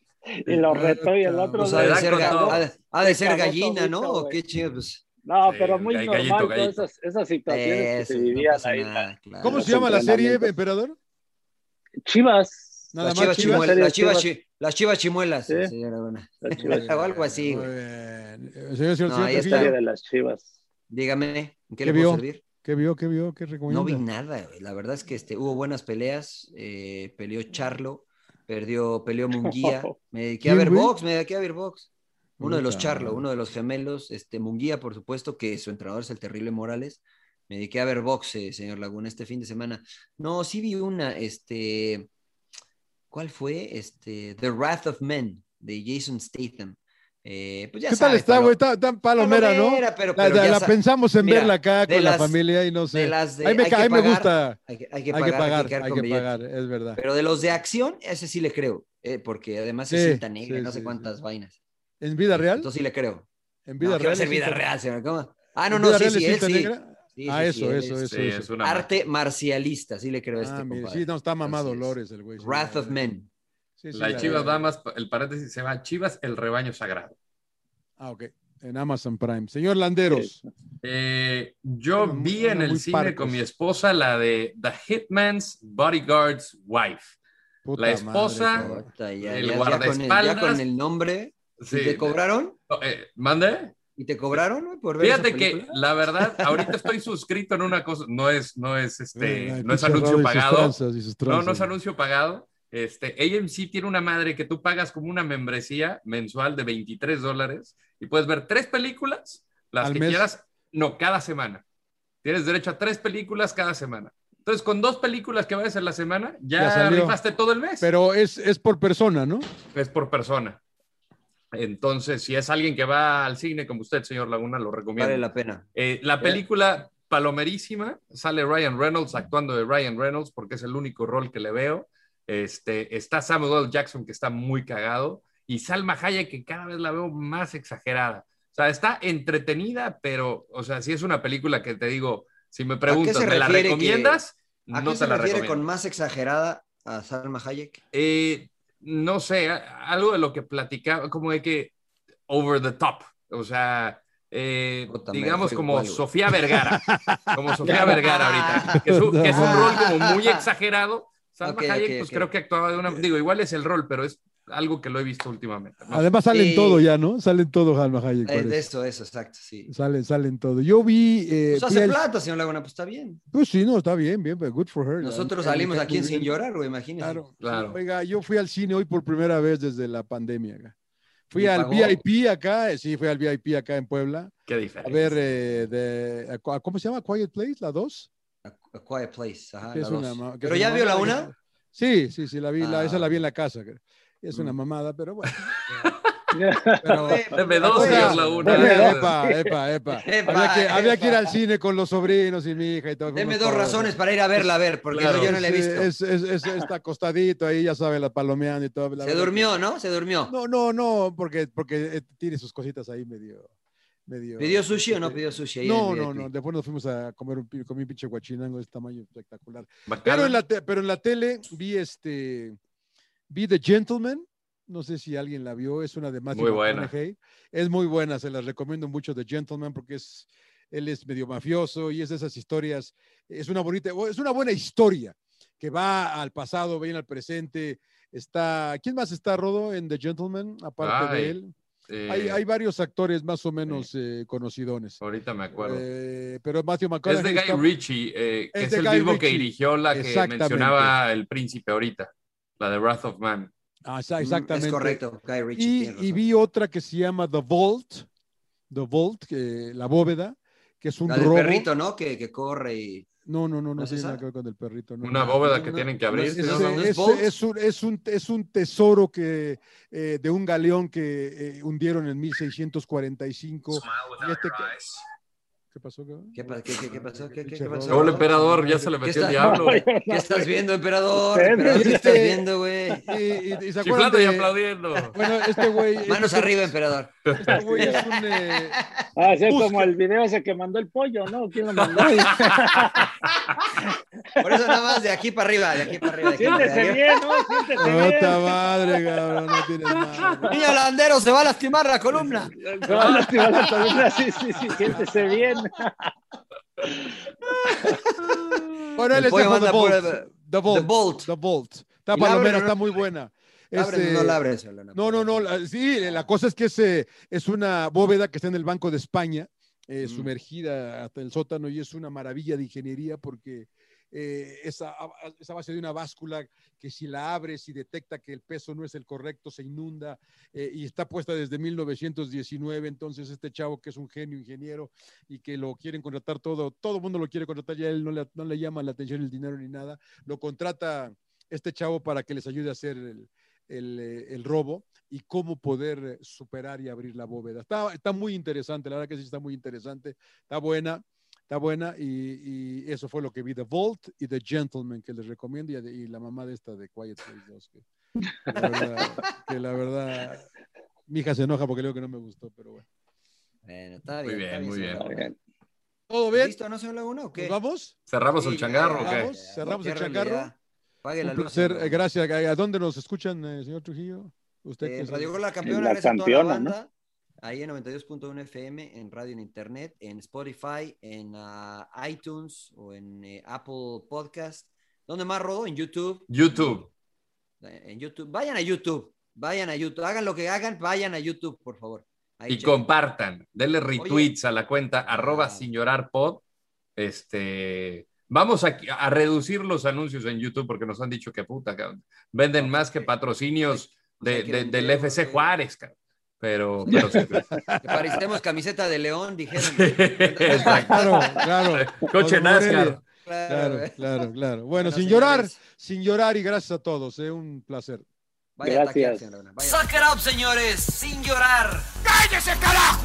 G: y lo retó y el otro.
B: Pues ha, de ser, ga- ha de- ha de ser gallina, ¿no? ¿O qué chingados? Pues,
G: No,
B: Sí,
G: pero muy
B: gall-
G: normal
B: gallito,
G: todas
B: gallito.
G: esas, esas situaciones que
B: Eso,
G: se
B: no
G: vivían
B: pasa
G: ahí.
B: nada, claro.
H: ¿Cómo
G: los
H: se llama la serie,
G: entrenamientos.
H: emperador?
G: Chivas.
H: Nada
B: las,
H: más,
B: chivas
H: Chivas.
B: chimuelas, las, chivas,
H: Chivas.
B: chi- las chivas chimuelas,
G: Sí.
B: señora Luna.
G: Las chivas.
B: O algo así,
H: Muy
B: güey.
H: bien. Eh, Señor, señor,
B: No,
H: señor
B: ahí
H: Trujillo,
B: está.
G: de las Chivas.
B: Dígame, ¿en qué,
H: ¿Qué
B: le
H: vio?
B: puedo servir?
H: ¿Qué vio? ¿Qué vio? ¿Qué recomienda?
B: No vi nada, güey. la verdad es que este, hubo buenas peleas, eh, peleó Charlo, perdió, peleó Munguía, me dediqué a
H: ¿Quién,
B: ver
H: güey?
B: box, me dediqué a ver box. Uno de los
H: Puta
B: Charlo, uno de los gemelos, este Munguía, por supuesto, que su entrenador es el terrible Morales. Me dediqué a ver box, eh, señor Laguna, este fin de semana. No, sí vi una, este, ¿cuál fue? Este, The Wrath of Men, de Jason Statham. Eh, pues ya
H: ¿Qué tal
B: sabe,
H: está,
B: palo-
H: güey? Está, está palomera, ¿no?
B: Palomera, pero-
H: La-
B: pero
H: la
B: ya
H: la
B: sa-
H: pensamos en
B: Mira,
H: verla acá
B: de
H: con la
B: las-
H: familia y no
B: de
H: sé.
B: las de-
H: ahí me,
B: hay
H: ca-
B: que
H: ahí me
B: pagar,
H: gusta.
B: Hay que,
H: Hay que pagar,
B: pagar, hay que
H: hay que pagar,
B: quedar con billete.
H: es verdad.
B: Pero de los de acción, ese sí le creo, eh, porque además
H: Sí,
B: es cinta negra,
H: sí,
B: y no
H: sí, sí.
B: sé cuántas vainas.
H: ¿En vida real?
B: Entonces sí le creo.
H: ¿En
B: No,
H: vida
B: ¿qué va a
H: real?
B: ser
H: es
B: vida
H: cinta-
B: real, señor? ¿Cómo? Ah, no,
H: ¿En
B: no,
H: vida
B: sí,
H: real
B: sí,
H: es
B: él
H: cinta
B: sí.
H: negra?
B: Sí,
H: Ah,
B: sí,
H: eso,
B: él
H: eso,
B: es-
H: eso,
I: Sí,
H: eso.
I: es una
B: Arte marcialista, sí le creo a este
H: Ah, mire,
B: compadre.
H: sí, no, está mamado
B: Así es.
H: Lores el güey. sí,
B: Wrath
H: la
B: of
H: verdad.
B: Men.
H: Sí, sí,
I: La de
H: la
I: Chivas
H: verdad.
I: nada más, el paréntesis se llama Chivas, el rebaño sagrado.
H: Ah, ok. En Amazon Prime. Señor Landeros.
I: Eh, yo
H: Bueno, muy-
I: vi en
H: bueno, muy
I: el cine
H: parcos.
I: con mi esposa la de The Hitman's Bodyguard's Wife.
H: Puta
I: La esposa-
H: madre, cabrón.
B: Puta, ya,
I: Ah, El
B: ya- ya con el, ya
I: guardaespaldas.
B: con el nombre.
I: Sí.
B: ¿Y te cobraron?
I: Eh, ¿Mande?
B: ¿Y te cobraron güey, por ver
I: Fíjate
B: esa
I: que
B: película?
I: la verdad, ahorita estoy suscrito en una cosa, no es, no es este,
H: Ay,
I: no es
H: pinche Raúl
I: anuncio
H: y sus
I: pagado.
H: tranzas y sus
I: No,
H: tranzas.
I: no es anuncio pagado. Este, AMC tiene una madre que tú pagas como una membresía mensual de 23 dólares y puedes ver tres películas, las
H: ¿Al
I: que
H: mes?
I: quieras, no, cada semana. Tienes derecho a tres películas cada semana. Entonces, con dos películas que vayas en la semana,
H: Ya
I: ya,
H: salió.
I: rifaste todo el mes.
H: Pero es, es por persona, ¿no?
I: Es por persona. Entonces, si es alguien que va al cine como usted, señor Laguna, lo recomiendo.
B: Vale la pena.
I: Eh, la película palomerísima, sale Ryan Reynolds actuando de Ryan Reynolds porque es el único rol que le veo. Este, está Samuel L. Jackson que está muy cagado y Salma Hayek que cada vez la veo más exagerada. O sea, está entretenida, pero, o sea, si es una película que te digo, si me preguntas,
B: se
I: ¿me la
B: refiere que-
I: recomiendas?
B: ¿A
I: no
B: qué
I: te
B: se
I: la
B: refiere
I: recomiendo.
B: con más exagerada a Salma Hayek?
I: Eh, no sé, a- algo de lo que platicaba, como de que over the top, o sea, eh,
B: Puta, me
I: digamos
B: fue
I: como
B: igual, güey.
I: Sofía Vergara,
H: *laughs*
I: como Sofía Vergara
B: Ah,
I: *laughs* ahorita, que es, un, que es un rol como muy exagerado. Salma
B: Ok,
I: Hayek,
B: ok,
I: pues
B: ok.
I: creo que actuaba de una, digo, igual es el rol, pero es algo que lo he visto últimamente. ¿no?
H: Además salen
B: Sí.
H: todo ya, ¿no? Salen todo Salma Hayek.
B: Eh, de
H: parece.
B: eso, eso, exacto, sí.
H: Salen, salen todo. Yo vi. eh,
B: Pues
H: fui
B: hace
H: al-
B: plata, señor Laguna, pues está bien.
H: Pues sí, no, está bien, bien, pero good for her.
B: Nosotros
H: Ya,
B: salimos
H: ya,
B: aquí en
H: muy
B: Sin
H: bien.
B: Llorar, güey, imagínese.
H: Claro,
I: Claro.
H: Sí, Oiga, yo fui al cine hoy por primera vez desde la pandemia. acá. Fui
B: ¿Y
H: al
B: pagó?
H: VIP acá, eh, sí, fui al VIP acá en Puebla.
I: Qué
H: A
I: diferencia.
H: ver, eh, de, a cu- ¿cómo se llama? Quiet Place, la 2.
B: A, a Quiet Place, ajá,
H: que
B: Ah, la
H: es una
B: dos.
H: ma- que
B: Pero
H: es
B: ya
H: una
B: vio la
H: mamada
B: una.
H: que- Sí, sí, sí, la vi, la-
B: Ah. Mm.
H: esa la vi en la casa. creo. Es una mamada, pero bueno.
B: Pero, *laughs*
I: Deme dos,
H: Oiga,
I: señor
H: *laughs*
I: Laguna.
H: oiga,
I: Deme dos.
H: epa, epa, epa.
B: Epa,
H: había, que, había que ir
B: epa.
H: al cine con los sobrinos y mi hija y todo.
B: Deme
H: fuimos
B: dos
H: todos.
B: razones para ir a verla, a ver, porque
I: Claro.
B: yo no la he
H: Sí,
B: visto.
H: Es, es- es- está acostadito ahí, ya sabe, la palomeando y todo. la
B: Se
H: verdad
B: durmió,
H: que-
B: ¿no? Se durmió.
H: No, no, no, porque, porque eh, tiene sus cositas ahí medio. medio este,
B: ¿Pidió sushi o no pidió sushi? ahí en
H: No,
B: el
H: no, no.
B: videoclip?
H: Después nos fuimos a comer un, pi- comí un pinche guachinango de este tamaño espectacular. Pero
I: Bacala.
H: en, la te- pero en la tele vi este. Vi The Gentleman. No sé si alguien la vio. Es una de Matthew
I: Muy buena.
H: McConaughey. Es muy buena. Se las recomiendo mucho The Gentleman porque es. Él es medio mafioso y es de esas historias. Es una bonita. Es una buena historia que va al pasado, viene al presente. Está. ¿Quién más está, Rodo, en The Gentleman? Aparte
I: Ay,
H: de él.
I: Eh,
H: Hay, hay varios actores más o menos eh, conocidones.
I: Ahorita me acuerdo.
H: Eh, pero Matthew
I: es
H: McConaughey.
I: de Guy
H: está-
I: Ritchie, eh, que
H: Es
I: es,
H: de
I: el
H: Guy
I: mismo que
H: Ritchie.
I: dirigió la que
H: Exactamente.
I: mencionaba el príncipe ahorita, la de Wrath of Man.
H: Ah, exa-
B: Mm,
H: exactamente.
B: Es correcto, Guy Ritchie.
H: Y,
B: tiene
H: y
B: razón.
H: vi otra que se llama The Vault, The Vault, que- la bóveda, que es un
B: La del
H: robo.
B: perrito, ¿no? Que, que corre y.
H: No, no, no, no,
B: ¿No es
H: tiene
B: esa?
H: nada que ver con el perrito. no.
I: Una bóveda que tienen que abrir.
B: es-
H: Ese-
B: no,
I: ¿no?
B: no, no es
H: ese-
B: Vault.
H: es, un, es, un, es un tesoro que, eh, de un galeón que eh, hundieron en 1645. Y este que- ¿Qué pasó? cabrón?
B: ¿Qué, pa- qué- qué- qué pasó? ¿Qué, qué,
H: Pinche
B: qué pasó?
H: Raúl.
I: Hola, emperador, ya se le
B: ¿Qué
I: metió el
B: está-
I: diablo. güey.
B: *laughs* ¿Qué estás viendo, emperador?
G: Ustedes,
B: Emperador, ¿Qué
H: este-
B: estás viendo, güey?
H: Y, y- y se acuerdan
I: Chiflando y
H: de-
I: aplaudiendo.
B: *laughs*
H: Bueno, este güey.
B: Manos
H: este-
B: arriba, emperador.
H: este güey es un. eh,
G: Ah, sí,
B: *laughs*
H: Busca.
G: como el video ese que mandó el pollo, ¿no? ¿Quién lo mandó?
B: Por eso nada más de aquí para arriba, de aquí para arriba. De aquí
G: Siéntese
B: para
G: bien, ¿no? Siéntese bien.
H: Puta madre, cabrón, no tienes madre.
B: Niño Landero, se va a lastimar la columna.
G: Se va a lastimar la columna, sí, sí, sí, siéntese bien.
H: Bueno, él
B: El
H: es
B: pollo
H: de
B: manda
H: The
B: por el-
H: Bolt. The Bolt.
B: The Bolt.
H: The Bolt. Está
B: Y la abre,
H: palomera,
B: ¿no?
H: está muy buena.
B: Ábrele,
H: Este,
B: no la Ah. abres, Elena.
H: No, no, no. la- Sí, la cosa es que es, eh, es una bóveda que está en el Banco de España, eh, sumergida hasta el sótano, y es una maravilla de ingeniería porque eh, esa, esa base de una báscula que si la abres y detecta que el peso no es el correcto, se inunda eh, y está puesta desde 1919. Entonces, este chavo que es un genio ingeniero y que lo quieren contratar todo, todo el mundo lo quiere contratar, ya él no le, no le llama la atención el dinero ni nada, lo contrata este chavo para que les ayude a hacer el, el, eh, el robo y cómo poder eh, superar y abrir la bóveda. Está, está muy interesante, la verdad que sí está muy interesante, está buena, está buena y, y eso fue lo que vi, The Vault y The Gentleman, que les recomiendo y, y la mamá de esta de Quiet Place 2, que la verdad, que la verdad, mi hija se enoja porque le digo que no me gustó, pero bueno.
B: Bueno, está
I: Muy
B: bien. está
I: bien, muy
B: señor.
I: bien.
H: ¿Todo bien?
B: ¿Listo? ¿No se habla uno o qué?
H: ¿Nos vamos?
I: ¿Cerramos el changarro o qué?
H: Vamos, cerramos el
B: Cierra
H: changarro.
B: ya. Pague la
H: Un
B: luz.
H: placer,
B: señor.
H: eh, gracias. ¿A a dónde nos escuchan, eh, señor Trujillo? Usted que
B: Eh,
H: es el-
B: Radio Gol La Campeona,
G: La
B: gracias a toda
G: campeona,
B: la banda. Ahí en 92.1 FM, en radio en internet, en Spotify, en ah, iTunes o en eh, Apple Podcast. ¿Dónde más, Rodo? En YouTube.
I: YouTube.
B: Eh, En YouTube. Vayan a YouTube. Vayan a YouTube. Hagan lo que hagan, vayan a YouTube, por favor. Ahí
I: Y
B: chequen.
I: compartan, denle retweets a la cuenta arroba
B: Ah.
I: sin llorar pod. Este, vamos a, a reducir los anuncios en YouTube porque nos han dicho que puta, cabrón. Venden más que patrocinios
B: pues
I: de-
B: hay que
I: de-
B: vender,
I: del FC
B: güey.
I: Juárez, cabrón. Pero, pero sí.
B: *laughs*
I: *laughs*
B: Que parecemos camiseta de León, dijeron.
I: Exacto.
H: Claro,
B: *laughs*
H: claro.
I: Coche
H: Los de
I: NASCAR.
H: Morelia. Claro,
B: eh.
H: claro, claro. Bueno, sin
B: señores,
H: llorar, sin llorar y gracias a todos. eh, un placer.
B: Vaya a taquear,
G: Gracias.
B: señor Laguna, vaya a
A: Suck it up, señores, sin llorar.
C: ¡Cállese, carajo!